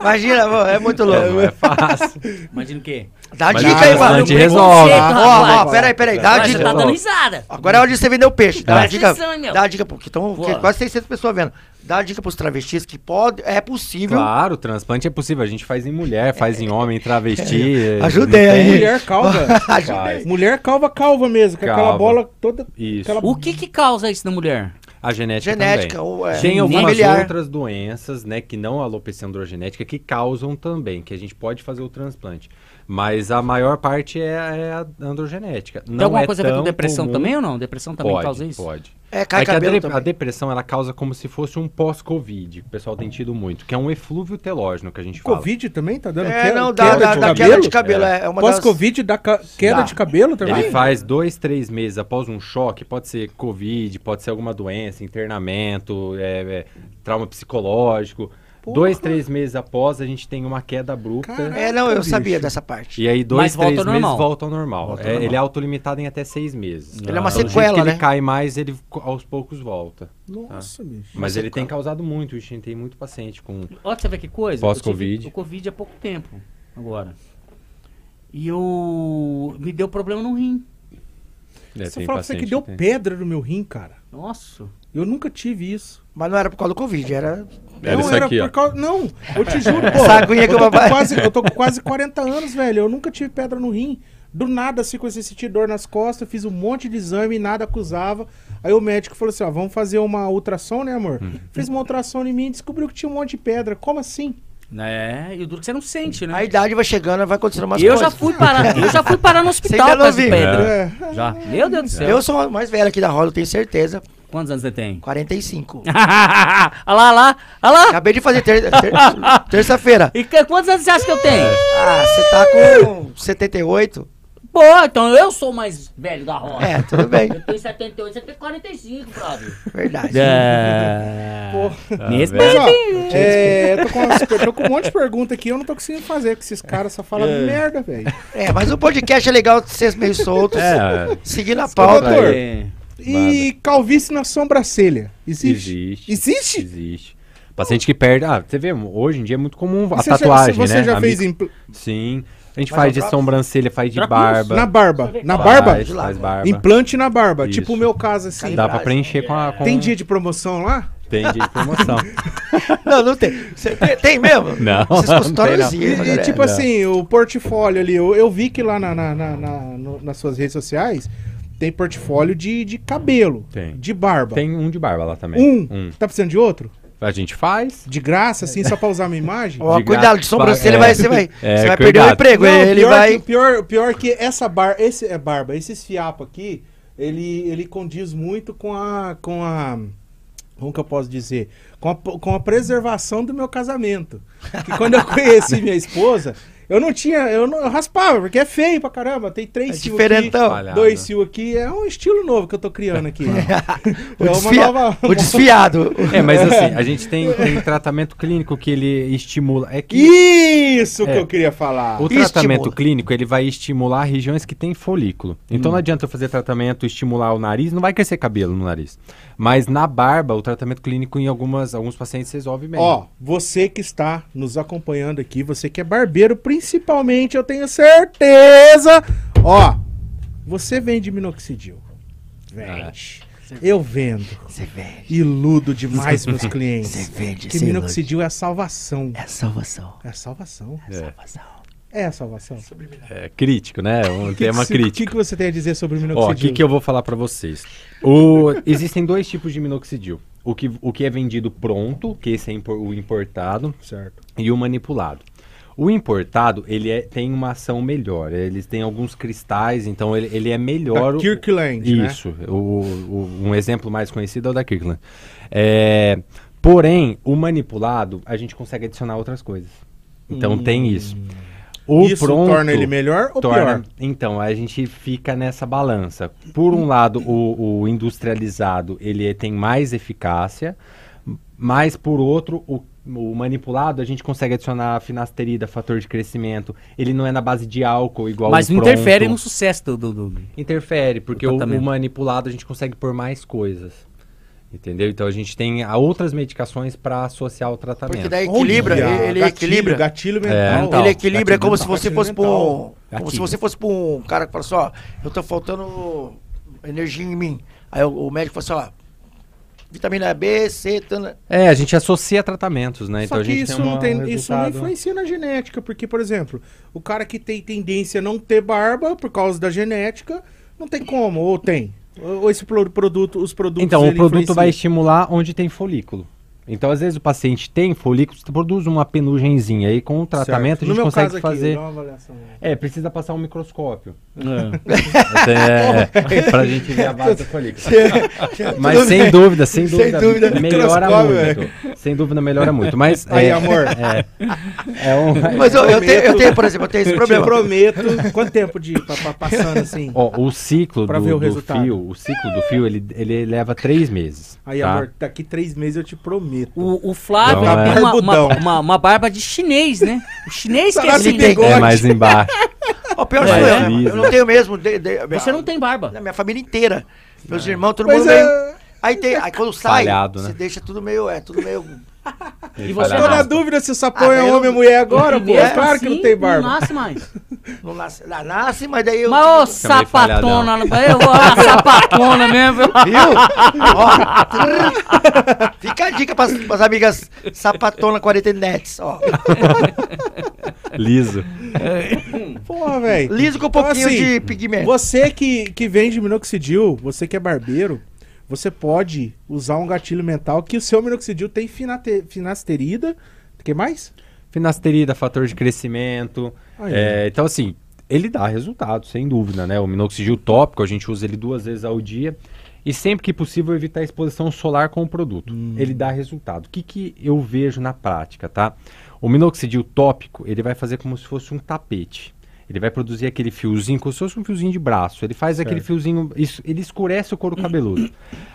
Speaker 2: Imagina, pô, é muito
Speaker 5: É, não
Speaker 2: louco.
Speaker 5: é fácil.
Speaker 3: Imagina o quê?
Speaker 2: Dá a
Speaker 5: Mas é
Speaker 2: dica
Speaker 1: nada,
Speaker 2: aí,
Speaker 1: nada,
Speaker 2: mano.
Speaker 5: a gente resolve.
Speaker 2: Ó, ó, peraí, peraí. Dá a
Speaker 3: Ah, você
Speaker 2: dica.
Speaker 3: tá dando é risada.
Speaker 2: Agora é onde você vendeu peixe. Dá a
Speaker 3: Presta
Speaker 2: dica.
Speaker 3: atenção, hein, meu?
Speaker 2: Dá a dica, porque estão
Speaker 3: Pô.
Speaker 2: quase 600 pessoas vendo. Dá a dica pros travestis que pode, é possível.
Speaker 5: Claro, o transplante é possível. A gente faz em mulher, faz em homem, em travesti. é,
Speaker 2: Ajudei
Speaker 5: não tem-
Speaker 2: aí.
Speaker 1: Mulher
Speaker 2: *laughs*
Speaker 1: calva.
Speaker 2: Ajudei.
Speaker 1: Mulher calva, calva mesmo, com aquela
Speaker 5: Calva.
Speaker 1: bola toda.
Speaker 5: Isso.
Speaker 1: Aquela-
Speaker 3: O que que causa isso na mulher?
Speaker 5: A genética,
Speaker 2: Genética,
Speaker 5: também.
Speaker 2: ou, é,
Speaker 5: Tem algumas
Speaker 2: familiar.
Speaker 5: outras doenças, né, que não a alopecia androgenética, que causam também, que a gente pode fazer o transplante. Mas a maior parte é, é a androgenética.
Speaker 3: Tem
Speaker 5: não
Speaker 3: alguma
Speaker 5: é
Speaker 3: coisa a ver com
Speaker 5: tão
Speaker 3: depressão
Speaker 5: comum.
Speaker 3: também ou não? Depressão também
Speaker 5: pode,
Speaker 3: causa isso?
Speaker 5: Pode.
Speaker 2: É, cai
Speaker 5: é que a,
Speaker 2: cabelo
Speaker 5: de-
Speaker 2: também.
Speaker 5: a depressão, ela causa como se fosse um pós-Covid, que o pessoal tem tido muito, que é um eflúvio telógeno que a gente fala.
Speaker 1: Covid também tá dando
Speaker 2: É,
Speaker 1: queda,
Speaker 2: não, dá,
Speaker 1: queda,
Speaker 2: dá,
Speaker 1: de
Speaker 2: dá
Speaker 1: cabelo?
Speaker 2: queda de cabelo. É, é uma das-
Speaker 1: Pós-Covid dá ca- queda
Speaker 5: Dá.
Speaker 1: de cabelo também?
Speaker 5: Ele faz dois, três meses após um choque, pode ser Covid, pode ser alguma doença, internamento, é, é, trauma psicológico. Dois, três meses após, a gente tem uma queda abrupta.
Speaker 1: Caraca.
Speaker 2: É, não, eu
Speaker 1: Bicho.
Speaker 2: sabia dessa parte.
Speaker 5: E é- aí,
Speaker 3: Mas
Speaker 5: dois,
Speaker 3: volta
Speaker 5: três
Speaker 3: ao
Speaker 5: meses
Speaker 3: normal.
Speaker 5: volta ao normal.
Speaker 3: Volta ao
Speaker 5: É,
Speaker 3: normal.
Speaker 5: Ele é autolimitado em até seis meses.
Speaker 2: Ele é uma
Speaker 5: Então, do jeito
Speaker 2: sequela,
Speaker 5: que ele
Speaker 2: né?
Speaker 5: cai mais, ele co- aos poucos volta.
Speaker 1: Nossa, bicho.
Speaker 5: Mas ele tem
Speaker 2: sequela.
Speaker 5: causado muito, a gente tem muito paciente com...
Speaker 3: Olha pra você ver que coisa.
Speaker 5: Pós-Covid.
Speaker 3: eu tive O Covid há pouco tempo, agora. E eu... Me deu problema no rim.
Speaker 5: né,
Speaker 1: Você
Speaker 5: tem
Speaker 1: fala pra você que
Speaker 5: paciente
Speaker 1: deu
Speaker 5: tem.
Speaker 1: pedra no meu rim, cara.
Speaker 3: Nossa.
Speaker 1: Eu nunca tive isso.
Speaker 2: Mas não era por causa do Covid, era.
Speaker 5: Era
Speaker 1: não,
Speaker 5: É, isso aqui,
Speaker 1: por
Speaker 5: ó.
Speaker 1: causa. Não, eu te
Speaker 2: *laughs*
Speaker 1: juro, pô.
Speaker 2: Essa aguinha que
Speaker 1: eu,
Speaker 2: eu
Speaker 1: tô com
Speaker 2: vou-
Speaker 1: quase, eu tô com quase 40 anos, velho. Eu nunca tive pedra no rim. Do nada, assim, comecei a sentir dor nas costas, fiz um monte de exame, nada acusava. Aí o médico falou assim: ó, vamos fazer uma ultrassom, né, amor?
Speaker 5: Hum.
Speaker 1: Fez uma ultrassom em mim e descobriu que tinha um monte de pedra. Como assim?
Speaker 3: É, e o duro que você não sente, né?
Speaker 2: A idade vai chegando, vai acontecendo umas
Speaker 3: eu
Speaker 2: coisas.
Speaker 3: já fui parar, eu já fui parar no hospital
Speaker 2: ainda
Speaker 3: por causa de
Speaker 2: novinho.
Speaker 5: Ah,
Speaker 3: pedra.
Speaker 1: É.
Speaker 3: Já. Meu Deus do céu.
Speaker 2: Eu sou a mais velha aqui da roda, É. eu tenho certeza.
Speaker 3: Quantos anos você tem?
Speaker 2: 45.
Speaker 3: olha lá, olha lá, olha lá.
Speaker 2: Acabei de fazer ter-
Speaker 3: *laughs*
Speaker 2: ter- terça-feira.
Speaker 3: E que- quantos anos você acha que eu tenho?
Speaker 2: Ah, você tá com 78?
Speaker 3: Pô, então eu sou o mais velho da roda.
Speaker 2: É, tudo bem.
Speaker 3: Eu tenho 78, você tem 45, brother.
Speaker 2: Verdade.
Speaker 3: É.
Speaker 5: Ah,
Speaker 3: Me
Speaker 1: Mas,
Speaker 5: velho.
Speaker 3: respeita.
Speaker 1: ó, é, eu tô com, umas- eu tô com um monte de pergunta aqui, eu não tô conseguindo fazer, porque esses caras só falam merda,
Speaker 5: *laughs*
Speaker 1: velho.
Speaker 2: É, mas o podcast é legal de ser meio solto.
Speaker 5: É,
Speaker 2: Seguindo a
Speaker 1: Ô,
Speaker 2: pauta.
Speaker 1: doutor,
Speaker 3: É.
Speaker 1: e calvície na sobrancelha? Existe?
Speaker 5: existe.
Speaker 1: Existe?
Speaker 5: Existe. Paciente que perde... Ah, você vê, hoje em dia é muito comum a
Speaker 1: Você já-
Speaker 5: tatuagem,
Speaker 1: Você
Speaker 5: né?
Speaker 1: já
Speaker 5: A
Speaker 1: fez
Speaker 5: mi-
Speaker 1: impl-
Speaker 5: Sim. A gente
Speaker 2: Faz um
Speaker 5: faz de
Speaker 2: drops?
Speaker 5: sobrancelha, faz de
Speaker 3: Drops?
Speaker 5: barba.
Speaker 1: na barba? Na
Speaker 5: Faz,
Speaker 1: barba?
Speaker 5: Faz, barba.
Speaker 1: Implante na barba.
Speaker 5: Isso.
Speaker 1: Tipo o meu caso, assim.
Speaker 5: Dá pra preencher com a... com-
Speaker 1: Tem dia de promoção lá?
Speaker 5: Tem dia
Speaker 1: *laughs*
Speaker 5: de promoção.
Speaker 2: Não, não tem. Cê tem, tem mesmo?
Speaker 5: Não,
Speaker 2: Esses
Speaker 5: não
Speaker 2: consultórios
Speaker 5: tem,
Speaker 1: E,
Speaker 5: não.
Speaker 2: existem,
Speaker 1: e,
Speaker 2: galera.
Speaker 1: tipo assim, o portfólio ali, eu, eu vi que lá na, na- na- na- no- nas suas redes sociais tem portfólio de, de cabelo,
Speaker 5: Tem.
Speaker 1: de barba.
Speaker 5: Tem um de barba lá também.
Speaker 1: Um. Tá precisando de outro?
Speaker 5: a gente faz.
Speaker 1: De graça, assim, só pra usar minha imagem?
Speaker 2: Ó,
Speaker 5: De
Speaker 2: cuidado,
Speaker 5: gato,
Speaker 2: de sobrancelha
Speaker 5: é.
Speaker 2: vai, você vai,
Speaker 5: É,
Speaker 2: você vai
Speaker 5: cuidado.
Speaker 2: perder o emprego.
Speaker 1: Não,
Speaker 2: ele
Speaker 1: pior
Speaker 2: vai.
Speaker 1: Que, pior, pior que essa bar, esse é barba, esses fiapo aqui, ele, ele condiz muito com a, com a, como que eu posso dizer, com a, com a preservação do meu casamento. Que quando eu conheci minha esposa, eu não tinha, eu, não, eu raspava porque é feio pra caramba. Tem
Speaker 2: É
Speaker 1: três fios aqui,
Speaker 2: diferentão.
Speaker 5: Olha.
Speaker 1: dois fios aqui, é um estilo novo que eu tô criando
Speaker 2: *laughs*
Speaker 1: aqui.
Speaker 2: O,
Speaker 1: é uma
Speaker 2: desfia- *laughs*
Speaker 1: nova.
Speaker 2: o desfiado.
Speaker 5: É, mas
Speaker 1: *laughs*
Speaker 5: assim, a gente tem, tem tratamento clínico que ele estimula. É que
Speaker 1: Isso que
Speaker 5: É.
Speaker 1: eu queria falar.
Speaker 5: O
Speaker 2: Estimula.
Speaker 5: tratamento clínico, ele vai estimular regiões que têm folículo. Então
Speaker 1: Hum.
Speaker 5: não adianta eu fazer tratamento, estimular o nariz, não vai crescer cabelo no nariz. Mas na barba, o tratamento clínico em algumas, alguns pacientes resolve bem.
Speaker 1: Ó, você que está nos acompanhando aqui, você que é barbeiro, principalmente, eu tenho certeza. Ó, você vende minoxidil. Vende.
Speaker 5: Ah,
Speaker 1: Eu vendo.
Speaker 2: Você vende,
Speaker 1: Iludo
Speaker 5: *laughs*
Speaker 1: demais meus clientes.
Speaker 2: vende,
Speaker 1: Que minoxidil é a salvação.
Speaker 2: É salvação.
Speaker 1: É a salvação.
Speaker 2: Salvação.
Speaker 1: É a salvação.
Speaker 5: É crítico,
Speaker 1: *laughs*
Speaker 5: né? Um
Speaker 1: Que
Speaker 5: tema
Speaker 1: que, O
Speaker 5: crítico.
Speaker 1: que, que você tem a dizer sobre o
Speaker 5: Ó,
Speaker 1: minoxidil?
Speaker 5: o que, que eu vou falar pra vocês? O- existem dois tipos de minoxidil. O que, o que é vendido pronto, que esse é impor- o importado,
Speaker 1: Certo.
Speaker 5: e o manipulado. O importado, ele é- tem uma ação melhor. Eles têm alguns cristais, então ele, ele é melhor.
Speaker 1: Da
Speaker 5: o-
Speaker 1: Kirkland, né?
Speaker 5: Isso. O, o- um exemplo mais conhecido é o da Kirkland. É, porém, o manipulado, a gente consegue adicionar outras coisas. Então tem isso. O
Speaker 1: Hum. Isso torna ele melhor ou
Speaker 5: torna-
Speaker 1: pior?
Speaker 5: Então, a gente fica nessa balança. Por um lado, o, o industrializado, ele é, tem mais eficácia, mas por outro, o, o manipulado, a gente consegue adicionar finasterida, fator de crescimento. Ele não é na base de álcool igual
Speaker 3: Mas
Speaker 5: o
Speaker 3: não interfere
Speaker 5: pronto.
Speaker 3: no sucesso do. do, do-
Speaker 5: Interfere, porque o,
Speaker 3: tratamento.
Speaker 5: o manipulado a gente consegue pôr mais coisas. Entendeu? Então a gente tem a outras medicações para associar o tratamento.
Speaker 2: Porque daí equilibra,
Speaker 1: Olha,
Speaker 2: ele, ele
Speaker 1: gatilho,
Speaker 2: equilibra.
Speaker 1: Gatilho
Speaker 5: É,
Speaker 1: mental.
Speaker 5: mental.
Speaker 2: Ele equilibra, é como se
Speaker 1: mental.
Speaker 2: você fosse pra um. Como se
Speaker 5: Gatilho.
Speaker 2: você fosse pra um cara que fala assim, ó, eu tô faltando energia em mim. Aí o, o médico fala assim, ó, vitamina B, C, tana.
Speaker 5: É, a gente associa tratamentos, né?
Speaker 1: Só
Speaker 5: então
Speaker 1: que
Speaker 5: a gente
Speaker 1: isso,
Speaker 5: tem uma-
Speaker 1: não tem,
Speaker 5: um
Speaker 1: isso não
Speaker 5: resultado-
Speaker 1: influencia na genética, porque, por exemplo, o cara que tem tendência a não ter barba por causa da genética, não tem como, ou tem. Ou ou esse pro- produto, os produtos.
Speaker 5: Então, o
Speaker 1: ele
Speaker 5: produto
Speaker 1: influenciam.
Speaker 5: vai estimular onde tem folículo. Então, às vezes, o paciente tem folículos, produz uma penugenzinha. E com o tratamento,
Speaker 1: Certo. No
Speaker 5: a gente
Speaker 1: meu
Speaker 5: consegue
Speaker 1: caso aqui,
Speaker 5: fazer.
Speaker 1: dá uma avaliação.
Speaker 5: É, precisa passar um microscópio. É. Até, é, pra gente ver a base do folículo. Mas
Speaker 2: Tudo
Speaker 5: sem
Speaker 2: bem.
Speaker 5: dúvida, sem
Speaker 2: Sem
Speaker 5: dúvida,
Speaker 2: dúvida,
Speaker 5: melhora
Speaker 1: microscópio,
Speaker 5: muito. Sem dúvida, melhora muito. Mas
Speaker 1: Aí,
Speaker 5: é,
Speaker 1: amor,
Speaker 5: é um-
Speaker 2: Mas eu, eu
Speaker 1: Prometo.
Speaker 2: tenho, eu tenho, por exemplo, eu tenho esse
Speaker 1: eu te
Speaker 2: problema.
Speaker 5: É.
Speaker 1: prometo. Quanto tempo de pa- pa- passando
Speaker 5: *laughs*
Speaker 1: assim?
Speaker 5: ó, o ciclo
Speaker 1: Pra
Speaker 5: do,
Speaker 1: ver o
Speaker 5: do
Speaker 1: resultado.
Speaker 5: fio, o ciclo do fio, ele, ele leva três meses.
Speaker 1: Aí,
Speaker 5: tá?
Speaker 1: amor, daqui três meses eu te prometo.
Speaker 3: O, o Flávio ele
Speaker 5: Não, é.
Speaker 1: Tá
Speaker 3: tem uma, uma,
Speaker 1: Barbudão.
Speaker 3: uma- uma barba de chinês, né? O chinês que é
Speaker 1: Sarado de
Speaker 3: assim.
Speaker 1: bigode.
Speaker 5: É mais embaixo.
Speaker 2: Ó, pior
Speaker 5: É,
Speaker 2: sou eu,
Speaker 5: é
Speaker 2: né?
Speaker 5: liso.
Speaker 2: eu não tenho mesmo. de- de-
Speaker 3: Você não
Speaker 2: minha-
Speaker 3: tem barba.
Speaker 1: Tá
Speaker 2: Na minha família inteira. Meus irmãos, todo
Speaker 1: Mas
Speaker 2: mundo
Speaker 1: é-
Speaker 2: meio. Aí, tem, aí quando sai,
Speaker 5: Falhado, né?
Speaker 2: você deixa tudo meio. É, tudo meio.
Speaker 5: Ele
Speaker 3: você
Speaker 5: fala,
Speaker 1: Tô na
Speaker 5: "Ah,
Speaker 1: dúvida se o sapão
Speaker 2: Ah,
Speaker 1: é
Speaker 2: eu-
Speaker 1: homem ou mulher agora, pô. É
Speaker 3: Mesmo
Speaker 1: Claro que
Speaker 3: assim,
Speaker 1: não tem barba.
Speaker 3: Não
Speaker 1: *laughs*
Speaker 3: nasce mais.
Speaker 2: Não nasce, lá nasce, mas daí eu.
Speaker 3: Mas ô
Speaker 5: Fica meio
Speaker 3: sapatona, eu vou lá, sapatona
Speaker 5: *laughs*
Speaker 3: mesmo. viu?
Speaker 2: Viu? ó, tipo, *laughs* fica a dica pras, pras amigas sapatona 40 nets, ó.
Speaker 5: Liso.
Speaker 1: Porra, velho.
Speaker 2: Liso com um
Speaker 1: Então,
Speaker 2: pouquinho
Speaker 1: assim,
Speaker 2: de pigmento.
Speaker 1: Você que, que vende minoxidil, você que é barbeiro, você pode usar um gatilho mental que o seu minoxidil tem finate, finasterida. O que mais?
Speaker 5: Finasterida, fator de crescimento.
Speaker 1: Aí,
Speaker 5: É, então, assim, ele dá resultado, sem dúvida, né? O minoxidil tópico, a gente usa ele duas vezes ao dia. E sempre que possível evitar a exposição solar com o produto. Ele dá resultado. O que, que eu vejo na prática, tá? O minoxidil tópico, ele vai fazer como se fosse um tapete. Ele vai produzir aquele fiozinho, como se fosse um fiozinho de braço. Ele faz aquele fiozinho, isso- ele escurece o couro cabeludo.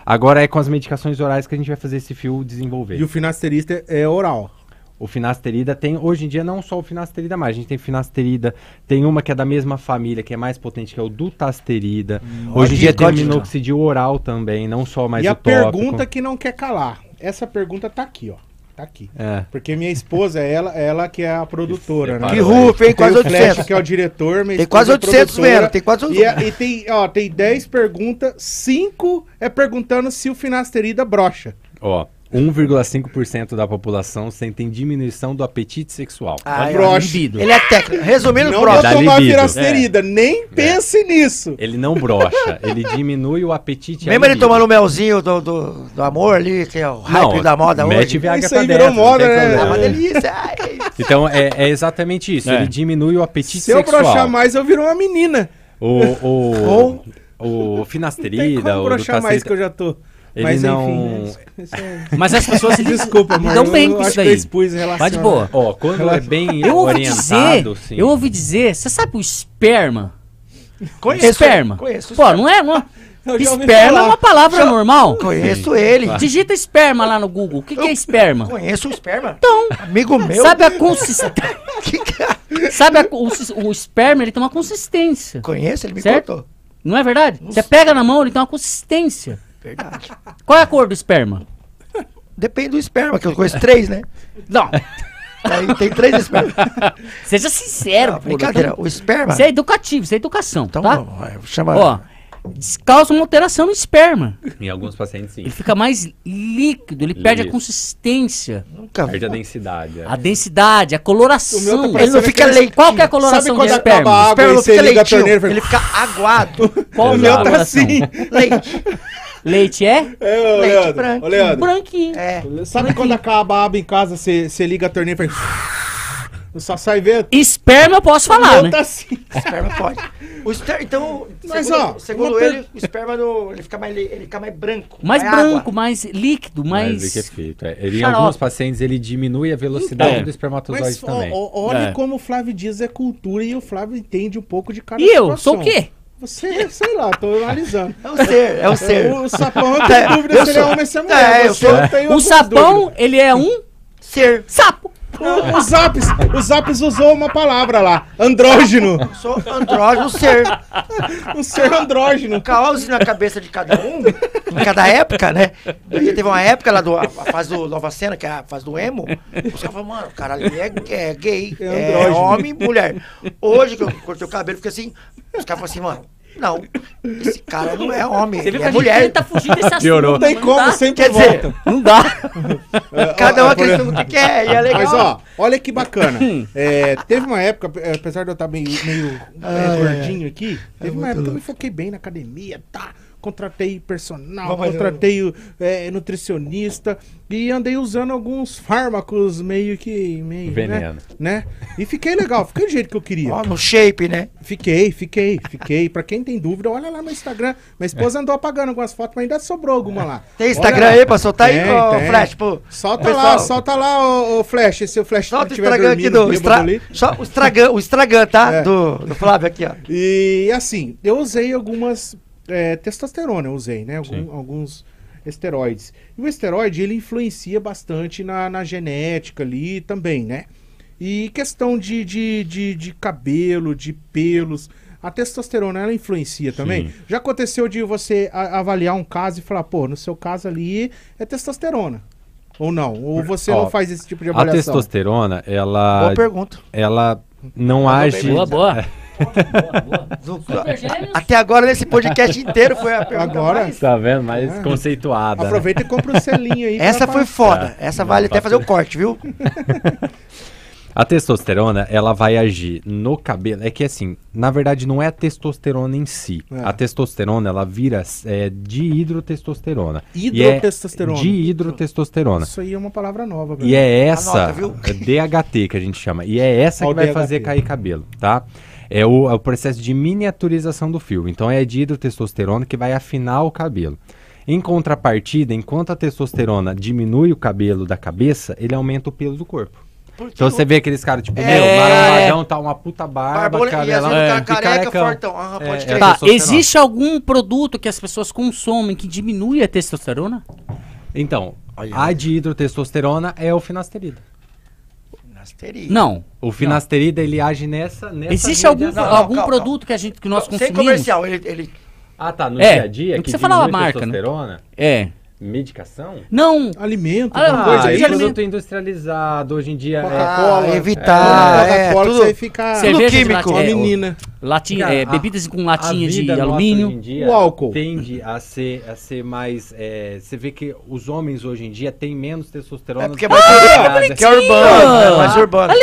Speaker 5: Agora é com as medicações orais que a gente vai fazer esse fio desenvolver.
Speaker 1: E o finasterista é oral.
Speaker 5: O finasterida tem, hoje em dia, não só o finasterida mais. A gente tem finasterida, tem uma que é da mesma família, que é mais potente, que é o dutasterida. hoje em dia tem o
Speaker 2: ótimo.
Speaker 5: minoxidil oral também, não só mais
Speaker 1: e
Speaker 5: o
Speaker 1: a
Speaker 5: tópico.
Speaker 1: pergunta que não quer calar. Essa pergunta tá aqui, ó. Tá aqui.
Speaker 5: É.
Speaker 1: Porque minha esposa *laughs* é ela, ela que é a produtora, né?
Speaker 5: Que
Speaker 2: Que
Speaker 5: Parou,
Speaker 2: rufem,
Speaker 1: Tem
Speaker 2: quase
Speaker 1: o Flash,
Speaker 2: 800.
Speaker 1: que é o diretor, minha
Speaker 2: Tem
Speaker 1: esposa
Speaker 2: quase
Speaker 1: é
Speaker 2: 800
Speaker 1: produtora.
Speaker 2: mesmo, tem quase
Speaker 1: E,
Speaker 2: 800.
Speaker 1: a- e tem, ó, é tem 10 perguntas, 5 é perguntando se o finasterida brocha.
Speaker 5: Ó, 1,5% da população sentem diminuição do apetite sexual.
Speaker 2: Ai,
Speaker 1: broxa.
Speaker 3: Libido.
Speaker 2: Ele é técnico. Resumindo,
Speaker 1: Não
Speaker 2: próximo.
Speaker 5: dá
Speaker 1: vou tomar
Speaker 5: libido. É.
Speaker 1: virasterida, nem pense nisso.
Speaker 5: Ele não brocha, ele diminui o apetite. e a
Speaker 2: Mesmo ele
Speaker 5: libido.
Speaker 2: tomando o um melzinho do, do, do amor ali, que é o hype
Speaker 5: Não,
Speaker 2: da moda
Speaker 5: mete
Speaker 2: hoje.
Speaker 5: Viagra
Speaker 1: Isso
Speaker 5: pra
Speaker 1: aí virou
Speaker 5: dentro, não
Speaker 1: moda,
Speaker 5: tem
Speaker 1: né?
Speaker 2: É
Speaker 5: problema.
Speaker 2: uma delícia. ai.
Speaker 5: Então é, é exatamente isso.
Speaker 6: É.
Speaker 5: Ele diminui o apetite
Speaker 1: Se eu
Speaker 5: sexual.
Speaker 1: broxar mais, eu viro uma menina.
Speaker 5: O, o,
Speaker 2: Ou-
Speaker 5: o
Speaker 1: Tem
Speaker 5: finasterida,
Speaker 1: como
Speaker 5: o do
Speaker 1: broxar mais
Speaker 5: Tacita-
Speaker 1: que eu já tô.
Speaker 5: Ele
Speaker 1: Mas
Speaker 5: não-
Speaker 1: enfim. né? Isso
Speaker 5: *laughs*
Speaker 1: é-
Speaker 3: Mas as pessoas se
Speaker 1: Desculpa, amor.
Speaker 3: Então bem
Speaker 1: eu
Speaker 3: com
Speaker 1: acho
Speaker 3: isso
Speaker 1: que eu
Speaker 3: daí.
Speaker 1: expus em relação
Speaker 3: Vai de
Speaker 1: a-
Speaker 3: boa.
Speaker 5: Ó, quando é bem
Speaker 3: Eu ouvi dizer,
Speaker 5: orientado, sim.
Speaker 3: eu ouvi dizer, você sabe o esperma?
Speaker 2: Conheço ele,
Speaker 3: esperma.
Speaker 2: Conheço.
Speaker 3: Pô, não
Speaker 2: *laughs*
Speaker 3: é? Não...
Speaker 1: Eu já ouvi
Speaker 3: Esperma é
Speaker 1: falar.
Speaker 3: uma palavra normal.
Speaker 2: Conheço ele.
Speaker 3: Digita esperma lá no Google. O que, que é esperma?
Speaker 2: Conheço o esperma.
Speaker 3: Então,
Speaker 2: Amigo meu.
Speaker 3: sabe a consistência.
Speaker 2: *laughs* Que é? cara.
Speaker 3: *laughs* sabe a- o, sis- o esperma, ele tem uma consistência.
Speaker 2: Conheço, ele me
Speaker 3: Certo?
Speaker 2: contou.
Speaker 3: Não é verdade? Você pega na mão, ele tem uma consistência.
Speaker 2: Verdade.
Speaker 3: Qual é a cor do esperma?
Speaker 2: Depende do esperma, que eu conheço três, né?
Speaker 3: Não,
Speaker 2: Aí tem três espermas.
Speaker 3: seja sincero.
Speaker 2: Não,
Speaker 3: pô.
Speaker 2: Ah, brincadeira, o esperma.
Speaker 3: Isso é educativo, isso é educação,
Speaker 2: Então,
Speaker 3: tá?
Speaker 2: ó, chama.
Speaker 3: Ó, des- causa uma alteração no esperma.
Speaker 5: Em alguns pacientes, sim.
Speaker 3: Ele fica mais líquido, ele perde a
Speaker 5: Isso.
Speaker 3: consistência,
Speaker 2: nunca vi.
Speaker 5: Perde a densidade. é.
Speaker 3: a densidade, a coloração.
Speaker 1: O meu tá
Speaker 2: Ele
Speaker 1: parecendo
Speaker 2: não fica
Speaker 1: aqueles-
Speaker 2: leite.
Speaker 3: Qual que é a
Speaker 1: Sabe
Speaker 3: coloração do
Speaker 1: quando acaba a
Speaker 3: esperma?
Speaker 1: água?
Speaker 2: esperma
Speaker 1: e
Speaker 2: não
Speaker 1: você
Speaker 2: fica
Speaker 1: liga a
Speaker 2: leitinho,
Speaker 1: torneira e fala-
Speaker 2: ele fica
Speaker 1: *laughs*
Speaker 2: aguado.
Speaker 3: Qual
Speaker 5: O
Speaker 3: o
Speaker 5: meu
Speaker 3: meu
Speaker 5: tá
Speaker 3: coloração?
Speaker 2: Leite.
Speaker 3: *laughs* Leite é?
Speaker 1: assim. É, ô,
Speaker 2: Leite
Speaker 1: Leandro,
Speaker 2: branco.
Speaker 1: ô, Leandro,
Speaker 3: Branquinho.
Speaker 2: É.
Speaker 1: Sabe quando acaba a aba em casa, você você liga a torneira e faz. *laughs* Só sai vento?
Speaker 3: Esperma eu posso falar,
Speaker 1: Não
Speaker 3: né?
Speaker 1: tá assim.
Speaker 2: O esperma pode. O ester... Então,
Speaker 1: Mas,
Speaker 2: segundo,
Speaker 1: ó,
Speaker 2: segundo
Speaker 1: uma per-
Speaker 2: ele, o esperma no- ele, fica mais, le- ele fica mais branco.
Speaker 3: Mais
Speaker 2: É água.
Speaker 3: branco, mais líquido, mais...
Speaker 5: Mas é que é feito. é. Ele, em
Speaker 3: Xarope. Então,
Speaker 5: alguns pacientes, ele diminui a velocidade
Speaker 6: É.
Speaker 5: do espermatozoide
Speaker 1: Mas ó,
Speaker 5: também.
Speaker 1: ó, olha
Speaker 6: É.
Speaker 1: como o Flávio Dias é cultura e o Flávio entende um pouco de cada
Speaker 3: E eu? Sou
Speaker 1: situação.
Speaker 3: o quê?
Speaker 1: Você, sei lá, tô analisando.
Speaker 2: É o ser, é o
Speaker 1: *laughs*
Speaker 2: ser.
Speaker 1: O sapão, eu tenho
Speaker 2: É,
Speaker 1: dúvida
Speaker 2: eu
Speaker 1: se ele é
Speaker 2: sou.
Speaker 1: homem ou se é mulher.
Speaker 2: É, eu
Speaker 1: Você
Speaker 2: sou.
Speaker 1: eu tenho
Speaker 3: O
Speaker 1: algumas
Speaker 3: sapão,
Speaker 1: dúvidas.
Speaker 3: ele é um
Speaker 2: Ser.
Speaker 3: sapo.
Speaker 1: O, o Zaps, o Zaps usou uma palavra lá, andrógeno.
Speaker 2: Sou andrógeno, ser.
Speaker 1: Um ser andrógeno.
Speaker 2: Caos na cabeça de cada um, em cada época, né? Porque teve uma época lá do a fase do Nova Cena, que é a fase do emo, os caras falavam, mano, o cara ali é, é gay,
Speaker 1: É
Speaker 2: é,
Speaker 1: andrógeno.
Speaker 2: homem e mulher. Hoje que eu cortei o cabelo, fica assim, os caras falam assim, mano, não, esse cara não é homem,
Speaker 3: Você
Speaker 2: ele
Speaker 3: viu que a
Speaker 2: é
Speaker 3: gente
Speaker 2: mulher.
Speaker 3: tenta fugir tá desse assunto. tá?
Speaker 5: Piorou.
Speaker 1: Não tem
Speaker 3: mas
Speaker 1: como,
Speaker 3: dá.
Speaker 1: sempre
Speaker 2: Quer dizer,
Speaker 1: volta.
Speaker 3: Não
Speaker 1: *laughs*
Speaker 3: dá.
Speaker 2: Cada um
Speaker 1: Ó, Ah, por
Speaker 2: acredita no que quer, e é legal. Hum.
Speaker 1: Mas ó, olha que bacana. É, teve uma época, é, apesar de eu estar meio, meio é, gordinho aqui, teve uma época que eu me foquei bem na academia, tá? Contratei personal,
Speaker 2: Vamos,
Speaker 1: contratei o, é, nutricionista e andei usando alguns fármacos meio que. Meio, né?
Speaker 5: Veneno.
Speaker 1: Né? E fiquei legal, fiquei do jeito que eu queria.
Speaker 2: Ó, no shape, né?
Speaker 1: Fiquei, fiquei, fiquei. Pra quem tem dúvida, olha lá no Instagram. Minha esposa andou apagando algumas fotos, mas ainda sobrou alguma lá.
Speaker 2: Tem
Speaker 1: Olha
Speaker 2: Instagram
Speaker 1: lá.
Speaker 2: aí pra soltar aí,
Speaker 1: Tem,
Speaker 2: ô,
Speaker 1: tem.
Speaker 2: Flash, pô?
Speaker 1: Solta lá,
Speaker 2: Pessoal.
Speaker 1: solta lá, ô, ô, Flash, se o Flash
Speaker 2: Solta o
Speaker 1: tiver
Speaker 2: estragão aqui
Speaker 1: dormindo,
Speaker 2: do.
Speaker 1: bêbado ali.
Speaker 2: Estra... Só o estragão, o estragão, tá?
Speaker 1: É.
Speaker 2: Do, do Flávio aqui, ó.
Speaker 1: E assim, eu usei algumas. é, testosterona, eu usei, né? Algum-
Speaker 5: Sim.
Speaker 1: alguns esteroides. E o esteroide, ele influencia bastante na, na genética ali também, né? E questão de, de, de, de cabelo, de pelos. A testosterona, ela influencia também.
Speaker 5: Sim.
Speaker 1: Já aconteceu de você a- avaliar um caso e falar, pô, no seu caso ali é testosterona. Ou não? Ou você
Speaker 5: Ó,
Speaker 1: não faz esse tipo de
Speaker 5: A
Speaker 1: avaliação?
Speaker 5: testosterona, ela,
Speaker 2: Boa pergunta.
Speaker 5: ela não age...
Speaker 3: Boa, boa.
Speaker 2: Do- Até agora, nesse podcast inteiro, foi
Speaker 1: *laughs*
Speaker 2: a pergunta
Speaker 1: Agora,
Speaker 2: mais-
Speaker 5: Tá vendo? Mais
Speaker 1: É.
Speaker 5: conceituada. né?
Speaker 1: Aproveita e compra o selinho aí.
Speaker 2: Essa
Speaker 1: pra-
Speaker 2: foi foda. Essa
Speaker 5: É, Não,
Speaker 2: vale até
Speaker 5: passa-
Speaker 2: fazer o corte, viu?
Speaker 5: A testosterona, ela vai agir no cabelo. É que assim, na verdade, não é a testosterona em si.
Speaker 1: É.
Speaker 5: A testosterona, ela vira é, dihidrotestosterona. E é
Speaker 1: Hidrotestosterona.
Speaker 5: Dihidrotestosterona.
Speaker 1: Isso aí é uma palavra nova. pra
Speaker 5: E
Speaker 1: mim.
Speaker 5: é essa,
Speaker 2: Anota, viu?
Speaker 5: é DHT que a gente chama, e é essa
Speaker 1: Ó,
Speaker 5: que
Speaker 1: o
Speaker 5: vai
Speaker 1: DHT.
Speaker 5: fazer cair cabelo, tá? É o, é o processo de miniaturização do fio. Então é a dihidrotestosterona que vai afinar o cabelo. Em contrapartida, enquanto a testosterona diminui o cabelo da cabeça, ele aumenta o pelo do corpo. Então você vê aqueles caras, tipo,
Speaker 2: É,
Speaker 5: meu, marombadão, tá uma puta barba,
Speaker 2: Barbola e às
Speaker 5: cabelão,
Speaker 3: um
Speaker 2: vezes o cara
Speaker 5: e
Speaker 2: careca,
Speaker 5: carecão.
Speaker 2: fortão. Ah,
Speaker 5: É,
Speaker 2: pode
Speaker 5: é.
Speaker 2: crer.
Speaker 5: Tá.
Speaker 3: Tá, existe algum produto que as pessoas consomem que diminui a testosterona?
Speaker 5: Então,
Speaker 2: Olha.
Speaker 5: a dihidrotestosterona é o finasterida.
Speaker 2: Finasterida.
Speaker 3: Não.
Speaker 5: O finasterida, ele age nessa... nessa
Speaker 3: Existe
Speaker 5: via
Speaker 3: algum,
Speaker 5: de ação.
Speaker 2: não,
Speaker 3: algum
Speaker 2: calma,
Speaker 3: produto que a gente que nós
Speaker 2: Sem
Speaker 3: consumimos?
Speaker 2: comercial, ele, ele
Speaker 5: Ah, tá. No
Speaker 3: É,
Speaker 5: dia a dia,
Speaker 3: não
Speaker 5: que
Speaker 3: precisa falar a
Speaker 5: diminui
Speaker 3: marca, né?
Speaker 5: testosterona,
Speaker 3: É.
Speaker 5: Medicação?
Speaker 3: Não!
Speaker 1: Alimento,
Speaker 3: Ah,
Speaker 1: alguma coisa
Speaker 5: é
Speaker 1: aí.
Speaker 3: de alimento.
Speaker 5: produto industrializado, hoje em dia é...
Speaker 1: Coca-Cola.
Speaker 2: Ah,
Speaker 1: Coca-Cola,
Speaker 2: evitar, é,
Speaker 1: que
Speaker 2: tudo-
Speaker 1: Você aí fica
Speaker 2: Tudo
Speaker 3: Cerveja de
Speaker 2: químico.
Speaker 1: uma
Speaker 3: latinha, é,
Speaker 1: menina.
Speaker 3: Latinha, é,
Speaker 5: Cara, a-
Speaker 3: bebidas com
Speaker 5: a
Speaker 3: latinha de
Speaker 5: vida nossa hoje em
Speaker 3: alumínio.
Speaker 5: dia
Speaker 1: O álcool.
Speaker 5: Tende a ser, a ser mais. é, você vê que os homens hoje em dia têm menos testosterona.
Speaker 2: É porque é
Speaker 5: do que
Speaker 2: mais,
Speaker 5: a
Speaker 2: urbano,
Speaker 5: mulherada.
Speaker 2: que é urbano, é mais urbano.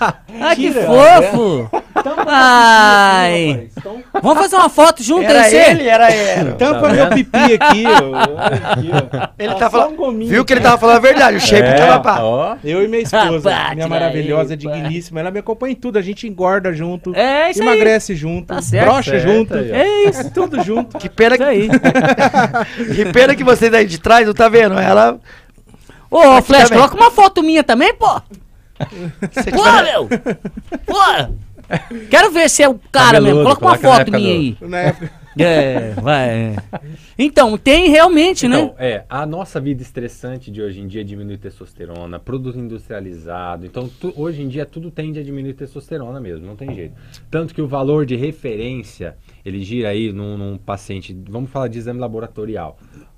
Speaker 3: Ah, que
Speaker 5: Mentira, né?
Speaker 3: fofo! *laughs*
Speaker 5: Tampa
Speaker 3: Ai!
Speaker 5: esse cu, então, rapaz.
Speaker 3: Vamos fazer uma foto junto,
Speaker 2: Era
Speaker 3: aí,
Speaker 2: ele,
Speaker 3: você?
Speaker 2: era ele.
Speaker 1: Tampa
Speaker 5: Tá
Speaker 1: meu
Speaker 5: vendo?
Speaker 1: pipi aqui, ó. Olha aqui, ó.
Speaker 2: *laughs* Ele
Speaker 1: Tá
Speaker 2: tá
Speaker 1: só
Speaker 2: falando,
Speaker 1: um gominho.
Speaker 2: viu que ele tava falando a verdade, o shape
Speaker 5: É,
Speaker 2: tava pá.
Speaker 5: ó.
Speaker 1: Eu e minha esposa,
Speaker 3: Rapaz,
Speaker 1: minha
Speaker 3: tira
Speaker 1: maravilhosa,
Speaker 3: aí,
Speaker 1: digníssima, ela me acompanha em tudo, a gente engorda junto,
Speaker 3: É isso aí.
Speaker 1: emagrece junto,
Speaker 3: Tá certo.
Speaker 1: brocha
Speaker 5: Certo
Speaker 1: junto,
Speaker 5: aí, ó.
Speaker 1: é isso, tudo junto.
Speaker 2: Que pena
Speaker 3: Isso
Speaker 2: que,
Speaker 3: aí.
Speaker 2: *laughs* que pena que você daí de trás não tá vendo. Ela,
Speaker 3: Ô,
Speaker 2: Aqui
Speaker 3: Flash,
Speaker 2: também.
Speaker 3: coloca uma foto minha também, pô!
Speaker 2: se
Speaker 3: Pô,
Speaker 2: tiver-
Speaker 3: meu! Pô! Quero ver se é o cara
Speaker 5: Cabeludo,
Speaker 3: mesmo. Coloca uma
Speaker 5: Tá coloca na
Speaker 3: foto
Speaker 5: época
Speaker 3: minha
Speaker 5: do-
Speaker 3: aí.
Speaker 1: Na época,
Speaker 3: É, vai. Então, tem realmente, né?
Speaker 5: Então, é, a nossa vida estressante de hoje em dia diminui testosterona, produto industrializado. Então, tu- hoje em dia tudo tende a diminuir testosterona mesmo, não tem jeito. Tanto que o valor de referência, ele gira aí num, num paciente, vamos falar de exame laboratorial.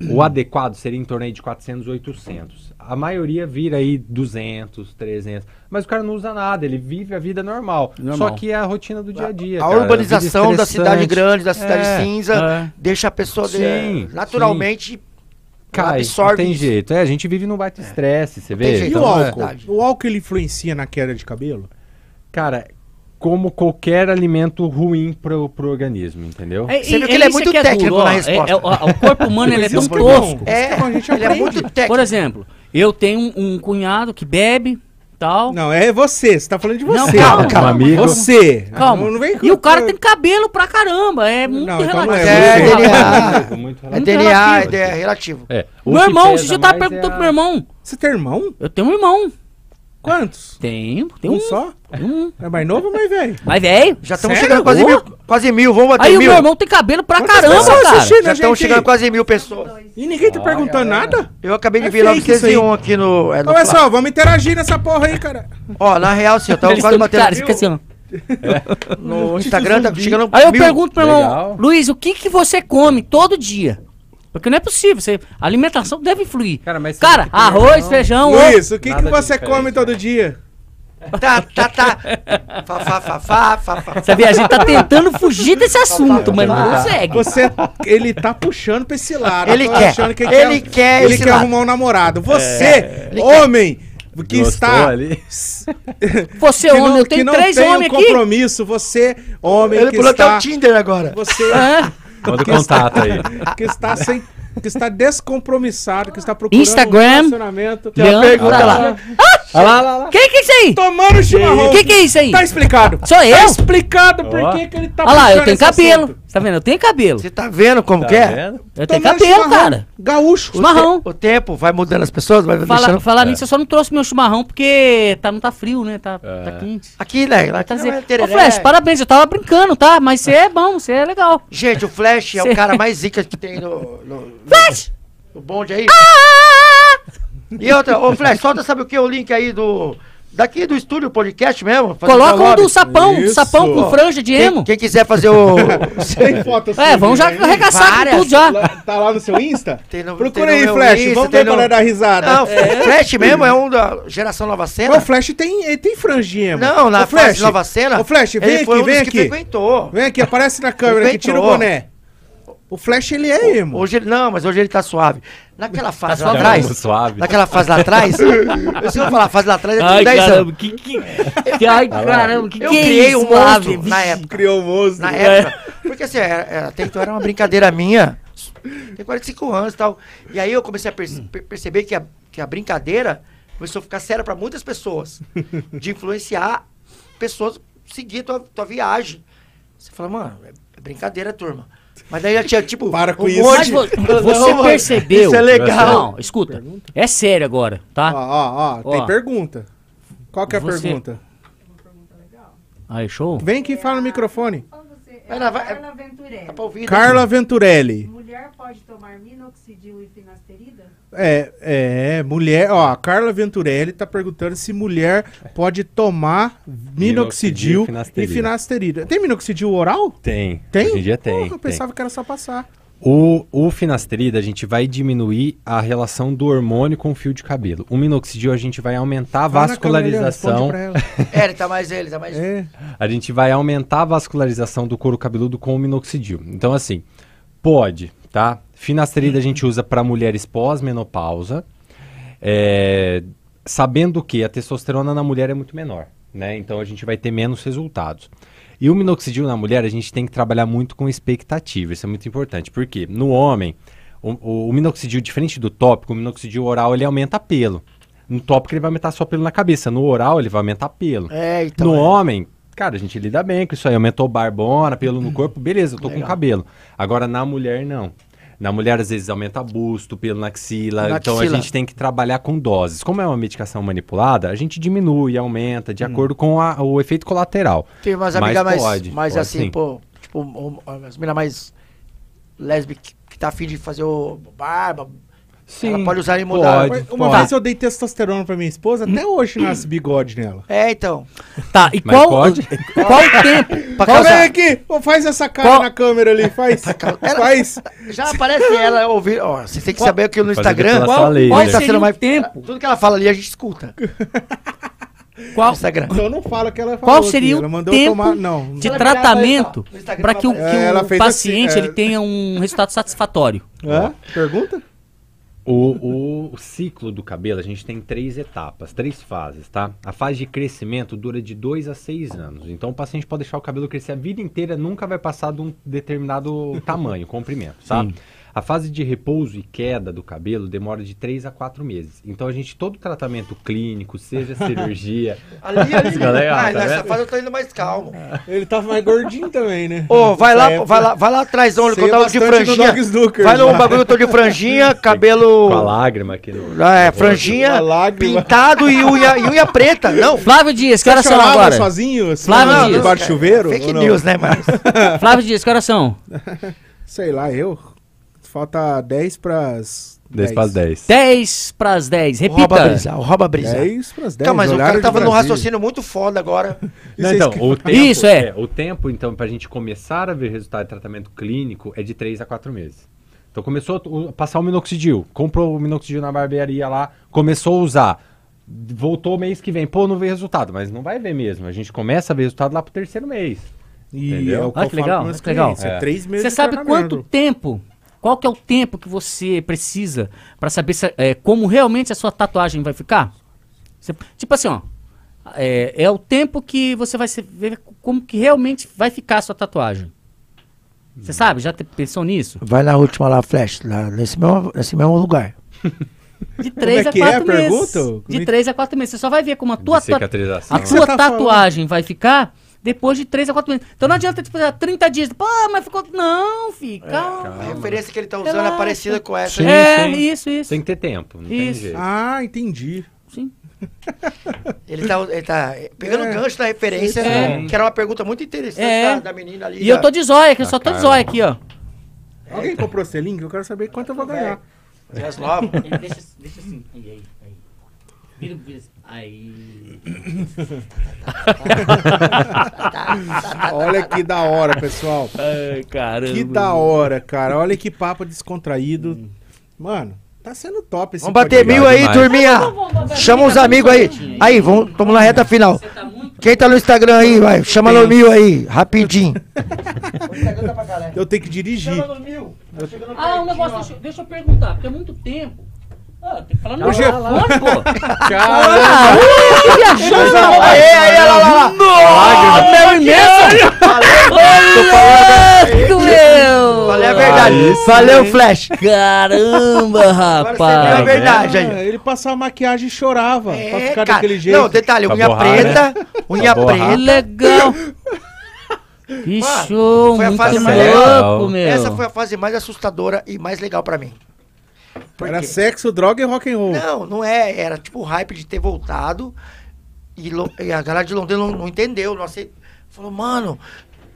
Speaker 5: O adequado seria em torno aí de 400, 800. A maioria vira aí 200, 300. Mas o cara não usa nada, ele vive a vida normal.
Speaker 3: Normal.
Speaker 5: Só que é a rotina do dia a dia.
Speaker 2: A
Speaker 5: cara, vida
Speaker 2: urbanização da cidade
Speaker 5: estressante.
Speaker 2: grande, da cidade
Speaker 5: É,
Speaker 2: Então, cinza,
Speaker 3: é.
Speaker 2: deixa a pessoa de-
Speaker 5: Sim,
Speaker 2: naturalmente
Speaker 5: Cai,
Speaker 2: absorve
Speaker 5: não tem
Speaker 2: isso.
Speaker 5: jeito. É, a gente vive num baita estresse, você
Speaker 2: tem
Speaker 5: vê?
Speaker 2: jeito.
Speaker 1: e
Speaker 5: Então,
Speaker 1: o
Speaker 2: é
Speaker 1: álcool?
Speaker 2: verdade.
Speaker 1: O álcool ele influencia na queda de cabelo?
Speaker 5: Cara, como qualquer alimento ruim pro, pro organismo, entendeu?
Speaker 3: É,
Speaker 2: Você
Speaker 3: e-
Speaker 2: viu que ele é muito
Speaker 3: isso aqui
Speaker 2: técnico
Speaker 3: ó.
Speaker 2: na resposta.
Speaker 3: É, é, ó, o corpo humano ele é tão
Speaker 1: Isso foi
Speaker 3: tosco.
Speaker 1: bom. Isso que a gente
Speaker 2: ele é
Speaker 1: aprende.
Speaker 2: muito
Speaker 3: Por
Speaker 2: técnico.
Speaker 3: exemplo, eu tenho um, um cunhado que bebe, tal.
Speaker 1: Não, é você, você tá falando de
Speaker 3: Não,
Speaker 1: você.
Speaker 3: calma,
Speaker 5: Um calma. amigo.
Speaker 1: Você.
Speaker 3: Calma.
Speaker 1: Não, não vem com-
Speaker 3: e o cara tem cabelo pra caramba. É muito
Speaker 1: Não, então
Speaker 3: relativo.
Speaker 1: não é.
Speaker 2: É,
Speaker 5: Muito
Speaker 2: DNA.
Speaker 5: *laughs* relativo, muito
Speaker 2: É
Speaker 5: relativo.
Speaker 2: DNA,
Speaker 3: relativo.
Speaker 2: é relativo.
Speaker 5: É, o
Speaker 3: Meu
Speaker 5: que
Speaker 3: irmão,
Speaker 5: pesa
Speaker 3: você já tava
Speaker 5: mais é
Speaker 3: perguntando
Speaker 5: a-
Speaker 3: pro meu irmão.
Speaker 1: Você tem irmão?
Speaker 3: Eu tenho um irmão.
Speaker 1: Quantos?
Speaker 3: Tenho,
Speaker 1: Tem
Speaker 3: tenho
Speaker 1: um
Speaker 3: um.
Speaker 1: só?
Speaker 3: tenho um.
Speaker 1: É mais novo ou mais velho?
Speaker 3: Mas, velho.
Speaker 2: Já estamos
Speaker 1: Sério? é
Speaker 2: chegando a quase
Speaker 3: Boa.
Speaker 2: mil, quase mil, vamos bater
Speaker 3: Aí o
Speaker 2: mil.
Speaker 3: meu irmão tem cabelo pra
Speaker 1: Quantas
Speaker 3: caramba,
Speaker 1: pessoas
Speaker 3: cara.
Speaker 1: assistindo
Speaker 2: Já
Speaker 1: a
Speaker 2: estamos
Speaker 1: gente
Speaker 2: chegando a
Speaker 1: aí?
Speaker 2: quase mil pessoas.
Speaker 4: Dois.
Speaker 1: E ninguém tá
Speaker 5: Olha,
Speaker 1: perguntando
Speaker 5: galera.
Speaker 1: nada?
Speaker 2: Eu acabei de
Speaker 1: É
Speaker 2: ver
Speaker 1: fake isso aí.
Speaker 2: 901 aqui no. É, no
Speaker 1: Olha
Speaker 2: Fla-
Speaker 1: só, vamos interagir nessa porra aí, cara.
Speaker 2: Ó, na real, sim, eu tava
Speaker 3: Eles
Speaker 2: quase
Speaker 3: tão- Então, cara,
Speaker 2: batendo
Speaker 3: esqueci, não.
Speaker 2: no Instagram, tá chegando.
Speaker 3: Aí eu
Speaker 2: mil.
Speaker 3: pergunto pro meu irmão,
Speaker 5: Legal.
Speaker 3: Luiz, o que, que você come todo dia? Porque não é possível, você, a alimentação deve influir.
Speaker 5: Cara, mas você
Speaker 3: Cara,
Speaker 5: tem que é ter
Speaker 3: arroz,
Speaker 5: irmão.
Speaker 3: feijão, ovo.
Speaker 1: é Luiz, o que,
Speaker 5: Nada
Speaker 1: que você
Speaker 5: diferente,
Speaker 1: come
Speaker 5: né?
Speaker 1: todo dia?
Speaker 2: Tá, tá, tá. Fá, fá, fá, fá, fá, fá.
Speaker 3: Você vê, a gente tá tentando fugir desse assunto, mas não
Speaker 5: Tá.
Speaker 3: consegue.
Speaker 1: Você, ele tá puxando pra esse lado.
Speaker 2: Ele
Speaker 1: tô
Speaker 2: quer.
Speaker 1: achando que
Speaker 2: Ele quer
Speaker 1: ele
Speaker 2: esse
Speaker 1: quer
Speaker 2: lado.
Speaker 1: arrumar um namorado. Você, homem, que
Speaker 5: Gostou
Speaker 1: está... *laughs*
Speaker 5: ali? *laughs*
Speaker 3: Você,
Speaker 1: que
Speaker 3: homem,
Speaker 1: não,
Speaker 3: eu
Speaker 1: que
Speaker 3: tenho
Speaker 1: não
Speaker 3: três
Speaker 1: tem um
Speaker 3: homens aqui.
Speaker 1: compromisso. Você, homem,
Speaker 2: Ele
Speaker 1: um que
Speaker 2: pulou até
Speaker 1: está...
Speaker 2: o Tinder agora.
Speaker 1: Você
Speaker 3: É.
Speaker 5: Manda o contato *laughs* aí.
Speaker 1: *laughs* que está sem... Que está descompromissado, que está procurando
Speaker 3: Instagram.
Speaker 1: um relacionamento.
Speaker 3: Leandro, tá
Speaker 2: pergunta
Speaker 3: olha
Speaker 2: lá.
Speaker 5: Olha lá, lá, lá.
Speaker 3: Que que é isso aí?
Speaker 1: Tomando chimarrão.
Speaker 3: O que que é isso aí?
Speaker 1: Tá explicado.
Speaker 3: Sou eu?
Speaker 1: Tá explicado por
Speaker 5: Ó.
Speaker 1: que que ele tá
Speaker 3: Olha lá, eu
Speaker 1: puxando
Speaker 3: tenho
Speaker 1: esse
Speaker 3: cabelo.
Speaker 1: assunto.
Speaker 3: Tá vendo? Eu tenho cabelo.
Speaker 2: Você tá vendo como
Speaker 5: Tá
Speaker 2: que é?
Speaker 5: vendo?
Speaker 3: Eu tenho
Speaker 1: Tomando
Speaker 3: cabelo,
Speaker 1: chimarrão.
Speaker 3: cara.
Speaker 1: Gaúcho.
Speaker 3: Chimarrão.
Speaker 2: O tempo vai mudando as pessoas, vai
Speaker 3: Fala,
Speaker 2: deixando.
Speaker 3: falar nisso, eu só não trouxe meu chimarrão porque tá, não tá frio, né? Tá,
Speaker 5: É.
Speaker 3: tá quente.
Speaker 2: Aqui, né? Lá
Speaker 3: Tá
Speaker 2: não
Speaker 3: zero.
Speaker 2: é tereré.
Speaker 3: Ô, Flash, parabéns, eu tava brincando, tá? Mas você é bom, você é legal.
Speaker 2: Gente, o Flash é
Speaker 3: Cê-
Speaker 2: o cara mais zica que tem no. no
Speaker 3: Flash! Ah!
Speaker 2: No bonde aí. E outra, ô Flash, solta, sabe o que? O link aí do. Daqui do estúdio podcast mesmo. fazer seu
Speaker 3: Coloca um do
Speaker 2: lobby.
Speaker 3: sapão,
Speaker 1: Isso.
Speaker 3: sapão com franja de emo.
Speaker 2: Quem, quem quiser fazer
Speaker 3: *laughs*
Speaker 2: o.
Speaker 1: Tem foto
Speaker 3: É, vamos já
Speaker 1: surgindo aí?
Speaker 3: arregaçar com
Speaker 2: várias.
Speaker 3: tudo já.
Speaker 1: Lá- Tá lá no seu Insta?
Speaker 2: *laughs* Tem no-
Speaker 1: Procura
Speaker 2: tem no
Speaker 1: aí,
Speaker 2: meu
Speaker 1: Flash.
Speaker 2: Insta,
Speaker 1: vamos
Speaker 2: tem
Speaker 1: ver
Speaker 2: no-
Speaker 1: qual é da risada.
Speaker 2: Não, Flash mesmo é um da geração Nova Cena.
Speaker 1: Mas o Flash tem, ele tem franjinha, mano.
Speaker 2: Não, na
Speaker 1: Ô, Flash,
Speaker 2: fase Nova Cena.
Speaker 1: Ô, Flash, vem
Speaker 2: ele
Speaker 1: aqui,
Speaker 2: foi um
Speaker 1: vem
Speaker 2: dos que
Speaker 1: aqui.
Speaker 2: frequentou.
Speaker 1: Vem aqui, aparece na câmera aqui, tira o
Speaker 2: Frequentou.
Speaker 1: boné. O Flash, ele é emo.
Speaker 2: Hoje ele, não, mas hoje ele tá suave. Naquela fase lá
Speaker 5: suave.
Speaker 2: atrás.
Speaker 5: Tá suave.
Speaker 2: Naquela fase lá
Speaker 3: *laughs*
Speaker 2: atrás. eu se eu falar fase lá atrás, eu
Speaker 3: Ai,
Speaker 2: tenho 10
Speaker 3: caramba,
Speaker 2: anos.
Speaker 3: que
Speaker 5: *laughs*
Speaker 3: que... que- Ai, caramba, que
Speaker 2: Eu
Speaker 3: que é
Speaker 2: criei
Speaker 3: isso,
Speaker 2: um monstro
Speaker 3: Flávio?
Speaker 2: na época.
Speaker 1: Criou o monstro.
Speaker 2: Na
Speaker 3: É.
Speaker 2: época. Porque assim, era, era, até então era uma brincadeira minha. Tem 45 anos e tal. E aí eu comecei a perce- per- perceber que a, que a brincadeira começou a ficar séria para muitas pessoas. De influenciar pessoas a seguir tua, tua viagem. Você fala, mano, é brincadeira, turma. Mas daí já tinha tipo.
Speaker 1: Para com
Speaker 2: um
Speaker 1: isso.
Speaker 2: monte-
Speaker 3: Mas vo-
Speaker 2: Não,
Speaker 3: você
Speaker 2: mano,
Speaker 3: percebeu...
Speaker 2: Isso é legal.
Speaker 3: Não, escuta, é sério agora,
Speaker 1: Ó,
Speaker 3: tá?
Speaker 1: ó, ó,
Speaker 3: Ó.
Speaker 1: tem pergunta. Qual que é a
Speaker 3: Você-
Speaker 1: pergunta?
Speaker 3: Aí, show?
Speaker 1: Vem aqui e fala no microfone.
Speaker 4: Fala você, é
Speaker 2: Ela
Speaker 4: a
Speaker 2: vai-
Speaker 4: Carla
Speaker 2: Dá
Speaker 4: Venturelli.
Speaker 2: pra ouvir, né?
Speaker 1: Carla Venturelli.
Speaker 4: Mulher pode tomar minoxidil e finasterida?
Speaker 1: É, é, mulher, ó, a Carla Venturelli tá perguntando se mulher pode tomar minoxidil,
Speaker 5: Minoxidil e
Speaker 1: e
Speaker 5: finasterida.
Speaker 1: finasterida. Tem minoxidil oral?
Speaker 5: Tem.
Speaker 1: Tem?
Speaker 5: Hoje em dia tem.
Speaker 1: Porra, eu
Speaker 5: tem.
Speaker 1: pensava que era só passar.
Speaker 5: O, o finasterida, a gente vai diminuir a relação do hormônio com o fio de cabelo. O minoxidil, a gente vai aumentar a
Speaker 1: Fala na câmera ali, ó, responde
Speaker 5: vascularização.
Speaker 1: pra ela.
Speaker 2: É, ele tá mais ele, tá *laughs* mais.
Speaker 1: É.
Speaker 5: A gente vai aumentar a vascularização do couro cabeludo com o minoxidil. Então, assim, pode, tá? Finasterida a gente usa para mulheres pós-menopausa, é, sabendo que a testosterona na mulher é muito menor, né? Então a gente vai ter menos resultados. E o minoxidil na mulher a gente tem que trabalhar muito com expectativa, isso é muito importante, porque no homem, o, o- o minoxidil, diferente do tópico, o minoxidil oral ele aumenta pelo. No tópico ele vai aumentar só pelo na cabeça, no oral ele vai aumentar pelo
Speaker 2: É, então.
Speaker 5: no
Speaker 2: é.
Speaker 5: homem, cara, a gente lida bem com isso aí. Aumentou barbona, pelo no corpo, beleza, eu tô com
Speaker 2: Hum. Legal.
Speaker 5: cabelo. Agora, na mulher, não. Na mulher, às vezes, aumenta busto, pelo na axila.
Speaker 2: Na
Speaker 5: então,
Speaker 2: axila.
Speaker 5: a gente tem que trabalhar com doses. Como é uma medicação manipulada, a gente diminui, aumenta,
Speaker 2: Hum.
Speaker 5: de acordo com a- o efeito colateral.
Speaker 2: Tem umas
Speaker 5: Mas
Speaker 2: amigas mais.
Speaker 5: pode,
Speaker 2: mais
Speaker 5: pode
Speaker 2: assim,
Speaker 5: sim.
Speaker 2: pô. Tipo, um- um- as minas mais lésbicas que- que tá afim de fazer o barba. Ela pode usar e mudar.
Speaker 5: Pode,
Speaker 1: Uma
Speaker 5: pode.
Speaker 1: vez eu dei testosterona pra minha esposa, até hoje nasce bigode nela.
Speaker 2: É, então.
Speaker 3: Tá, e
Speaker 5: Mas
Speaker 3: qual,
Speaker 5: pode?
Speaker 3: qual o tempo?
Speaker 2: Pra
Speaker 1: Ó, vem
Speaker 2: causar.
Speaker 1: aqui, ó, faz essa cara
Speaker 3: Qual-
Speaker 1: na câmera ali, faz. Faz.
Speaker 2: Já aparece ela ouvir. Ó, você tem que
Speaker 3: Qual-
Speaker 2: saber que no
Speaker 5: Fazer
Speaker 2: Instagram.
Speaker 5: depilação né? a laser.
Speaker 3: qual
Speaker 5: Ele
Speaker 2: tá
Speaker 3: seria
Speaker 2: sendo
Speaker 3: o
Speaker 2: mais-
Speaker 3: tempo?
Speaker 2: Tudo que ela fala ali a gente escuta. No
Speaker 3: *laughs* Qual,
Speaker 2: Instagram.
Speaker 1: Então não fala que ela
Speaker 3: qual
Speaker 1: falou
Speaker 3: seria
Speaker 1: aqui,
Speaker 3: o
Speaker 1: Ela mandou
Speaker 3: tempo
Speaker 1: eu tomar. Não.
Speaker 3: de
Speaker 2: Ela
Speaker 3: tratamento
Speaker 2: virava aí, ó, no Instagram
Speaker 3: para que o, que
Speaker 2: ela
Speaker 1: fez. É, ela
Speaker 3: o
Speaker 1: fez assim,
Speaker 3: paciente
Speaker 1: é.
Speaker 3: ele tenha um resultado satisfatório?
Speaker 1: Hã? Pergunta?
Speaker 5: O, o ciclo do cabelo, a gente tem três etapas, três fases, tá? A fase de crescimento dura de 2 a 6 anos. Então o paciente pode deixar o cabelo crescer a vida inteira, nunca vai passar de um determinado tamanho, comprimento, tá? A fase de repouso e queda do cabelo demora de 3 a 4 meses. Então a gente, todo tratamento clínico, seja cirurgia,
Speaker 2: Ali, ali.
Speaker 5: Galera,
Speaker 2: ah,
Speaker 5: tá
Speaker 2: nessa
Speaker 5: vendo?
Speaker 2: fase eu tô indo mais calmo.
Speaker 3: É.
Speaker 1: Ele tava mais gordinho também, né?
Speaker 2: Ô, vai lá,
Speaker 1: Nessa
Speaker 2: vai lá, vai lá atrás, onde
Speaker 1: Sei
Speaker 2: eu tava de
Speaker 1: bastante do
Speaker 2: franjinha.
Speaker 1: Doc Snookers,
Speaker 2: Vai no
Speaker 1: lá.
Speaker 2: bagulho, eu tô de
Speaker 5: *laughs*
Speaker 2: franjinha, cabelo.
Speaker 5: com a lágrima aqui no...
Speaker 2: É,
Speaker 1: Uma
Speaker 2: franjinha,
Speaker 1: lágrima.
Speaker 2: pintado e unha, e unha preta. Não,
Speaker 3: Flávio Dias, que horas são
Speaker 1: chorava
Speaker 3: agora?
Speaker 1: sozinho? Assim,
Speaker 3: Flávio
Speaker 1: lá
Speaker 3: Dias.
Speaker 1: Debaixo do chuveiro?
Speaker 2: fake
Speaker 1: ou não?
Speaker 2: news, né, mas.
Speaker 3: Flávio Dias, que horas são?
Speaker 1: Sei lá, eu. Falta 10 pras.
Speaker 5: 10 para 10.
Speaker 3: 10 pras 10,
Speaker 2: O Roba
Speaker 3: repita.
Speaker 2: brisa, o Roba brisa.
Speaker 1: 10 pras 10.
Speaker 2: Calma, mas o
Speaker 1: horário
Speaker 2: cara
Speaker 1: de
Speaker 2: tava num
Speaker 1: Brasília.
Speaker 2: raciocínio muito foda agora.
Speaker 5: Não,
Speaker 1: Isso é
Speaker 5: então,
Speaker 1: esqui-
Speaker 5: o tempo,
Speaker 3: Isso, é.
Speaker 5: O tempo, então, pra gente começar a ver resultado de tratamento clínico é de 3 a 4 meses. Então começou a o- passar o minoxidil, comprou o minoxidil na barbearia lá, começou a usar, voltou mês que vem, pô, não vê resultado, mas não vai ver mesmo. A gente começa a ver resultado lá pro terceiro mês.
Speaker 1: E
Speaker 5: Entendeu?
Speaker 1: é o que
Speaker 3: Olha
Speaker 1: eu
Speaker 3: que
Speaker 1: falo
Speaker 3: legal,
Speaker 1: pros meus
Speaker 3: olha que legal.
Speaker 1: clientes, É
Speaker 5: É.
Speaker 1: 3 meses
Speaker 3: Você
Speaker 1: de
Speaker 3: sabe
Speaker 1: tratamento.
Speaker 3: quanto tempo? Qual que é o tempo que você precisa pra saber se- é, como realmente a sua tatuagem vai ficar? Você- tipo assim, ó. É, é o tempo que você vai se- ver como que realmente vai ficar a sua tatuagem. Você
Speaker 1: Hum.
Speaker 3: sabe? Já te- pensou nisso?
Speaker 2: Vai na última lá, Flash, lá nesse mesmo, nesse mesmo lugar.
Speaker 3: De 3
Speaker 1: é
Speaker 3: a
Speaker 1: que é
Speaker 3: 4
Speaker 1: a
Speaker 3: meses.
Speaker 1: pergunta?
Speaker 3: De 3 a 4 meses. Você só vai ver como a tua,
Speaker 5: de
Speaker 3: tua-
Speaker 5: cicatrização.
Speaker 3: a
Speaker 1: que você
Speaker 3: tua
Speaker 1: tá
Speaker 3: tatuagem vai ficar depois de 3 a 4 meses.
Speaker 2: Uhum.
Speaker 3: Então não adianta, tipo, dar 30 dias. Pô, mas ficou. Não,
Speaker 2: É,
Speaker 3: fica.
Speaker 2: A
Speaker 3: calma.
Speaker 2: referência que ele tá usando
Speaker 3: Relaxa.
Speaker 2: é parecida com essa.
Speaker 5: Sim,
Speaker 3: é,
Speaker 5: sim.
Speaker 3: isso, isso.
Speaker 5: Tem que ter tempo, não tem
Speaker 3: Isso.
Speaker 5: jeito.
Speaker 1: Ah, entendi.
Speaker 3: Sim.
Speaker 2: Ele tá, ele tá pegando o gancho da referência,
Speaker 5: É.
Speaker 2: que era uma pergunta muito interessante
Speaker 3: É.
Speaker 2: da, da menina ali.
Speaker 3: E eu tô de zóia, que eu
Speaker 2: Ah,
Speaker 5: Tá
Speaker 3: só tô de
Speaker 5: caro.
Speaker 3: zóia aqui, ó.
Speaker 1: Alguém comprou esse link? Eu quero saber quanto eu vou ganhar.
Speaker 2: Jazz Love.
Speaker 3: Deixa, assim. Aí, aí, aí. Vira, vira. assim, Aí.
Speaker 1: Olha que da hora, pessoal.
Speaker 3: Ai, caramba.
Speaker 1: Que da hora, cara. Olha que papo descontraído. Mano, tá sendo top esse
Speaker 2: Vamos bater
Speaker 1: podcast.
Speaker 2: mil aí,
Speaker 5: demais.
Speaker 2: turminha. Chama os amigos aí. Aí, vamos, tamo na reta final. Quem tá no Instagram aí, vai, chama no mil aí, rapidinho.
Speaker 1: Eu tenho que dirigir.
Speaker 2: mil.
Speaker 3: Ah, um negócio, deixa, eu- deixa eu perguntar, porque é muito tempo. Ah, tem que falar
Speaker 5: Tá
Speaker 3: no
Speaker 1: Hoje é
Speaker 3: telefone, pô.
Speaker 2: Aí, aí, olha lá, lá.
Speaker 3: Nossa, meu imenso! Louco, meu!
Speaker 2: Falei a verdade.
Speaker 5: Aí sim,
Speaker 2: Valeu,
Speaker 5: hein?
Speaker 2: Flash.
Speaker 3: Caramba,
Speaker 2: você viu a
Speaker 3: rapaz!
Speaker 2: é verdade aí.
Speaker 1: Ah, ele passava maquiagem e chorava pra
Speaker 2: É,
Speaker 1: ficar
Speaker 2: cara.
Speaker 1: daquele jeito. né?
Speaker 2: Não, detalhe,
Speaker 5: Pra
Speaker 2: unha
Speaker 5: borrar,
Speaker 2: preta, *laughs* unha
Speaker 5: Pra borrar.
Speaker 3: Que
Speaker 2: preta.
Speaker 3: legal!
Speaker 2: *laughs*
Speaker 3: Que
Speaker 2: Mano,
Speaker 3: show,
Speaker 2: foi a
Speaker 3: muito
Speaker 2: fase
Speaker 3: louco,
Speaker 2: mais
Speaker 5: legal.
Speaker 3: meu!
Speaker 2: Essa foi a fase mais assustadora e mais legal pra mim. Por
Speaker 1: Era
Speaker 2: quê?
Speaker 1: sexo, droga e rock and roll.
Speaker 2: Não, não é. Era tipo o hype de ter voltado. E, Lo- e a galera de Londrina não, não entendeu. Não acei- Falou, mano.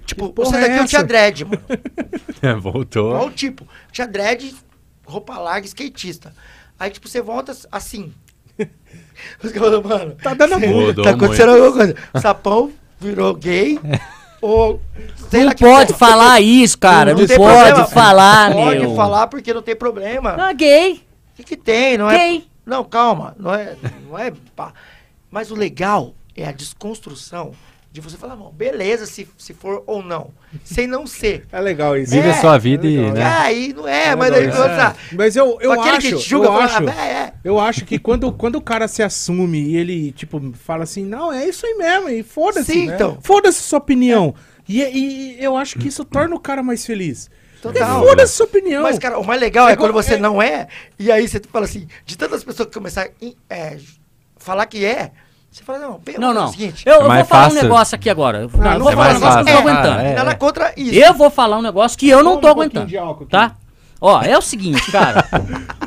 Speaker 2: Tipo,
Speaker 1: porra
Speaker 2: você
Speaker 1: é
Speaker 2: daqui eu
Speaker 1: essa?
Speaker 2: tinha
Speaker 1: *laughs*
Speaker 2: dread, mano.
Speaker 5: *laughs* É, Voltou.
Speaker 2: Qual o tipo? Tinha dread, roupa larga, skatista. Aí, tipo, você volta
Speaker 1: *laughs*
Speaker 2: assim. Os caras falam, mano.
Speaker 1: Tá dando a bunda.
Speaker 5: Mudou *laughs*
Speaker 2: tá acontecendo alguma coisa. O sapão virou gay. ou. sei lá
Speaker 3: Não
Speaker 2: que
Speaker 3: pode
Speaker 2: porra.
Speaker 3: falar isso, cara. Não,
Speaker 2: tem
Speaker 3: pode
Speaker 2: problema.
Speaker 3: falar,
Speaker 2: Não
Speaker 3: né?
Speaker 2: Pode falar porque não tem problema.
Speaker 3: Não, gay.
Speaker 2: O que, que tem? Não é.
Speaker 3: Tem.
Speaker 2: Não, calma. Não é. Não é pá. Mas o legal é a desconstrução de você falar, não, beleza, se, se for ou não. Sem não ser.
Speaker 1: É legal isso.
Speaker 5: Vive
Speaker 2: É,
Speaker 5: a sua vida
Speaker 1: é
Speaker 5: e,
Speaker 1: legal.
Speaker 5: né? é.
Speaker 2: Ah, aí não é, mas
Speaker 5: legal
Speaker 2: aí
Speaker 5: isso.
Speaker 2: outra.
Speaker 1: Mas eu, eu
Speaker 2: aquele
Speaker 1: acho.
Speaker 2: que te julga
Speaker 1: eu
Speaker 2: fala,
Speaker 1: acho...
Speaker 2: "Ah, é, é.
Speaker 1: Eu acho que quando, quando o cara se assume e ele, tipo, fala assim, não, é isso aí mesmo, e foda-se.
Speaker 2: Sim,
Speaker 1: né?
Speaker 2: então. É.
Speaker 1: Foda-se sua opinião. E, e eu acho que isso torna o cara mais feliz. É,
Speaker 2: Total.
Speaker 1: foda-se sua opinião.
Speaker 2: Mas, cara, o mais legal é,
Speaker 1: É
Speaker 2: quando
Speaker 1: como-
Speaker 2: você
Speaker 1: é-
Speaker 2: não é, e aí você fala assim, de tantas pessoas que começar a é, falar que é, você fala, não, pera,
Speaker 3: Não,
Speaker 2: é
Speaker 3: não.
Speaker 2: o seguinte,
Speaker 3: Eu, eu vou
Speaker 5: mais
Speaker 3: falar um
Speaker 5: fácil.
Speaker 3: negócio aqui agora. Eu, não,
Speaker 1: não
Speaker 3: eu vou
Speaker 1: é
Speaker 3: falar um
Speaker 5: mais
Speaker 3: negócio que eu não tô
Speaker 5: fácil.
Speaker 3: aguentando.
Speaker 5: É,
Speaker 2: nada
Speaker 5: é.
Speaker 2: contra isso.
Speaker 3: Eu vou falar um negócio que eu não
Speaker 1: Toma
Speaker 3: tô
Speaker 1: um pouquinho
Speaker 3: aguentando.
Speaker 1: de álcool aqui.
Speaker 3: Tá? Ó, é o seguinte, cara.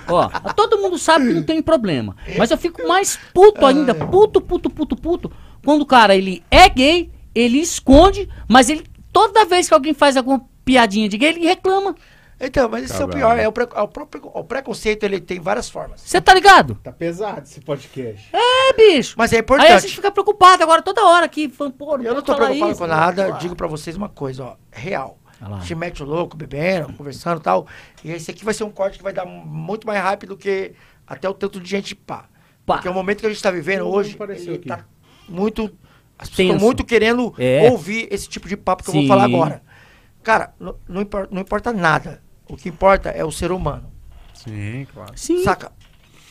Speaker 3: Ó, todo mundo sabe que não tem problema. Mas eu fico mais puto ainda, puto, puto, puto, puto, quando o cara ele é gay, ele esconde, mas ele toda vez que alguém faz alguma piadinha de gay, ele reclama.
Speaker 2: Então, mas isso é o
Speaker 5: Tá
Speaker 2: pior,
Speaker 5: bom.
Speaker 2: é o, pre- é o próprio o preconceito, ele tem várias formas.
Speaker 3: Você tá ligado?
Speaker 1: Tá pesado esse podcast.
Speaker 3: É, bicho.
Speaker 2: Mas é
Speaker 3: Aí a gente
Speaker 2: importante.
Speaker 3: fica preocupado agora toda hora aqui, falando, pô, não
Speaker 2: eu não
Speaker 3: pode
Speaker 2: tô
Speaker 3: falar
Speaker 2: preocupado
Speaker 3: isso,
Speaker 2: com
Speaker 3: não pode
Speaker 2: nada,
Speaker 3: falar.
Speaker 2: digo pra vocês uma coisa, ó, real.
Speaker 3: Olha lá. Hum.
Speaker 2: A gente mete o louco, bebendo, conversando e tal, e esse aqui vai ser um corte que vai dar muito mais rápido que até o tanto de gente pá.
Speaker 3: Pá.
Speaker 2: Porque o momento que a gente tá vivendo
Speaker 1: Não
Speaker 2: hoje,
Speaker 1: apareceu
Speaker 2: ele
Speaker 1: aqui.
Speaker 2: tá muito. As pessoas
Speaker 3: Tenso.
Speaker 2: estão muito querendo
Speaker 3: É.
Speaker 2: ouvir esse tipo de papo que eu
Speaker 3: Sim.
Speaker 2: vou falar agora. Cara, não, não impor- não importa nada. O que importa é o ser humano.
Speaker 5: Sim, claro.
Speaker 3: Sim.
Speaker 2: Saca?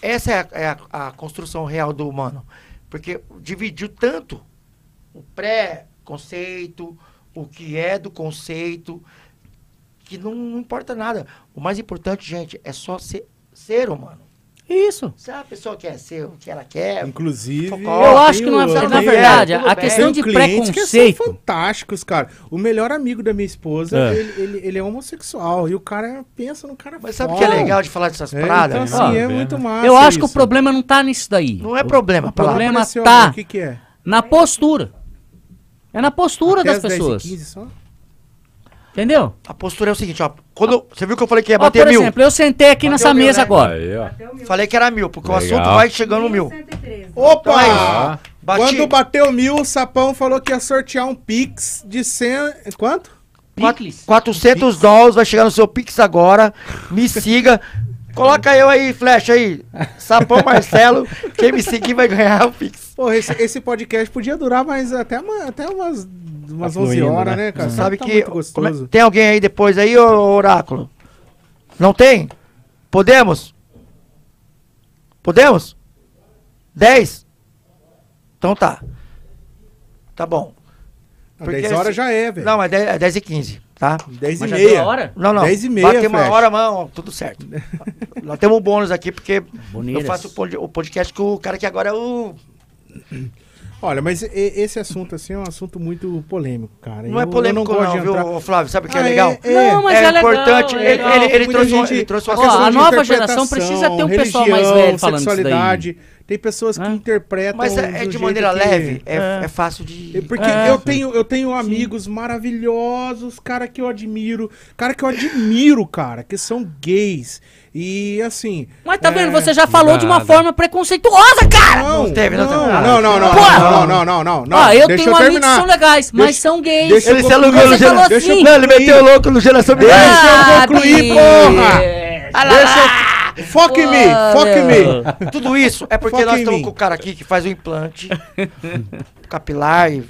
Speaker 2: Essa é, a, é a- a construção real do humano. Porque dividiu tanto o pré-conceito, o que é do conceito, que não, não importa nada. O mais importante, gente, é só ser, ser humano.
Speaker 3: Isso.
Speaker 2: Se a pessoa quer ser o que ela quer,
Speaker 1: Inclusive.
Speaker 2: Ó,
Speaker 3: Eu
Speaker 2: tem
Speaker 3: acho que não é,
Speaker 2: o-
Speaker 3: na
Speaker 2: tem-
Speaker 3: verdade,
Speaker 2: é, tudo
Speaker 3: a
Speaker 2: bem.
Speaker 3: questão de
Speaker 1: Tem clientes Que é são
Speaker 3: preconceito.
Speaker 1: fantásticos, cara. O melhor amigo da minha esposa,
Speaker 5: É.
Speaker 1: ele, ele, ele é homossexual. E o cara pensa no cara
Speaker 2: mas sabe o
Speaker 1: foda.
Speaker 2: que é legal de falar dessas
Speaker 1: É,
Speaker 2: paradas?
Speaker 1: então,
Speaker 5: Ah,
Speaker 1: assim, é
Speaker 5: vendo.
Speaker 1: muito massa
Speaker 3: Eu acho que o
Speaker 1: isso.
Speaker 3: problema não tá nisso daí.
Speaker 2: Não é problema,
Speaker 1: O problema
Speaker 3: problema
Speaker 1: seu,
Speaker 3: tá-
Speaker 1: O que, que é?
Speaker 3: Na postura. É na postura
Speaker 1: Até
Speaker 3: das
Speaker 1: as 10 e
Speaker 3: pessoas.
Speaker 1: 15 só?
Speaker 3: Entendeu?
Speaker 2: A postura é o seguinte, ó. Quando eu- você viu que eu falei que ia
Speaker 3: Ó,
Speaker 2: bater
Speaker 3: por
Speaker 2: mil?
Speaker 3: exemplo, eu sentei aqui
Speaker 2: Bateu
Speaker 3: nessa
Speaker 2: mil,
Speaker 3: mesa
Speaker 2: né?
Speaker 3: agora.
Speaker 5: Aí, ó.
Speaker 4: Até o mil.
Speaker 2: Falei que era mil, porque o
Speaker 5: Legal.
Speaker 2: assunto vai chegando no mil.
Speaker 4: 1113.
Speaker 2: Opa!
Speaker 1: Então é
Speaker 5: isso.
Speaker 2: Bati.
Speaker 1: Quando bateu mil, o Sapão falou que ia sortear um Pix de 100... Quanto?
Speaker 2: Quatro-
Speaker 3: Picles.
Speaker 2: 400 dólares vai chegar no seu Pix agora. Me siga. Coloca eu aí, flecha aí. Sapão Marcelo. Quem me seguir vai ganhar o Pix.
Speaker 1: Porra, esse, esse podcast podia durar mais até, uma- até umas, umas
Speaker 5: Tá fluindo,
Speaker 1: 11 horas,
Speaker 5: né?
Speaker 1: né, cara?
Speaker 2: Sabe
Speaker 1: Tá
Speaker 2: que.
Speaker 1: muito
Speaker 2: como é-
Speaker 1: gostoso.
Speaker 2: tem alguém aí depois aí, ô Oráculo? Não tem? Podemos? Podemos? 10? Então tá. Tá bom.
Speaker 1: Ah,
Speaker 2: Porque
Speaker 1: 10 horas
Speaker 2: esse-
Speaker 1: já é, velho.
Speaker 2: Não, mas 10, é 10 e 15, tá?
Speaker 1: 10 e
Speaker 3: Mas já
Speaker 1: meia.
Speaker 3: deu a hora?
Speaker 2: Não, não.
Speaker 1: 10 e meia,
Speaker 2: Bateu uma
Speaker 1: Flecha.
Speaker 2: hora, mano, tudo
Speaker 1: *laughs*
Speaker 2: certo. Nós temos um bônus aqui, porque
Speaker 3: Boneiras.
Speaker 2: eu faço o pod- o podcast com o cara que agora é o...
Speaker 1: Olha, mas e- esse assunto, assim, é um assunto muito polêmico, cara.
Speaker 2: Não
Speaker 1: Eu-
Speaker 2: é polêmico
Speaker 1: eu
Speaker 2: não,
Speaker 1: gosto de
Speaker 2: viu,
Speaker 1: entrar-
Speaker 2: ô, Flávio? Sabe o que é
Speaker 1: Ah,
Speaker 2: legal?
Speaker 1: É,
Speaker 3: Não, mas é, legal,
Speaker 2: importante.
Speaker 3: é
Speaker 2: ele-
Speaker 3: legal.
Speaker 2: ele, ele
Speaker 1: Muita
Speaker 2: trouxe, um-
Speaker 1: gente-
Speaker 2: ele trouxe
Speaker 1: Ó,
Speaker 2: uma
Speaker 3: Ó,
Speaker 2: questão
Speaker 3: a
Speaker 2: de...
Speaker 3: nova
Speaker 1: interpretação,
Speaker 3: geração precisa ter um pessoal mais
Speaker 1: religião,
Speaker 3: velho falando isso daí.
Speaker 1: sexualidade. Tem pessoas que
Speaker 3: Hã?
Speaker 1: interpretam.
Speaker 2: Mas
Speaker 1: do
Speaker 2: é, é de
Speaker 1: jeito
Speaker 2: maneira
Speaker 1: que-
Speaker 2: leve, é,
Speaker 3: É.
Speaker 2: é fácil de...
Speaker 1: É Porque
Speaker 3: É.
Speaker 1: eu tenho, eu tenho amigos maravilhosos, cara que eu admiro, cara que eu admiro, cara, que são gays. E assim.
Speaker 3: Mas tá vendo?
Speaker 1: é,
Speaker 3: Você já falou de uma
Speaker 5: nada.
Speaker 3: forma preconceituosa, cara!
Speaker 1: Não, não
Speaker 2: teve, Ah, não teve
Speaker 1: não,
Speaker 2: nada.
Speaker 1: não, não, não,
Speaker 3: Porra!
Speaker 1: não, não, não, não, não.
Speaker 3: Ó, Ah, eu
Speaker 1: Deixa
Speaker 3: tenho amigos que
Speaker 1: terminar.
Speaker 3: são legais, mas
Speaker 1: Deixa-
Speaker 3: são gays.
Speaker 1: deixa eu Ele se concluir.
Speaker 2: alugou no
Speaker 3: Você falou
Speaker 2: gera-
Speaker 1: deixa eu
Speaker 3: assim.
Speaker 2: Não, ele meteu o louco no geração de...
Speaker 5: É.
Speaker 3: Ah,
Speaker 1: Deixa eu concluir, porra!
Speaker 3: bicho.
Speaker 1: Deixa eu... Foca em mim,
Speaker 3: Ah,
Speaker 1: foca em
Speaker 3: meu.
Speaker 1: mim.
Speaker 2: Tudo isso é porque
Speaker 1: Foca
Speaker 2: nós
Speaker 1: em
Speaker 2: estamos
Speaker 1: mim.
Speaker 2: com o cara aqui que faz o implante
Speaker 1: *laughs*
Speaker 2: capilar, e, eh,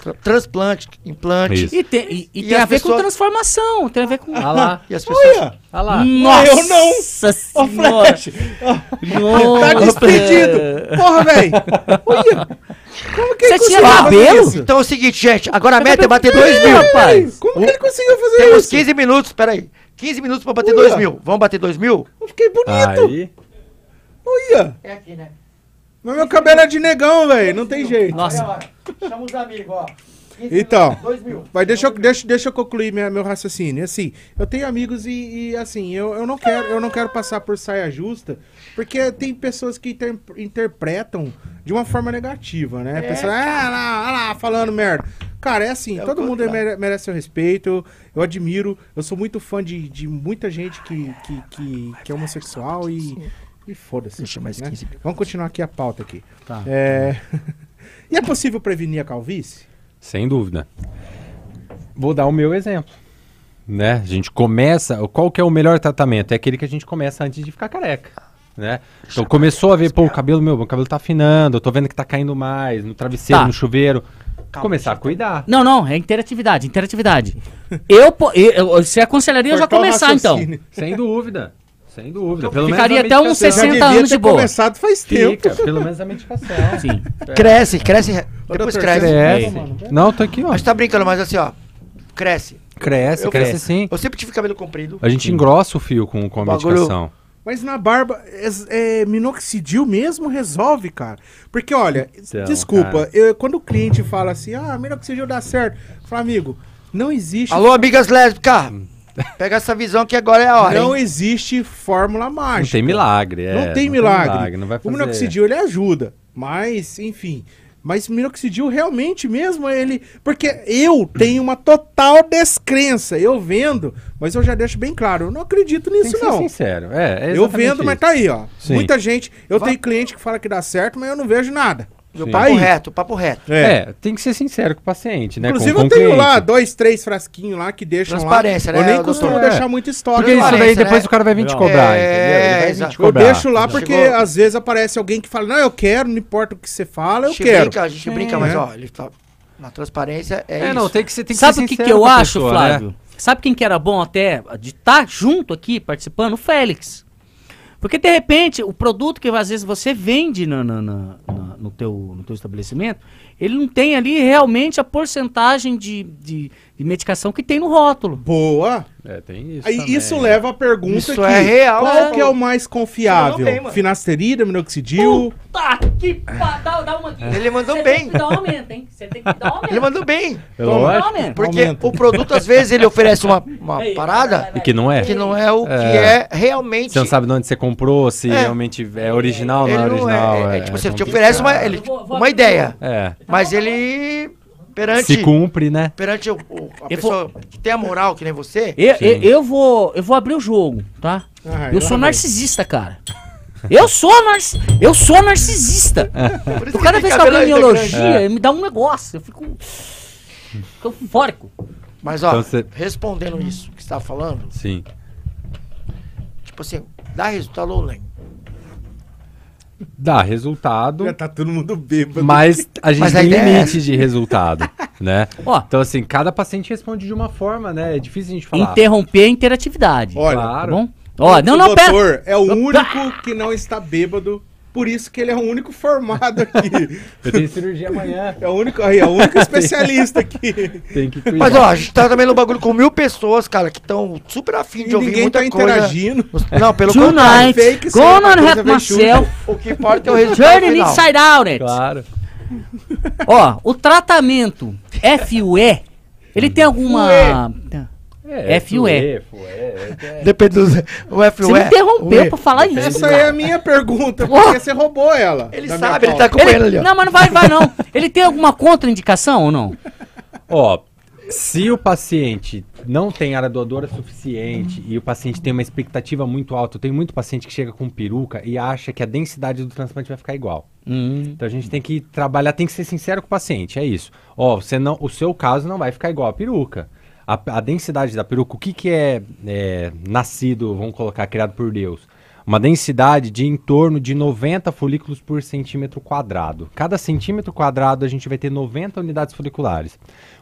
Speaker 2: tra- transplante, implante.
Speaker 5: Isso.
Speaker 3: E tem, e- e
Speaker 2: E
Speaker 3: tem a
Speaker 2: as
Speaker 3: ver com
Speaker 2: pessoas-
Speaker 3: transformação, tem a ver com...
Speaker 5: Olha lá.
Speaker 2: E as pessoas.
Speaker 1: Olha,
Speaker 5: Olha lá.
Speaker 3: Nossa
Speaker 1: eu não. ó,
Speaker 3: Senhora!
Speaker 1: Flash. ó, Tá despedido. Porra, velho. Olha. Como que
Speaker 3: Você
Speaker 1: ele
Speaker 3: tinha
Speaker 1: conseguiu fazer
Speaker 3: cabelo?
Speaker 1: isso?
Speaker 2: Então é o seguinte, gente. Agora a meta é bater
Speaker 3: Ih,
Speaker 2: 2 mil.
Speaker 3: rapaz.
Speaker 1: Como que ele conseguiu fazer
Speaker 2: Temos
Speaker 1: isso?
Speaker 2: 15 minutos, peraí. 15 minutos pra bater
Speaker 1: Olha.
Speaker 2: 2 mil. Vamos bater 2 mil?
Speaker 1: Eu fiquei bonito.
Speaker 5: Aí.
Speaker 1: Olha.
Speaker 2: É aqui, né?
Speaker 1: Mas meu cabelo é de negão, velho. Não tem jeito.
Speaker 3: Nossa.
Speaker 2: Chama os amigos, ó.
Speaker 1: Então,
Speaker 2: mil.
Speaker 1: mas deixa eu, deixa, deixa eu concluir minha- meu raciocínio. Assim, eu tenho amigos e, e, assim, eu, eu, não quero, eu não quero passar por saia justa, porque tem pessoas que inter- interpretam de uma forma negativa, né? Pessoa, ah, lá, ah lá, falando merda. Cara, é assim,
Speaker 2: É o
Speaker 1: todo mundo
Speaker 2: contrário.
Speaker 1: mere- merece seu respeito, eu, eu admiro, eu sou muito fã de, de muita gente que, que, que, que é homossexual e, e foda-se.
Speaker 2: Deixa mais
Speaker 1: né?
Speaker 2: 15 minutos.
Speaker 1: Vamos continuar aqui a pauta aqui.
Speaker 3: Tá.
Speaker 1: *laughs* É, E é possível prevenir a calvície?
Speaker 5: Sem dúvida. Vou dar o meu exemplo. Né? A gente começa. Qual que é o melhor tratamento? É aquele que a gente começa antes de ficar careca. Né? Então começou a ver, pô, o cabelo meu, meu cabelo tá afinando, eu tô vendo que tá caindo mais, no travesseiro,
Speaker 3: Tá.
Speaker 5: no chuveiro. começar a cuidar.
Speaker 3: Não, não, é interatividade, interatividade. Eu, po- eu, eu- se aconselharia eu já
Speaker 1: Cortar o
Speaker 3: começar então.
Speaker 1: raciocínio.
Speaker 5: *laughs* Sem dúvida. Sem dúvida.
Speaker 3: ficaria
Speaker 5: a
Speaker 3: até um uns
Speaker 1: Eu
Speaker 5: medicação.
Speaker 1: já
Speaker 3: 60
Speaker 1: devia
Speaker 3: anos
Speaker 1: ter
Speaker 3: de boa.
Speaker 1: começado faz tempo.
Speaker 5: Fica, *laughs* pelo menos a medicação. É. Tá
Speaker 3: Sim.
Speaker 2: Cresce, cresce. Depois
Speaker 1: doutor,
Speaker 2: cresce.
Speaker 1: você-
Speaker 5: Cresce.
Speaker 1: Mano, velho.
Speaker 5: Não, tô aqui, ó.
Speaker 2: Mas tá brincando, mas assim, ó. Cresce.
Speaker 5: Cresce,
Speaker 2: Eu-
Speaker 5: cresce sim.
Speaker 2: Eu sempre tive cabelo comprido.
Speaker 5: A gente engrossa o fio com, com a
Speaker 2: O bagulho-
Speaker 5: medicação.
Speaker 1: Mas na barba, é, é, minoxidil mesmo resolve, cara. Porque, olha,
Speaker 5: Então,
Speaker 1: desculpa,
Speaker 5: cara.
Speaker 1: eu- quando o cliente fala assim, ah, minoxidil dá certo, eu falo, amigo, não existe.
Speaker 2: Alô, amigas lésbicas! Pega essa visão que agora é a hora.
Speaker 1: não
Speaker 2: hein?
Speaker 1: existe fórmula
Speaker 5: Não
Speaker 1: mágica.
Speaker 5: tem milagre, é.
Speaker 1: Não tem milagre.
Speaker 5: não vai
Speaker 1: O
Speaker 5: fazer.
Speaker 1: minoxidil ele ajuda, mas enfim. Mas minoxidil realmente mesmo ele, porque eu tenho uma total descrença. Eu vendo, mas eu já deixo bem claro, eu não acredito
Speaker 5: Tem
Speaker 1: nisso
Speaker 5: que ser
Speaker 1: não.
Speaker 5: sincero. É, é
Speaker 1: eu
Speaker 5: exatamente
Speaker 1: vendo, mas
Speaker 5: isso.
Speaker 1: tá aí, ó.
Speaker 5: Sim.
Speaker 1: Muita gente, eu
Speaker 2: Va-
Speaker 1: tenho cliente que fala que dá certo, mas eu não vejo nada.
Speaker 2: Meu
Speaker 5: Sim.
Speaker 2: papo
Speaker 1: Aí.
Speaker 2: reto, papo reto.
Speaker 5: É. tem que ser sincero com o paciente, né?
Speaker 1: Inclusive
Speaker 5: com, com
Speaker 1: eu
Speaker 5: o
Speaker 1: tenho
Speaker 5: cliente.
Speaker 1: lá dois, três frasquinhos lá que deixam lá.
Speaker 2: Transparência, né,
Speaker 1: Eu nem
Speaker 2: doutor?
Speaker 1: costumo
Speaker 5: É.
Speaker 1: deixar muito história.
Speaker 5: Porque isso
Speaker 1: lá.
Speaker 2: Transparência,
Speaker 5: daí depois
Speaker 2: né?
Speaker 5: o cara vai vir te
Speaker 2: Legal.
Speaker 5: cobrar,
Speaker 2: É,
Speaker 5: entendeu? Ele vai vir
Speaker 2: exato.
Speaker 5: te
Speaker 1: Eu
Speaker 5: cobrar.
Speaker 1: deixo lá porque
Speaker 2: Chegou.
Speaker 1: às vezes aparece alguém que fala: "Não, eu quero, não importa o que você fala,
Speaker 2: A
Speaker 1: eu
Speaker 2: gente
Speaker 1: quero".
Speaker 2: brinca, a gente brinca, mas
Speaker 1: É.
Speaker 2: ó, ele tá- na transparência é,
Speaker 5: É,
Speaker 2: isso.
Speaker 5: não, tem que ser tem que
Speaker 3: Sabe
Speaker 5: ser
Speaker 3: o que, que
Speaker 5: sincero
Speaker 3: eu
Speaker 5: com a
Speaker 3: acho,
Speaker 5: pessoa, né?
Speaker 3: Flávio? Sabe quem que era bom até de estar junto aqui participando? O Félix. Porque de repente o produto que às vezes você vende na- na- na- na- no, teu, no teu estabelecimento, ele não tem ali realmente a porcentagem de, de- de medicação que tem no rótulo.
Speaker 1: Boa.
Speaker 5: É, tem isso.
Speaker 1: Aí
Speaker 5: também,
Speaker 1: isso
Speaker 5: né?
Speaker 1: leva à pergunta
Speaker 2: Isso
Speaker 1: que,
Speaker 2: é real,
Speaker 1: qual
Speaker 2: né?
Speaker 1: que é o mais confiável?
Speaker 2: Não, não tem, mano.
Speaker 1: Finasterida, minoxidil?
Speaker 3: Tá, que pa- dá, dá uma
Speaker 4: É.
Speaker 3: aqui.
Speaker 2: Ele mandou
Speaker 3: Você
Speaker 2: bem.
Speaker 3: Tem que dar um aumento, hein? Você tem que dar um aumento.
Speaker 2: Ele mandou bem.
Speaker 5: É lógico.
Speaker 3: aumento.
Speaker 2: Porque
Speaker 1: Aumenta.
Speaker 2: o produto, às vezes, ele oferece uma, uma
Speaker 3: Ei, vai, vai,
Speaker 2: parada
Speaker 3: vai.
Speaker 5: Que não é.
Speaker 2: que não é o que é,
Speaker 5: É.
Speaker 2: realmente.
Speaker 5: Você não sabe de onde você comprou, se
Speaker 2: É.
Speaker 5: realmente é original ou
Speaker 2: Ele
Speaker 5: não é
Speaker 2: não
Speaker 5: original.
Speaker 2: é, é,
Speaker 5: é-
Speaker 2: tipo,
Speaker 5: é
Speaker 2: você te
Speaker 5: complicado.
Speaker 2: oferece uma, ele-
Speaker 3: Eu vou- vou
Speaker 2: uma
Speaker 3: abrir
Speaker 2: ideia,
Speaker 5: É.
Speaker 2: mas ele perante
Speaker 5: Se cumpre, né?
Speaker 2: perante o, o- a
Speaker 3: Eu vou-
Speaker 2: pessoa que tem a moral que nem você,
Speaker 3: Eu,
Speaker 5: Sim.
Speaker 3: eu, eu vou, eu vou abrir o jogo, tá?
Speaker 1: Ah,
Speaker 3: eu
Speaker 1: lá
Speaker 3: sou
Speaker 1: vem.
Speaker 3: narcisista, cara. Eu sou narci... eu sou narcisista.
Speaker 2: por isso
Speaker 3: Então,
Speaker 2: que
Speaker 3: cada
Speaker 2: tem
Speaker 3: vez que eu
Speaker 2: cabelo
Speaker 3: abro
Speaker 2: ainda grande.
Speaker 3: neurologia, me dá um negócio. Eu fico. Fico eufórico.
Speaker 2: Mas ó,
Speaker 5: Então você-
Speaker 2: respondendo isso que você tá falando,
Speaker 5: Sim.
Speaker 2: tipo assim, dá resultado ou não?
Speaker 5: Dá resultado.
Speaker 1: Já tá todo mundo bêbado. *laughs*
Speaker 5: Mas a gente
Speaker 2: Mas a
Speaker 5: tem
Speaker 2: ideia é
Speaker 5: limite de resultado, né?
Speaker 3: Ó.
Speaker 5: Então, assim, cada paciente responde de uma forma, né? É difícil a gente falar.
Speaker 3: Interromper a interatividade.
Speaker 1: Olha,
Speaker 3: Então, tá
Speaker 5: claro.
Speaker 3: bom? Ó, não, não,
Speaker 1: o
Speaker 3: pera.
Speaker 1: doutor é o único que não está bêbado, por isso que ele é o único formado aqui. *laughs*
Speaker 5: Eu tenho cirurgia amanhã.
Speaker 1: É o único, aí, é o único especialista *laughs* aqui.
Speaker 5: Tem que cuidar.
Speaker 2: Mas ó, a gente tá também no bagulho com mil pessoas, cara, que estão super afim de
Speaker 1: E
Speaker 2: ouvir
Speaker 1: ninguém
Speaker 2: muita
Speaker 1: tá
Speaker 2: coisa.
Speaker 1: interagindo.
Speaker 2: Não, pelo contrário.
Speaker 3: Tonight,
Speaker 1: fake, isso é uma
Speaker 3: gonna
Speaker 1: coisa
Speaker 3: help
Speaker 1: bem chuta.
Speaker 3: myself.
Speaker 2: O que importa é o resultado
Speaker 3: Turning
Speaker 2: final.
Speaker 3: inside out. it.
Speaker 5: Claro.
Speaker 3: Ó, o tratamento FUE, ele tem alguma.
Speaker 5: É,
Speaker 3: FUE.
Speaker 5: FUE, é.
Speaker 2: Depende do o F,
Speaker 3: Você me interrompeu pra falar isso.
Speaker 1: Essa aí é a minha pergunta, porque você roubou ela.
Speaker 2: Ele
Speaker 1: da minha
Speaker 2: sabe, ele
Speaker 1: pauta.
Speaker 2: tá acompanhando ali,
Speaker 3: Ele-
Speaker 2: ó.
Speaker 3: Não, mas não vai, vai não. Ele tem alguma contraindicação ou não?
Speaker 5: Ó, se o paciente não tem área doadora suficiente e o paciente tem uma expectativa muito alta, eu tenho muito paciente que chega com peruca e acha que a densidade do transplante vai ficar igual.
Speaker 3: Hum.
Speaker 5: Então a gente tem que trabalhar, tem que ser sincero com o paciente, é isso. Ó, você não, o seu caso não vai ficar igual a peruca. A, a densidade da peruca, o que, que é, é, nascido, vamos colocar, criado por Deus? Uma densidade de em torno de 90 folículos por centímetro quadrado. Cada centímetro quadrado a gente vai ter 90 unidades foliculares.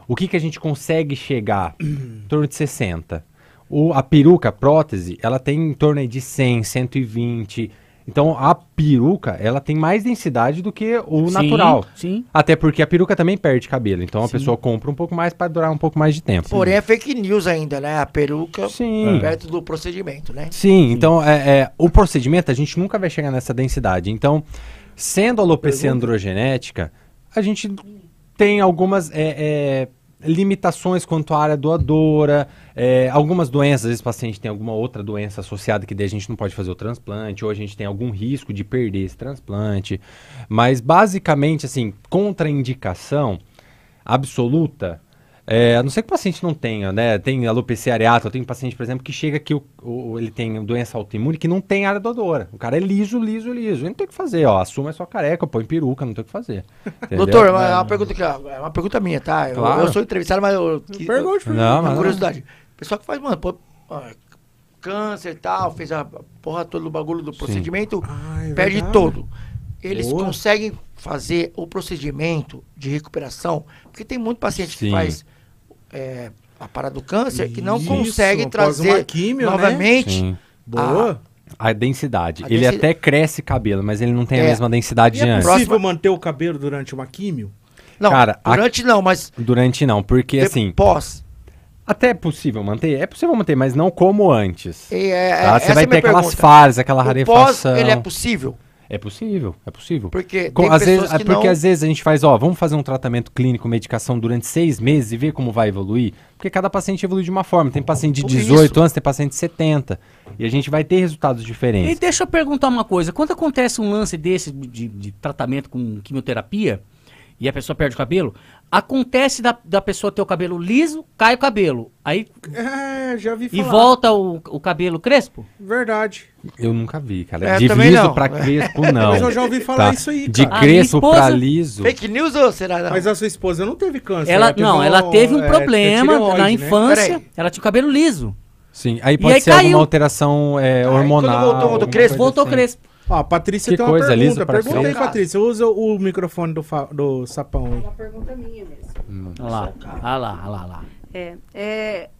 Speaker 5: O que, que a gente consegue chegar?
Speaker 3: Uhum.
Speaker 5: em torno de 60. O, a peruca, a prótese, ela tem em torno aí de 100, 120. Então a peruca, ela tem mais densidade do que o
Speaker 3: Sim,
Speaker 5: natural.
Speaker 3: Sim.
Speaker 5: Até porque a peruca também perde cabelo. Então a
Speaker 3: Sim.
Speaker 5: pessoa compra um pouco mais para durar um pouco mais de tempo.
Speaker 2: Porém, é fake news ainda, né? A peruca
Speaker 5: Sim.
Speaker 2: perto do procedimento, né?
Speaker 5: Sim, então é, é, o procedimento a gente nunca vai chegar nessa densidade. Então, sendo alopecia androgenética, a gente tem algumas é, é, limitações quanto à área doadora, é, algumas doenças, às vezes o paciente tem alguma outra doença associada que daí a gente não pode fazer o transplante, ou a gente tem algum risco de perder esse transplante. Mas basicamente, assim, contraindicação absoluta. É, a não ser que o paciente não tenha, né? Tem alopecia areata, eu tenho paciente, por exemplo, que chega que o, o- ele tem doença autoimune que não tem área doadora. O cara é liso, liso, liso. Ele não tem o que fazer, ó. Assuma a sua careca, põe peruca, não tem o
Speaker 2: *laughs*
Speaker 5: que fazer. Entendeu?
Speaker 2: Doutor, é uma pergunta que é uma pergunta minha, tá? Eu,
Speaker 5: Claro.
Speaker 2: eu sou entrevistado, mas eu, que- eu,
Speaker 1: Pergunte,
Speaker 5: Não,
Speaker 2: uma
Speaker 5: mas-
Speaker 2: curiosidade. O pessoal que faz, mano, pô, ó, câncer e tal, fez a porra toda do bagulho do procedimento,
Speaker 1: Ah, é
Speaker 2: perde
Speaker 1: verdade.
Speaker 2: todo. Eles
Speaker 1: Boa.
Speaker 2: conseguem fazer o procedimento de recuperação, porque tem muito paciente que
Speaker 5: Sim.
Speaker 2: faz é, a parada do câncer que não
Speaker 1: Isso,
Speaker 2: consegue
Speaker 1: após uma
Speaker 2: trazer
Speaker 1: químio, né?
Speaker 2: novamente.
Speaker 5: Sim.
Speaker 1: Boa.
Speaker 5: A densidade.
Speaker 2: A
Speaker 5: ele
Speaker 2: densi-
Speaker 5: até cresce cabelo, mas ele não tem
Speaker 2: É.
Speaker 5: a mesma densidade
Speaker 1: E
Speaker 5: de
Speaker 1: é
Speaker 5: antes.
Speaker 1: possível
Speaker 2: Próxima-
Speaker 1: manter o cabelo durante uma químio?
Speaker 2: Não,
Speaker 5: Cara, a-
Speaker 2: durante não, mas
Speaker 5: Durante não, porque assim,
Speaker 2: pós.
Speaker 5: até é possível manter, é possível manter, mas não como antes.
Speaker 2: É, é,
Speaker 5: tá?
Speaker 2: essa
Speaker 5: Você
Speaker 2: é
Speaker 5: vai
Speaker 2: a minha
Speaker 5: ter aquelas
Speaker 2: pergunta.
Speaker 5: fases, aquela
Speaker 2: O pós,
Speaker 5: rarefação.
Speaker 2: ele é possível?
Speaker 5: É possível, é possível.
Speaker 2: Porque
Speaker 5: Com-
Speaker 2: tem
Speaker 5: às
Speaker 2: pessoas
Speaker 5: vezes, é
Speaker 2: que
Speaker 5: porque
Speaker 2: não...
Speaker 5: às vezes a gente faz, ó, vamos fazer um tratamento clínico, medicação durante seis meses e ver como vai evoluir. Porque cada paciente evolui de uma forma. Tem paciente de
Speaker 2: Por isso.
Speaker 5: 18 anos, tem paciente de 70. E a gente vai ter resultados diferentes.
Speaker 3: E deixa eu perguntar uma coisa. Quando acontece um lance desse de, de tratamento com quimioterapia e a pessoa perde o cabelo, acontece da, da pessoa ter o cabelo liso, cai o cabelo. Aí
Speaker 1: É, já vi
Speaker 3: e volta o, o cabelo crespo?
Speaker 1: Verdade.
Speaker 5: Eu nunca vi, cara.
Speaker 2: É,
Speaker 5: de
Speaker 2: também
Speaker 5: liso
Speaker 2: não. *laughs*
Speaker 5: pra crespo, não. Tá.
Speaker 1: Mas eu já ouvi falar isso aí,
Speaker 5: De
Speaker 1: cara.
Speaker 3: A minha
Speaker 5: crespo pra
Speaker 3: esposa-
Speaker 5: liso.
Speaker 2: Fake news ou será não?
Speaker 1: Mas a sua esposa não teve câncer.
Speaker 3: Tá. Ela, não, ela teve um
Speaker 1: é,
Speaker 3: problema
Speaker 1: tireoide,
Speaker 3: na
Speaker 1: né?
Speaker 3: infância.
Speaker 2: Peraí.
Speaker 3: Ela tinha o cabelo liso.
Speaker 5: Sim, aí
Speaker 3: E
Speaker 5: pode
Speaker 3: aí
Speaker 5: ser
Speaker 3: caiu.
Speaker 5: alguma alteração é,
Speaker 2: quando
Speaker 5: hormonal.
Speaker 2: voltou, voltou
Speaker 5: alguma
Speaker 2: crespo,
Speaker 5: coisa
Speaker 3: Voltou
Speaker 5: assim.
Speaker 3: crespo.
Speaker 1: Ó, a Patrícia
Speaker 5: Que
Speaker 1: tem uma
Speaker 5: coisa,
Speaker 1: pergunta.
Speaker 5: liso pra
Speaker 1: pergunta aí,
Speaker 5: frente.
Speaker 1: Patrícia. Usa o microfone do, fa- do sapão
Speaker 4: É
Speaker 1: aí.
Speaker 4: uma pergunta minha mesmo.
Speaker 3: Olha lá, olha lá, olha lá, olha lá.
Speaker 4: É, é,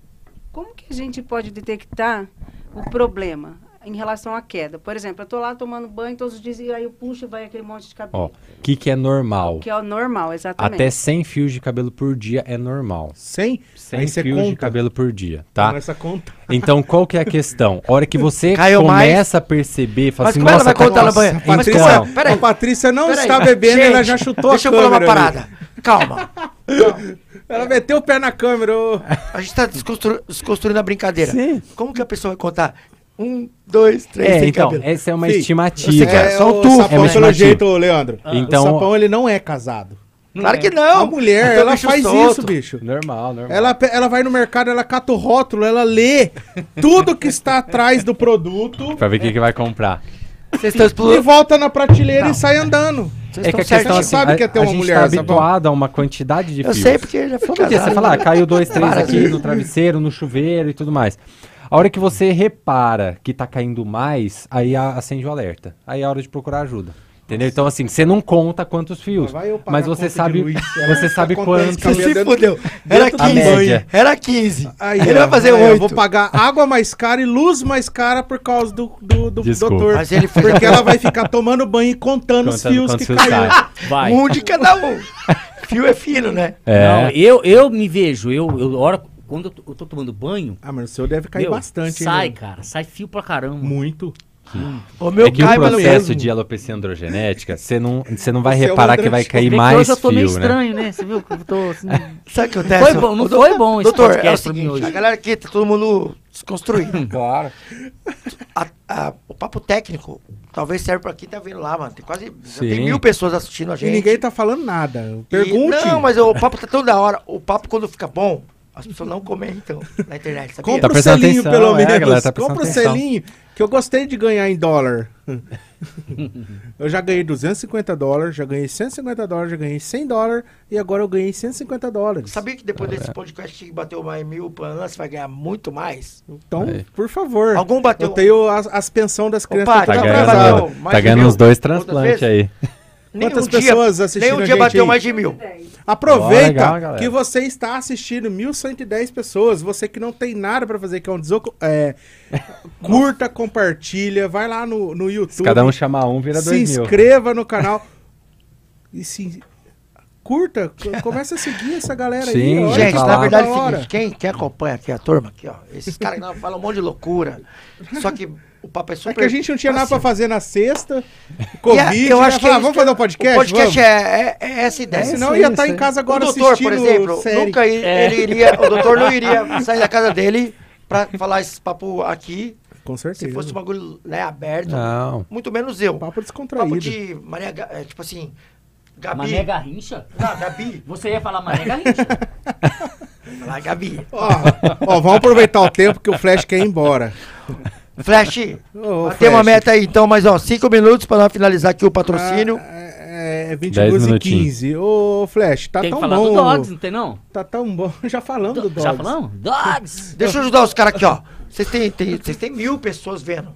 Speaker 4: como que a gente pode detectar o problema em relação à queda? Por exemplo, eu tô lá tomando banho todos os dias e aí eu puxo e vai aquele monte de
Speaker 5: Ó,
Speaker 4: cabelo.
Speaker 5: o que, que é normal?
Speaker 4: Que é o normal, exatamente.
Speaker 5: Até 100 fios de cabelo por dia é normal.
Speaker 1: 100?
Speaker 5: 100 fios de cabelo por dia, tá?
Speaker 1: Começa a conta.
Speaker 5: Então, qual que é a questão? A hora que você
Speaker 2: Caiu
Speaker 5: começa a perceber,
Speaker 2: Mas
Speaker 5: fala assim,
Speaker 2: como ela
Speaker 5: nossa,
Speaker 2: vai contar
Speaker 5: tá-
Speaker 2: no banheiro?
Speaker 5: Então,
Speaker 2: Mas
Speaker 1: Patrícia,
Speaker 2: como é?
Speaker 1: a
Speaker 2: Peraí.
Speaker 1: Patrícia não
Speaker 2: Peraí,
Speaker 1: está bebendo,
Speaker 2: gente,
Speaker 1: ela já chutou
Speaker 2: Deixa
Speaker 1: a
Speaker 2: eu falar
Speaker 1: câmera.
Speaker 2: uma parada. Calma.
Speaker 1: ali. Ela meteu o pé na câmera. ô.
Speaker 2: A gente tá desconstru- desconstruindo a brincadeira.
Speaker 5: Sim.
Speaker 2: Como que a pessoa vai contar? Um, dois, três,
Speaker 5: é,
Speaker 2: sem
Speaker 5: então,
Speaker 2: cabelo.
Speaker 5: *laughs* essa é uma
Speaker 1: Fih,
Speaker 5: estimativa.
Speaker 2: você quer- É, só
Speaker 1: o
Speaker 2: tu,
Speaker 5: é
Speaker 1: sapão
Speaker 5: uma
Speaker 1: pelo
Speaker 5: estimativa.
Speaker 1: jeito, ô, Leandro.
Speaker 5: Então-
Speaker 1: o sapão ele não é casado.
Speaker 2: claro
Speaker 5: é.
Speaker 2: que Ah. não.
Speaker 1: a mulher,
Speaker 2: Então
Speaker 1: ela
Speaker 2: deixa
Speaker 1: faz
Speaker 2: solto.
Speaker 1: isso, bicho.
Speaker 5: Normal, normal.
Speaker 1: Ela, pe- ela vai no mercado, ela cata o rótulo, ela lê tudo que está atrás do produto
Speaker 5: Pra ver o que, que vai comprar.
Speaker 2: Vocês estão
Speaker 1: e
Speaker 2: explodindo.
Speaker 1: volta na prateleira e sai andando.
Speaker 2: Vocês
Speaker 5: É que
Speaker 2: estão
Speaker 5: a questão
Speaker 1: Ela
Speaker 2: certos.
Speaker 5: assim,
Speaker 1: sabe
Speaker 5: a,
Speaker 1: que é ter
Speaker 5: a
Speaker 1: uma
Speaker 5: gente
Speaker 1: mulher,
Speaker 5: tá
Speaker 1: Sabão.
Speaker 5: habituado a uma quantidade de
Speaker 2: Eu
Speaker 5: fios.
Speaker 2: sei porque já fui
Speaker 5: Todo dia você
Speaker 2: casado.
Speaker 5: fala, ah, caiu dois, três
Speaker 2: Várias
Speaker 5: aqui
Speaker 2: vezes.
Speaker 5: no travesseiro, no chuveiro e tudo mais. A hora que você repara que tá caindo mais, aí a- acende o alerta. Aí é a hora de procurar ajuda. Entendeu? Então, assim, você não conta quantos fios,
Speaker 1: Lá vai eu pagar
Speaker 5: mas
Speaker 1: a
Speaker 5: você
Speaker 1: conta de
Speaker 5: sabe, *laughs*
Speaker 1: luz.
Speaker 5: você sabe
Speaker 1: Tá
Speaker 5: quantos.
Speaker 1: contando
Speaker 2: Você se
Speaker 1: Dentro-
Speaker 2: fudeu. Era
Speaker 1: dentro da
Speaker 2: 15.
Speaker 5: média.
Speaker 2: Era 15.
Speaker 1: Aí,
Speaker 2: Ele
Speaker 1: ó,
Speaker 2: vai fazer
Speaker 1: aí, ó, Vou
Speaker 2: 8.
Speaker 1: pagar água mais cara e luz mais cara por causa do, do, do
Speaker 5: Desculpa.
Speaker 1: doutor.
Speaker 2: Mas ele fez a
Speaker 1: Porque ela vai ficar tomando banho e contando, os
Speaker 5: Contando
Speaker 1: fios que
Speaker 5: quantos
Speaker 1: caiu.
Speaker 5: fios
Speaker 1: *laughs*
Speaker 5: saem.
Speaker 3: Vai.
Speaker 2: Um de cada um. Fio é fino, né?
Speaker 5: É.
Speaker 3: Não, eu, eu me vejo, eu, eu hora, quando eu tô, eu tô tomando banho,
Speaker 1: Ah, mas o seu deve cair
Speaker 3: meu,
Speaker 1: bastante. hein,
Speaker 3: sai,
Speaker 1: Leandro?
Speaker 3: cara, sai fio pra caramba.
Speaker 1: Muito.
Speaker 2: O meu
Speaker 5: é que o
Speaker 2: cai, mas não
Speaker 5: processo
Speaker 1: mesmo.
Speaker 5: de alopecia androgenética, você não, você não vai
Speaker 1: Você é um
Speaker 5: reparar que vai
Speaker 1: androgenético.
Speaker 5: cair
Speaker 3: Vê que
Speaker 5: mais
Speaker 3: hoje eu tô meio
Speaker 5: fio, né?
Speaker 3: estranho, né? Você viu que eu tô *laughs* assim...
Speaker 2: Sabe o que acontece?
Speaker 3: Foi bom, não
Speaker 2: Ô,
Speaker 3: foi
Speaker 2: doutor,
Speaker 3: bom esse
Speaker 2: doutor, é o
Speaker 3: podcast pra mim
Speaker 2: seguinte,
Speaker 3: hoje.
Speaker 2: A galera aqui tá todo mundo
Speaker 3: *laughs*
Speaker 2: desconstruído.
Speaker 5: Claro.
Speaker 2: A- a- o papo técnico talvez serve pra quem tá vendo lá, mano. Tem quase já tem
Speaker 5: Sim.
Speaker 2: mil pessoas assistindo
Speaker 1: E
Speaker 2: a gente.
Speaker 1: ninguém tá falando nada.
Speaker 2: E-
Speaker 1: Pergunte.
Speaker 2: Não, mas o papo tá tão da hora. O papo, quando fica bom, as pessoas não comentam na internet, sabia?
Speaker 1: Compra o
Speaker 5: Tá prestando
Speaker 1: selinho,
Speaker 5: atenção,
Speaker 1: pelo
Speaker 5: é,
Speaker 1: menos.
Speaker 5: galera, tá prestando
Speaker 1: Compra o
Speaker 5: atenção.
Speaker 1: selinho, que eu gostei de ganhar em dólar. *laughs* eu já ganhei 250 dólares, já ganhei 150 dólares, já ganhei 100 dólares e agora eu ganhei 150 dólares.
Speaker 2: Sabia que depois desse podcast que bateu mais mil planos, vai ganhar muito mais?
Speaker 1: Então, por favor.
Speaker 2: Algum bateu-
Speaker 1: Eu tenho as, as pensões das crianças.
Speaker 2: Padre,
Speaker 5: Tá
Speaker 1: tudo
Speaker 2: não,
Speaker 5: ganhando,
Speaker 1: atrasado.
Speaker 2: valeu. Mais
Speaker 5: tá
Speaker 2: de
Speaker 5: ganhando
Speaker 2: mil.
Speaker 5: uns dois
Speaker 2: Outras
Speaker 5: transplantes
Speaker 2: vezes?
Speaker 5: aí.
Speaker 1: Quantas pessoas assistiram
Speaker 2: Nem um
Speaker 1: a
Speaker 2: dia
Speaker 1: gente
Speaker 2: bateu
Speaker 1: aí?
Speaker 2: mais de mil.
Speaker 4: É, então,
Speaker 1: Aproveita
Speaker 5: Ó, legal, galera.
Speaker 1: que você está assistindo 1110 pessoas, você que não tem nada pra fazer, que é um desoco...
Speaker 5: *laughs*
Speaker 1: é, curta, compartilha, vai lá no, no
Speaker 5: Se
Speaker 1: YouTube,
Speaker 5: cada um chamar um, vira
Speaker 1: se
Speaker 5: dois mil.
Speaker 1: inscreva no canal *laughs* e se curta, co- começa a seguir essa galera aí.
Speaker 5: Sim,
Speaker 1: olha
Speaker 5: Pode
Speaker 2: Gente,
Speaker 1: que
Speaker 5: falar.
Speaker 2: na verdade é
Speaker 1: da
Speaker 2: o
Speaker 1: hora.
Speaker 2: seguinte, quem, quem acompanha aqui a turma, aqui, ó, esses caras que não falam um monte de loucura. Só que o papo é super.
Speaker 1: É que a gente não tinha nada pra
Speaker 2: passivo.
Speaker 1: fazer na sexta,
Speaker 2: *laughs* E
Speaker 1: Covid,
Speaker 2: a- eu
Speaker 1: né?
Speaker 2: acho que
Speaker 1: Falar,
Speaker 2: é isso
Speaker 1: vamos
Speaker 2: que-
Speaker 1: fazer um podcast?
Speaker 2: O podcast
Speaker 1: Vamos.
Speaker 2: é, é- é essa ideia.
Speaker 1: Senão
Speaker 5: isso,
Speaker 1: ia
Speaker 5: isso
Speaker 1: estar
Speaker 5: aí.
Speaker 1: em casa agora
Speaker 2: o doutor,
Speaker 1: assistindo
Speaker 2: por exemplo,
Speaker 1: série.
Speaker 2: nunca i-
Speaker 3: É.
Speaker 2: ele iria, o doutor
Speaker 3: *laughs*
Speaker 2: não iria sair da casa dele pra falar esse papo aqui,
Speaker 1: Com certeza. Um
Speaker 2: se fosse um bagulho né, aberto.
Speaker 5: Não.
Speaker 2: Muito menos eu.
Speaker 1: Papo descontraído.
Speaker 2: Papo *laughs* de Maria, Ga- é, tipo assim, Gabi.
Speaker 3: Mané Garrincha?
Speaker 2: Não, Gabi.
Speaker 3: Você ia falar Mané Garrincha?
Speaker 2: Vai,
Speaker 3: *laughs*
Speaker 2: Gabi.
Speaker 1: Ó, ó, vamos aproveitar o tempo que o Flash quer ir embora.
Speaker 2: Flash,
Speaker 1: Ô, ô,
Speaker 2: tem uma
Speaker 1: Flash.
Speaker 2: meta aí, então, mas ó, cinco minutos pra nós finalizar aqui o patrocínio.
Speaker 1: Ah, É, é
Speaker 5: Dez
Speaker 1: 22 e
Speaker 5: minutinhos.
Speaker 1: 15. Ô, Flash, tá
Speaker 3: tem que
Speaker 1: tão
Speaker 3: falar
Speaker 1: bom.
Speaker 3: do Dogs, não tem não?
Speaker 1: Tá tão bom. *laughs* Já falamos do Dogs.
Speaker 3: Já falamos? Dogs!
Speaker 2: Deixa eu ajudar os caras aqui, ó. Vocês têm, tem, vocês têm mil pessoas vendo.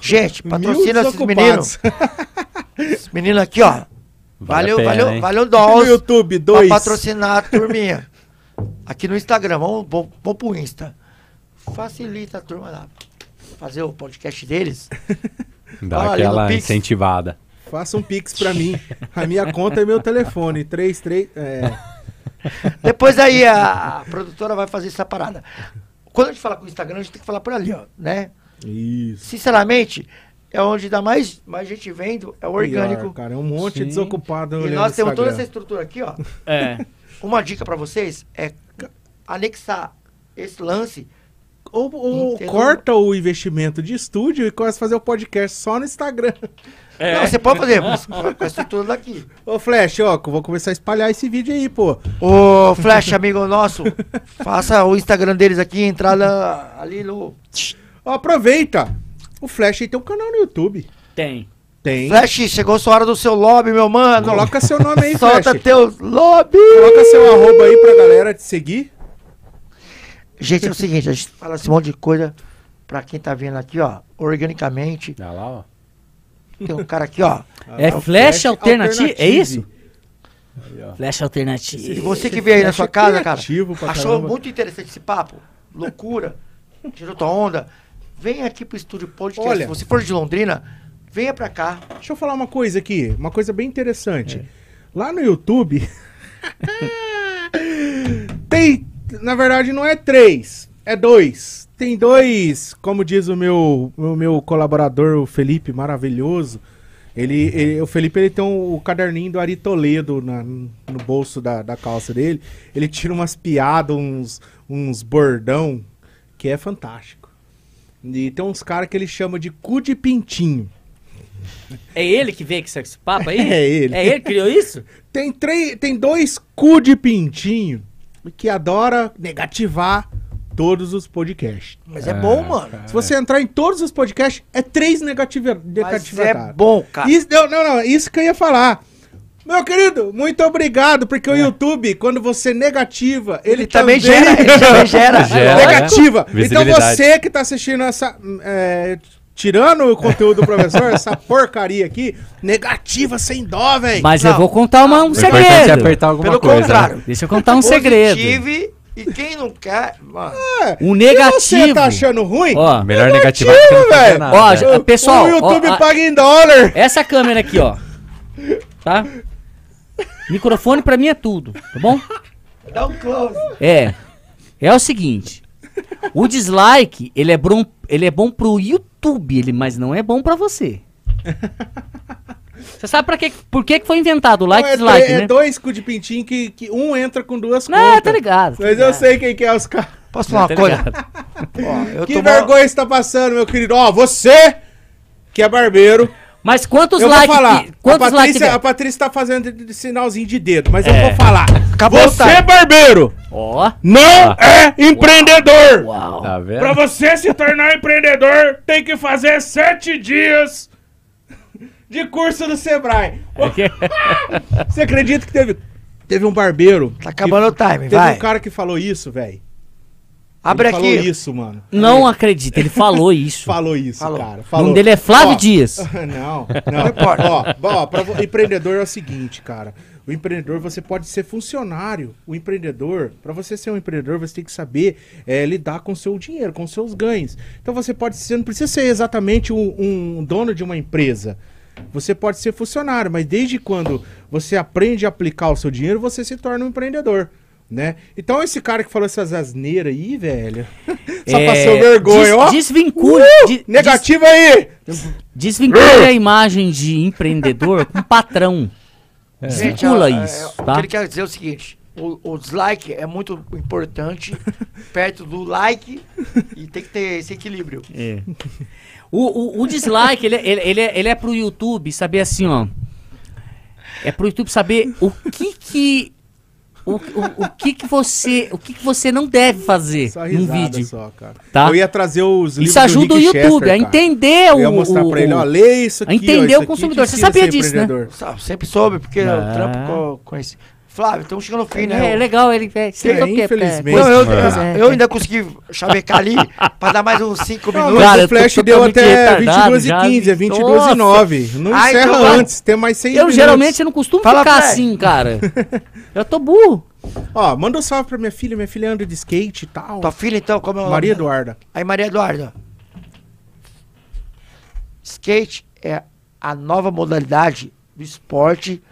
Speaker 2: Gente,
Speaker 1: Mil
Speaker 2: patrocina esses
Speaker 1: desocupados.
Speaker 2: meninos.
Speaker 1: *laughs*
Speaker 2: Esses meninos aqui, ó.
Speaker 5: Vale
Speaker 2: Valeu,
Speaker 5: a pena,
Speaker 2: valeu,
Speaker 5: hein?
Speaker 2: valeu,
Speaker 1: Tá No
Speaker 2: Dolls.
Speaker 1: YouTube,
Speaker 2: Pra
Speaker 1: dois.
Speaker 2: patrocinar a turminha. Aqui no Instagram, vamos, vamos, vamos pro Insta. Facilita a turma lá. Fazer o podcast deles.
Speaker 5: Dá
Speaker 2: Olha, no
Speaker 5: aquela
Speaker 2: Pix.
Speaker 5: incentivada.
Speaker 1: Faça um pix pra mim. A minha conta é meu telefone. 33. É.
Speaker 2: Depois aí a, a produtora vai fazer essa parada. Quando a gente fala com o Instagram, a gente tem que falar por ali, ó, né?
Speaker 1: Isso.
Speaker 2: Sinceramente, é onde dá mais, mais gente vendo, é o orgânico.
Speaker 1: Pior, cara, é um monte de
Speaker 3: Sim.
Speaker 1: desocupado
Speaker 2: E
Speaker 1: olhando
Speaker 2: nós temos
Speaker 1: Instagram.
Speaker 2: toda essa estrutura aqui, ó.
Speaker 3: É.
Speaker 2: Uma dica pra vocês é anexar esse lance.
Speaker 1: Ou, ou
Speaker 2: Entendeu?
Speaker 1: corta o investimento de estúdio e começa a fazer o podcast só no Instagram. *laughs*
Speaker 3: É.
Speaker 2: Não, você pode fazer, mas com a estrutura daqui.
Speaker 1: Ô, Flash, ó, que eu vou começar a espalhar esse vídeo aí, pô.
Speaker 2: Ô, Flash, amigo nosso, faça o Instagram deles aqui, entrada ali no.
Speaker 1: Ó, aproveita. O Flash aí tem um canal no YouTube.
Speaker 3: Tem.
Speaker 1: Tem.
Speaker 2: Flash, chegou sua hora do seu lobby, meu mano.
Speaker 1: Coloca seu nome aí,
Speaker 2: Solta
Speaker 1: Flash.
Speaker 2: teu lobby.
Speaker 1: Coloca seu arroba aí pra galera te seguir.
Speaker 2: Gente, é o seguinte, a gente fala esse monte de coisa pra quem tá vendo aqui, ó, organicamente.
Speaker 5: Olha lá, ó.
Speaker 2: Tem um cara aqui, ó.
Speaker 3: É Flash Alternative, é isso?
Speaker 5: Aí, ó.
Speaker 3: Flash
Speaker 2: E
Speaker 3: Alternative.
Speaker 2: você que veio aí na sua casa, cara,
Speaker 1: é criativo pra
Speaker 2: achou
Speaker 1: caramba.
Speaker 2: muito interessante esse papo? Loucura? Tirou tua onda? Vem aqui pro estúdio podcast.
Speaker 1: Olha.
Speaker 2: Se você for de Londrina, venha pra cá.
Speaker 1: Deixa eu falar uma coisa aqui, uma coisa bem
Speaker 3: É.
Speaker 1: interessante. Lá no YouTube *laughs* tem, na verdade não é três, é dois. Tem dois, como diz o meu, o meu colaborador, o Felipe, maravilhoso. Ele, ele- o Felipe ele tem um- o caderninho do Ari Toledo na- no bolso da, da calça dele. Ele tira umas piadas, uns, uns bordão, que é fantástico. E tem uns caras que ele chama de cu de pintinho.
Speaker 3: É ele que veio com esse papo aí?
Speaker 1: É ele.
Speaker 3: *laughs* É ele que criou isso?
Speaker 1: Tem, três, tem dois cu de pintinho que adora negativar todos os podcasts.
Speaker 2: Mas é bom, mano.
Speaker 1: Se você entrar em todos os podcasts, é três negativa-
Speaker 2: Mas
Speaker 1: negatividades.
Speaker 2: é bom, cara.
Speaker 1: Isso, não, não, não, isso que eu ia falar. Meu querido, muito obrigado, porque o YouTube, quando você negativa, ele,
Speaker 2: É. Ele também gera,
Speaker 1: *laughs*
Speaker 2: ele também gera.
Speaker 5: Gera.
Speaker 1: negativa.
Speaker 5: né?
Speaker 1: Então
Speaker 5: Visibilidade.
Speaker 1: você que tá assistindo essa. é, tirando o conteúdo do professor, essa porcaria aqui, negativa sem dó, velho.
Speaker 3: Mas eu
Speaker 2: Não.
Speaker 3: vou contar uma, um
Speaker 5: O importante é
Speaker 3: segredo.
Speaker 5: apertar alguma
Speaker 2: Pelo
Speaker 5: coisa.
Speaker 2: contrário.
Speaker 5: né?
Speaker 3: Deixa eu contar um segredo.
Speaker 2: Positive, E quem não quer, mano.
Speaker 1: Se
Speaker 3: Um
Speaker 1: você
Speaker 3: negativo.
Speaker 1: tá achando ruim,
Speaker 3: Ó,
Speaker 5: Melhor negativar que você não fazer
Speaker 1: velho.
Speaker 5: nada.
Speaker 3: ó,
Speaker 5: né?
Speaker 3: já- Ah, pessoal,
Speaker 1: o
Speaker 3: ó,
Speaker 1: YouTube
Speaker 3: a-
Speaker 1: paga em dólar.
Speaker 3: essa câmera aqui, ó. Tá? Microfone pra mim é tudo, tá bom?
Speaker 2: Dá um close.
Speaker 3: É. É o seguinte. O dislike, ele é bom, ele é bom pro YouTube, ele, mas não é bom pra você. Você sabe pra quê, por que que foi inventado o like e
Speaker 1: é,
Speaker 3: dislike,
Speaker 1: tre- é
Speaker 3: né?
Speaker 1: dois cu de pintinho que, que um entra com duas
Speaker 3: Não,
Speaker 1: contas.
Speaker 3: tá ligado. tá
Speaker 1: Mas eu
Speaker 3: ligado.
Speaker 1: sei quem que é os caras.
Speaker 2: Posso falar uma
Speaker 3: Tá
Speaker 2: coisa?
Speaker 3: ligado.
Speaker 2: Ó, eu
Speaker 1: Que
Speaker 2: tô mal-
Speaker 1: vergonha você tá passando, meu querido. Ó, você que é barbeiro.
Speaker 3: Mas quantos
Speaker 1: eu
Speaker 3: likes
Speaker 1: vou falar.
Speaker 3: que-
Speaker 1: a,
Speaker 3: quantos likes
Speaker 1: Patrícia,
Speaker 3: tiver?
Speaker 1: a Patrícia tá fazendo de- de sinalzinho de dedo, mas eu
Speaker 3: É. tá.
Speaker 1: vou falar.
Speaker 2: Acabou o
Speaker 1: você, é
Speaker 2: time.
Speaker 1: barbeiro,
Speaker 3: Ó.
Speaker 1: não
Speaker 5: Ah.
Speaker 1: é empreendedor.
Speaker 3: Uau.
Speaker 5: Tá vendo?
Speaker 1: Pra você se tornar um empreendedor, tem que fazer sete dias de curso do Sebrae.
Speaker 3: É
Speaker 1: *laughs* Você acredita que teve, teve um barbeiro?
Speaker 2: Tá acabando o time,
Speaker 1: Teve
Speaker 2: vai.
Speaker 1: um cara que falou isso, velho.
Speaker 2: Abre
Speaker 1: Falou
Speaker 2: aqui.
Speaker 1: isso, mano.
Speaker 3: Não acredito, ele
Speaker 1: *laughs*
Speaker 3: falou isso.
Speaker 1: Falou isso,
Speaker 2: Falou.
Speaker 1: cara.
Speaker 3: O
Speaker 1: Falou.
Speaker 3: nome dele é Flávio
Speaker 1: Ó,
Speaker 3: Dias.
Speaker 1: *laughs* Não, não. importa. Ó, ó pra vo- empreendedor é o seguinte, cara. O empreendedor, você pode ser funcionário. O empreendedor, para você ser um empreendedor, você tem que saber eh, lidar com o seu dinheiro, com os seus ganhos. Então você pode ser, não precisa ser exatamente um, um dono de uma empresa. Você pode ser funcionário, mas desde quando você aprende a aplicar o seu dinheiro, você se torna um empreendedor. Né? Então esse cara que falou essas asneiras aí, velho. *laughs* Só
Speaker 3: É,
Speaker 1: passou vergonha,
Speaker 3: des-
Speaker 1: ó. Uh,
Speaker 3: Desvincule. de- des-
Speaker 1: Negativo Uh. aí!
Speaker 3: Desvincule a imagem de empreendedor com patrão.
Speaker 2: Gente,
Speaker 3: Desvincula
Speaker 2: ó, é,
Speaker 3: isso,
Speaker 2: O que
Speaker 3: tá?
Speaker 2: ele quer dizer é o seguinte: o, o dislike é muito
Speaker 3: *laughs*
Speaker 2: importante, perto do like, e tem que ter esse equilíbrio.
Speaker 3: É. *laughs* O, o- o dislike, ele, é- ele, ele, é, ele é pro YouTube saber assim, ó. É pro YouTube saber o que que o, o, o que, que você, o que, que você não deve fazer
Speaker 1: Só
Speaker 3: num
Speaker 1: risada
Speaker 3: vídeo.
Speaker 1: só, cara.
Speaker 3: Tá?
Speaker 1: Eu ia trazer os livros
Speaker 3: Isso ajuda
Speaker 1: do
Speaker 3: o
Speaker 1: Rick
Speaker 3: YouTube
Speaker 1: Chester,
Speaker 3: a
Speaker 1: cara.
Speaker 3: entender
Speaker 1: Eu
Speaker 3: o.
Speaker 1: ia mostrar
Speaker 3: o-
Speaker 1: pra ele,
Speaker 3: o-
Speaker 1: ó, lê isso aqui, ó,
Speaker 3: entender
Speaker 1: isso
Speaker 3: o
Speaker 1: aqui te
Speaker 3: consumidor. Você
Speaker 1: ensina a
Speaker 3: sabia
Speaker 1: ser
Speaker 3: disso, né?
Speaker 1: empreendedor.
Speaker 2: Sabe, sempre soube, porque
Speaker 3: Ah.
Speaker 2: eu trampo com, com esse. Flávio, estamos chegando ao fim, né?
Speaker 3: É, é legal ele. É, você
Speaker 1: É,
Speaker 3: não quer,
Speaker 1: infelizmente.
Speaker 3: é,
Speaker 2: Não, eu,
Speaker 3: pois é.
Speaker 2: eu ainda consegui chavecar
Speaker 3: *laughs*
Speaker 2: ali pra dar mais uns 5
Speaker 1: Não,
Speaker 2: minutos.
Speaker 1: mas
Speaker 3: Cara, eu
Speaker 1: o
Speaker 3: tô
Speaker 1: Flash deu
Speaker 3: totalmente
Speaker 1: até
Speaker 3: retardado
Speaker 1: 22 h
Speaker 3: já,
Speaker 1: 15, é
Speaker 3: Vitor.
Speaker 1: 22 h 09. Não
Speaker 2: Ai,
Speaker 1: encerra
Speaker 2: então vai.
Speaker 1: antes, tem mais 100
Speaker 3: Eu
Speaker 1: minutos.
Speaker 3: geralmente não costumo
Speaker 2: Fala
Speaker 3: ficar
Speaker 2: pra ele.
Speaker 3: assim, cara. Eu tô burro.
Speaker 1: Ó, manda um salve pra minha filha, minha filha anda de skate e tal.
Speaker 2: Tua filha, então, como é o nome?
Speaker 1: Maria Eduarda.
Speaker 2: Aí, Maria Eduarda. Skate é a nova modalidade do esporte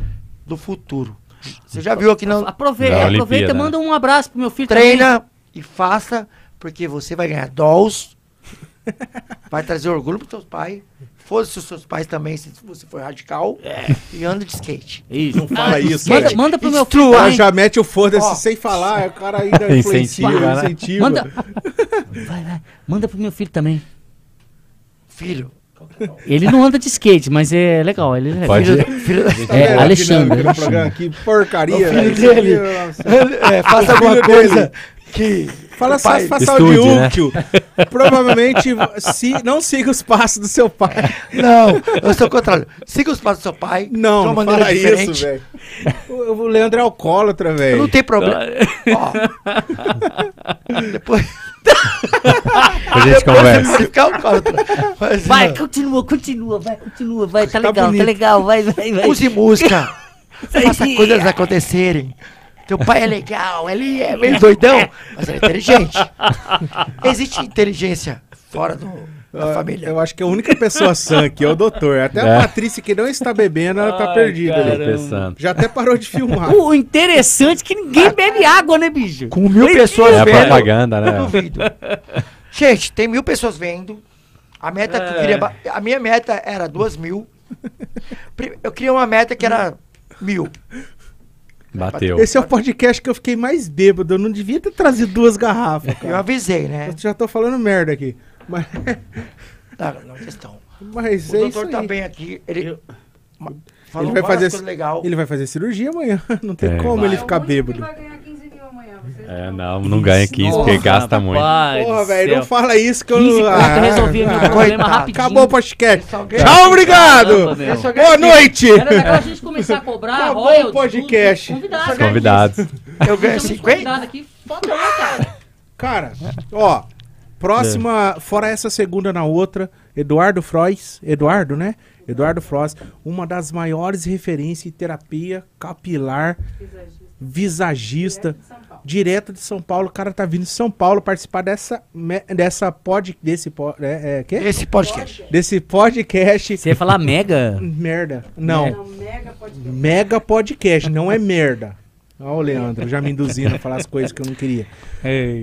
Speaker 2: do futuro. Você já viu aqui não?
Speaker 3: Aproveita,
Speaker 5: Da
Speaker 3: é,
Speaker 5: Olimpíada,
Speaker 3: aproveita
Speaker 5: né?
Speaker 3: manda um abraço pro meu filho também.
Speaker 2: Treina e faça, porque você vai ganhar
Speaker 1: *laughs*
Speaker 2: dolls. Vai trazer orgulho pros seus pais. Foda-se os seus pais também, se você for radical.
Speaker 1: É.
Speaker 2: E anda de skate.
Speaker 3: Isso. Não
Speaker 1: fala isso,
Speaker 3: Ah, Manda,
Speaker 1: gente.
Speaker 3: manda pro meu filho
Speaker 2: Instrua,
Speaker 1: Ela
Speaker 3: também.
Speaker 1: já mete o foda-se
Speaker 2: Ó.
Speaker 1: sem falar, é o cara *laughs* ainda influencia,
Speaker 5: Incentiva, né?
Speaker 1: incentiva.
Speaker 3: Manda... Vai, vai. Manda pro meu filho também.
Speaker 2: Filho.
Speaker 3: Ele não anda de skate, mas é legal. Ele é legal.
Speaker 5: Pode-
Speaker 2: Filho, filho,
Speaker 1: Tá
Speaker 3: É,
Speaker 5: né?
Speaker 1: vendo a
Speaker 3: Alexandre,
Speaker 1: dinâmica do programa? Que porcaria.
Speaker 2: É O filho
Speaker 1: né? Isso aqui,
Speaker 2: dele.
Speaker 1: nossa.
Speaker 2: é, faça alguma
Speaker 1: Filho
Speaker 2: coisa que.
Speaker 1: Fala
Speaker 2: o
Speaker 1: só,
Speaker 2: pai-
Speaker 1: faça
Speaker 5: Estude,
Speaker 1: áudio
Speaker 5: né?
Speaker 1: útil. Provavelmente se, não siga os passos do seu pai.
Speaker 2: Não, *laughs* eu sou contrário. Siga os passos do seu pai.
Speaker 1: Não,
Speaker 2: de uma
Speaker 1: não
Speaker 2: maneira
Speaker 1: fala
Speaker 2: diferente.
Speaker 1: isso, velho. O, o Leandro é alcoólatra,
Speaker 2: Eu não
Speaker 1: velho.
Speaker 2: tenho problema. Ó.
Speaker 1: *laughs*
Speaker 2: Depois,
Speaker 5: A gente
Speaker 2: depois *laughs*
Speaker 5: conversa.
Speaker 2: você ficar um contra. Mas,
Speaker 3: Vai,
Speaker 2: não.
Speaker 3: continua, continua, vai, continua, vai. Tá,
Speaker 1: Tá
Speaker 3: legal,
Speaker 1: bonito.
Speaker 3: tá legal, vai, vai, vai.
Speaker 2: Use música. faça
Speaker 3: aí.
Speaker 2: coisas acontecerem. Teu pai é legal, ele é meio doidão, mas
Speaker 1: *laughs*
Speaker 2: ele é inteligente. Existe inteligência fora do, da família.
Speaker 1: Ah, Eu acho que a única pessoa sã aqui é o doutor. Até
Speaker 5: É.
Speaker 1: a Patrícia, que não está bebendo, ela tá
Speaker 3: Ai,
Speaker 1: perdida.
Speaker 3: cara.
Speaker 1: né?
Speaker 5: Pensando.
Speaker 1: Já até parou de filmar.
Speaker 3: O interessante é que ninguém bebe água, né, bicho?
Speaker 2: Com mil pessoas
Speaker 5: É a
Speaker 2: vendo,
Speaker 5: propaganda, né?
Speaker 2: eu duvido. Gente, tem mil pessoas vendo. A meta que eu
Speaker 1: É.
Speaker 2: queria. ba- A minha meta era duas mil. Pri- Eu queria uma meta que era mil.
Speaker 5: Bateu.
Speaker 1: Esse é o podcast que eu fiquei mais bêbado. Eu não devia ter trazido duas garrafas,
Speaker 2: Eu
Speaker 1: cara.
Speaker 2: avisei, né?
Speaker 1: Eu já tô falando merda aqui. Mas,
Speaker 2: Não, não é questão.
Speaker 1: mas
Speaker 2: o
Speaker 1: é isso
Speaker 2: doutor tá
Speaker 1: aí.
Speaker 2: bem aqui. Ele. ma-
Speaker 1: Ele
Speaker 2: Falou
Speaker 1: vai,
Speaker 2: várias
Speaker 1: fazer,
Speaker 2: coisas legal.
Speaker 1: ele vai fazer cirurgia amanhã. *laughs* Não tem
Speaker 5: É,
Speaker 1: como
Speaker 5: vai.
Speaker 1: ele ficar
Speaker 4: É o único que
Speaker 1: bêbado.
Speaker 4: vai ganhar 15 mil amanhã. tá um vocês
Speaker 5: É,
Speaker 4: não.
Speaker 5: não, não ganha 15 porque gasta muito.
Speaker 1: Porra, velho, não fala isso que eu
Speaker 3: 15
Speaker 1: não.
Speaker 3: conto, eu resolvi meu problema
Speaker 2: coitado.
Speaker 3: rapidinho.
Speaker 1: Acabou o podcast.
Speaker 2: Esse alguém-
Speaker 1: Tchau, obrigado.
Speaker 3: Caramba, meu.
Speaker 1: Boa noite.
Speaker 3: Era legal a gente começar a cobrar
Speaker 1: Acabou
Speaker 3: royalties,
Speaker 1: o podcast.
Speaker 3: tudo, Convidado.
Speaker 5: Convidados.
Speaker 2: Eu ganho
Speaker 3: Chama os convidados
Speaker 2: 50?
Speaker 3: aqui, fodão, cara.
Speaker 1: Cara, ó, próxima, fora essa segunda na outra, Eduardo Frois, Eduardo, né? Eduardo Frois, uma das maiores referências em terapia capilar, visagista, direto de São Paulo. O cara tá vindo de São Paulo participar dessa, me- dessa pod, desse, po- é, é, quê?
Speaker 2: Esse podcast.
Speaker 1: desse podcast.
Speaker 3: Você ia falar mega?
Speaker 1: Merda. Não.
Speaker 4: Não, mega pode
Speaker 1: Mega podcast, não é merda. Olha o Leandro, já me induzindo a falar as coisas que eu não queria.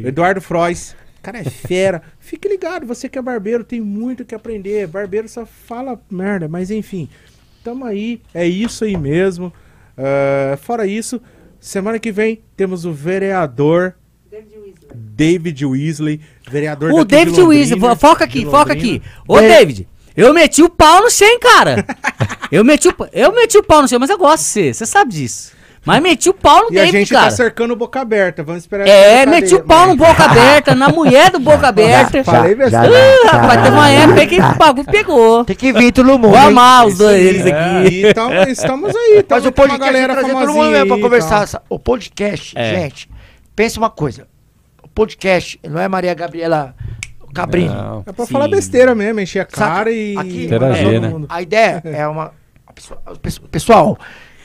Speaker 1: Eduardo Frois, cara é fera.
Speaker 3: *laughs*
Speaker 1: Fique ligado, você que é barbeiro, tem muito o que aprender. Barbeiro só fala merda, mas enfim. Tamo aí, é isso aí mesmo. Ah, fora isso, semana que vem temos o vereador
Speaker 4: David Weasley.
Speaker 1: David Weasley. Vereador
Speaker 3: O
Speaker 1: daqui de
Speaker 3: David
Speaker 1: Londrina,
Speaker 3: Weasley, fo- foca
Speaker 1: de
Speaker 3: aqui, foca
Speaker 1: Londrina.
Speaker 3: aqui. Ô, David, eu meti o pau no seu, hein, cara. Eu meti o, pa- eu meti o pau no seu, mas eu gosto de você, você sabe disso. Mas meti o pau no
Speaker 1: E a
Speaker 3: David,
Speaker 1: gente
Speaker 3: cara.
Speaker 1: tá né, cercando boca aberta, vamos esperar.
Speaker 3: É,
Speaker 1: ele
Speaker 3: meti o
Speaker 1: cadeira,
Speaker 3: pau no
Speaker 1: mas-
Speaker 3: boca
Speaker 1: *laughs*
Speaker 3: aberta, na mulher do boca aberta.
Speaker 1: Falei
Speaker 3: Ih,
Speaker 1: besteira.
Speaker 3: rapaz, teve uma época aí que o bagulho pegou.
Speaker 2: Tem que vir todo mundo.
Speaker 3: Vou
Speaker 2: hein?
Speaker 3: amar os dois eles aqui.
Speaker 1: aqui. Então, É, estamos
Speaker 3: *laughs*
Speaker 1: aí.
Speaker 2: Mas
Speaker 1: tamo
Speaker 2: o
Speaker 1: com uma
Speaker 2: podcast galera trazer todo mundo
Speaker 1: famosinha
Speaker 2: mesmo pra
Speaker 1: aí,
Speaker 2: conversar.
Speaker 1: então.
Speaker 2: O podcast,
Speaker 3: É.
Speaker 2: gente, pensa uma coisa. O podcast não é Maria Gabriela Cabrini.
Speaker 5: Não,
Speaker 1: É pra
Speaker 5: sim.
Speaker 1: falar besteira mesmo, encher a
Speaker 2: Saca?
Speaker 1: cara e...
Speaker 2: Aqui-
Speaker 5: Interagir,
Speaker 1: mandar todo
Speaker 5: né?
Speaker 1: mundo.
Speaker 2: A ideia é uma. a pessoa- a pessoa- um Pessoal,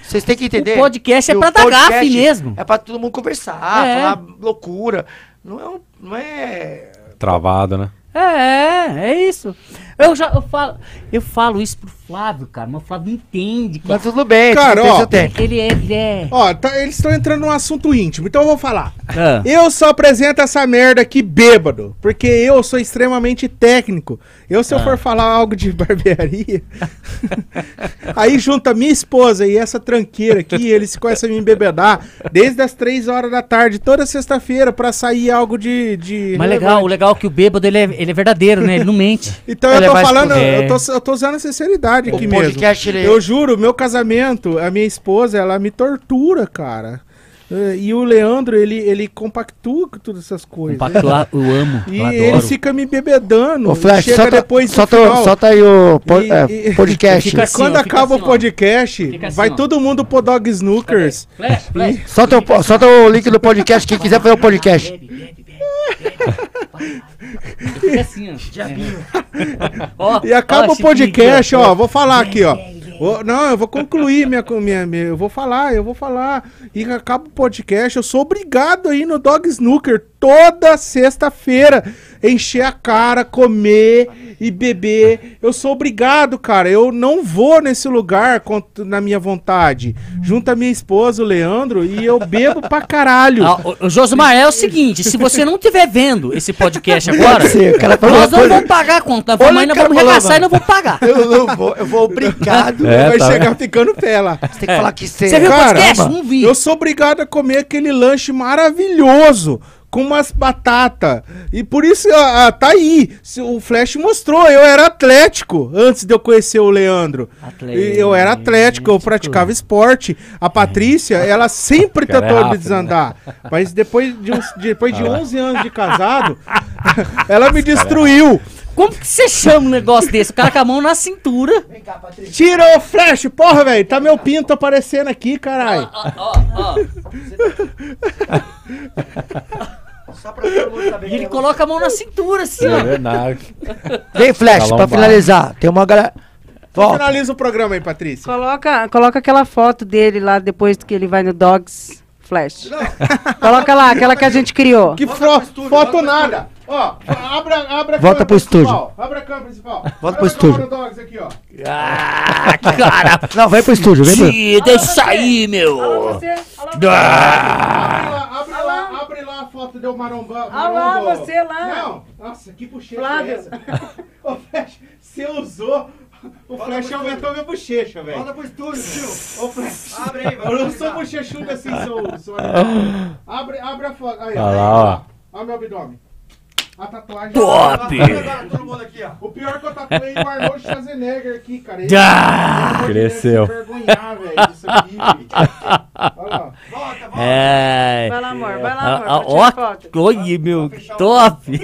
Speaker 2: vocês têm que entender.
Speaker 3: O podcast é
Speaker 2: que
Speaker 3: pra
Speaker 2: o
Speaker 3: dar
Speaker 2: podcast
Speaker 3: gafe mesmo.
Speaker 2: É pra todo mundo conversar,
Speaker 3: É.
Speaker 2: falar loucura. Não é. um- Não é...
Speaker 5: Travado, né?
Speaker 3: É, é isso. Eu já eu falo, eu falo isso pro Flávio, cara, mas o Flávio entende,
Speaker 2: Mas
Speaker 3: cara.
Speaker 2: tudo bem,
Speaker 1: Cara,
Speaker 2: tem
Speaker 1: ó,
Speaker 2: seu tempo.
Speaker 3: Ele é, ele é.
Speaker 1: Ó, tá- eles estão entrando num assunto íntimo, então eu vou falar.
Speaker 3: Ah.
Speaker 1: Eu só apresento essa merda aqui bêbado, porque eu sou extremamente técnico. Eu,
Speaker 5: Ah.
Speaker 1: se eu for falar algo de *laughs* barbearia, aí junta minha esposa e essa tranqueira aqui, eles começam a me embebedar desde as três horas da tarde, toda sexta-feira, pra sair algo de... de
Speaker 3: Mas legal, o legal é que o bêbado ele é, ele é verdadeiro, né? Ele não
Speaker 1: *laughs*
Speaker 3: mente.
Speaker 1: Então
Speaker 2: Ele
Speaker 1: eu tô
Speaker 2: vai
Speaker 1: falando,
Speaker 3: escolher.
Speaker 1: eu tô, eu tô usando a sinceridade
Speaker 2: é O
Speaker 1: aqui mesmo.
Speaker 2: podcast, ele- é-
Speaker 1: Eu juro, meu casamento, a minha esposa, ela me tortura, cara. Eh, E o Leandro, ele, ele compactua com todas essas coisas.
Speaker 3: Compactuar, eu amo.
Speaker 1: E
Speaker 3: eu
Speaker 1: ele
Speaker 3: adoro.
Speaker 1: fica me bebedando.
Speaker 2: Ô, Flash,
Speaker 1: chega
Speaker 2: solta,
Speaker 1: depois do
Speaker 2: solta,
Speaker 1: final.
Speaker 2: solta aí o po-
Speaker 1: E-
Speaker 2: é,
Speaker 1: e- *laughs*
Speaker 2: podcast.
Speaker 3: Fica assim,
Speaker 1: Quando
Speaker 3: ó, fica
Speaker 1: acaba
Speaker 3: assim,
Speaker 1: o
Speaker 3: ó.
Speaker 1: podcast,
Speaker 3: Fica assim,
Speaker 1: vai
Speaker 3: ó.
Speaker 1: todo mundo pro Dog Snookers.
Speaker 3: Flash, flash.
Speaker 2: Solta o, po- solta o link do podcast, quem quiser fazer o podcast.
Speaker 3: Bebe, bebe, bebe, bebe. Fica assim, ó. *laughs* Ó,
Speaker 1: E acaba
Speaker 3: ó,
Speaker 1: o
Speaker 3: esse
Speaker 1: podcast,
Speaker 3: vídeo,
Speaker 1: ó. Vou falar aqui, ó. Ô, Não, eu vou concluir minha, co- minha, minha. Eu vou falar, eu vou falar. E acaba o podcast. Eu sou obrigado aí no Dog Snooker toda sexta-feira. Encher a cara, comer e beber. Eu sou obrigado, cara. Eu não vou nesse lugar cont- na minha vontade. Junto a minha esposa, o Leandro, e eu bebo pra caralho.
Speaker 3: Ah, o- o Josmar, é o seguinte, se você não estiver vendo esse podcast agora,
Speaker 2: Pode ser, o cara falou
Speaker 3: nós
Speaker 2: uma
Speaker 3: não
Speaker 2: coisa-
Speaker 3: vamos pagar a conta, nós vamos,
Speaker 2: Olha
Speaker 3: ainda
Speaker 2: o cara
Speaker 3: vamos
Speaker 2: falando.
Speaker 3: regaçar e não vamos pagar.
Speaker 2: Eu não vou, eu vou obrigado.
Speaker 5: É,
Speaker 1: vai
Speaker 5: tá.
Speaker 1: chegar ficando pé lá.
Speaker 2: Você tem que falar que É. você...
Speaker 3: Você viu o
Speaker 1: Caramba.
Speaker 3: podcast? Não vi.
Speaker 1: Eu sou obrigado a comer aquele lanche maravilhoso com umas batata. E por isso ah, ah, tá aí. Se O Flash mostrou, eu era atlético antes de eu conhecer o Leandro. E Eu era atlético, eu praticava esporte. A Patrícia, ela sempre
Speaker 5: Cara, é
Speaker 1: tentou me
Speaker 5: rápido,
Speaker 1: desandar, mas depois de uns- depois de 11 anos de casado, *laughs* ela me destruiu.
Speaker 3: Como que você chama um negócio desse? O cara com a mão na cintura.
Speaker 1: Tira o Flash, porra, velho, tá meu pinto aparecendo aqui, caralho.
Speaker 3: Ó, ó, ó. E ele coloca a mão na cintura, assim,
Speaker 5: Não
Speaker 3: ó.
Speaker 5: é nada.
Speaker 2: Vem, Flash, pra
Speaker 5: Calombar.
Speaker 2: finalizar. Tem uma galera... Ó,
Speaker 1: Finaliza o programa aí, Patrícia.
Speaker 4: Coloca, coloca aquela foto dele lá depois que ele vai no Dogs Flash. *laughs* coloca lá, aquela que a gente criou.
Speaker 1: Que fo- foto nada. Ó, abra, abra a
Speaker 2: Volta
Speaker 1: câmera
Speaker 2: pro estúdio.
Speaker 1: principal. Abra a câmera principal.
Speaker 2: pro
Speaker 1: a câmera
Speaker 2: estúdio.
Speaker 1: do Dogs aqui, ó.
Speaker 3: Ah, cara.
Speaker 2: não, vem pro estúdio, vem pro...
Speaker 3: Tia, deixa eu sair, meu.
Speaker 1: Ah! Abre lá, abre lá, abre lá a foto do Maromba.
Speaker 4: Ah lá,
Speaker 1: Maromba.
Speaker 4: você lá.
Speaker 1: Não, nossa, que bochecha
Speaker 4: Flávio.
Speaker 1: é essa? *laughs* Ô, Flash, você usou... O Flash aumentou minha bochecha, velho. Volta pro estúdio, tio. Ô, Flash. Abre aí, Eu não sou bochechudo assim, sou... sou... Abre, abre a foto. Aí,
Speaker 5: Olha
Speaker 1: aí,
Speaker 5: lá,
Speaker 1: ó. Olha meu abdômen. A tatuagem... tá
Speaker 3: Top.
Speaker 1: O pior é que eu tatuei o Arnold Schwarzenegger aqui, cara. Ele,
Speaker 3: Ah,
Speaker 1: ele
Speaker 5: Cresceu.
Speaker 1: deve se envergonhar, velho, disso aqui,
Speaker 3: *laughs*
Speaker 1: bicho. Olha lá.
Speaker 3: É.
Speaker 4: Vai lá, amor, vai lá,
Speaker 3: Ah,
Speaker 4: amor.
Speaker 3: ah,
Speaker 4: vou tirar
Speaker 3: Ó,
Speaker 4: foto.
Speaker 3: olha, meu. Top.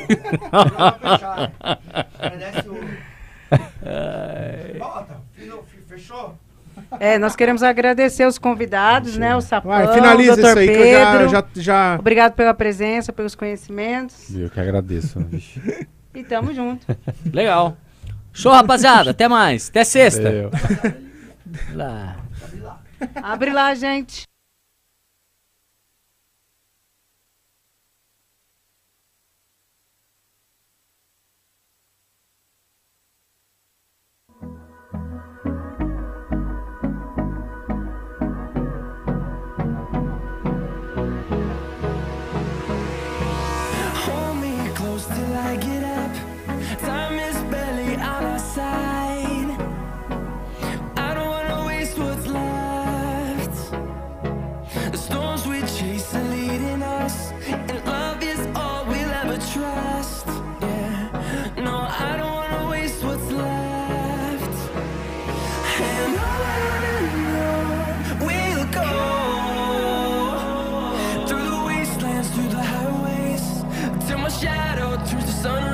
Speaker 4: É, nós queremos agradecer os convidados, né? O Sapão,
Speaker 1: Vai, finaliza
Speaker 4: o Dr.
Speaker 1: isso aí
Speaker 4: Pedro.
Speaker 1: que eu já. já, já...
Speaker 4: Obrigado pela presença, pelos conhecimentos.
Speaker 5: Eu que agradeço. bicho.
Speaker 4: E tamo junto.
Speaker 3: *laughs* Legal. Show, rapaziada. Até mais. Até sexta.
Speaker 5: Valeu.
Speaker 3: Lá.
Speaker 4: Abre lá, gente.
Speaker 6: Hold me close till I get up. Time is barely on our side. I don't wanna waste what's left. The storms we chase are leading us, and love is all we'll ever trust. Yeah, no, I don't wanna waste what's left. And on we'll go through the wastelands, through the highways, till my shadow turns to sun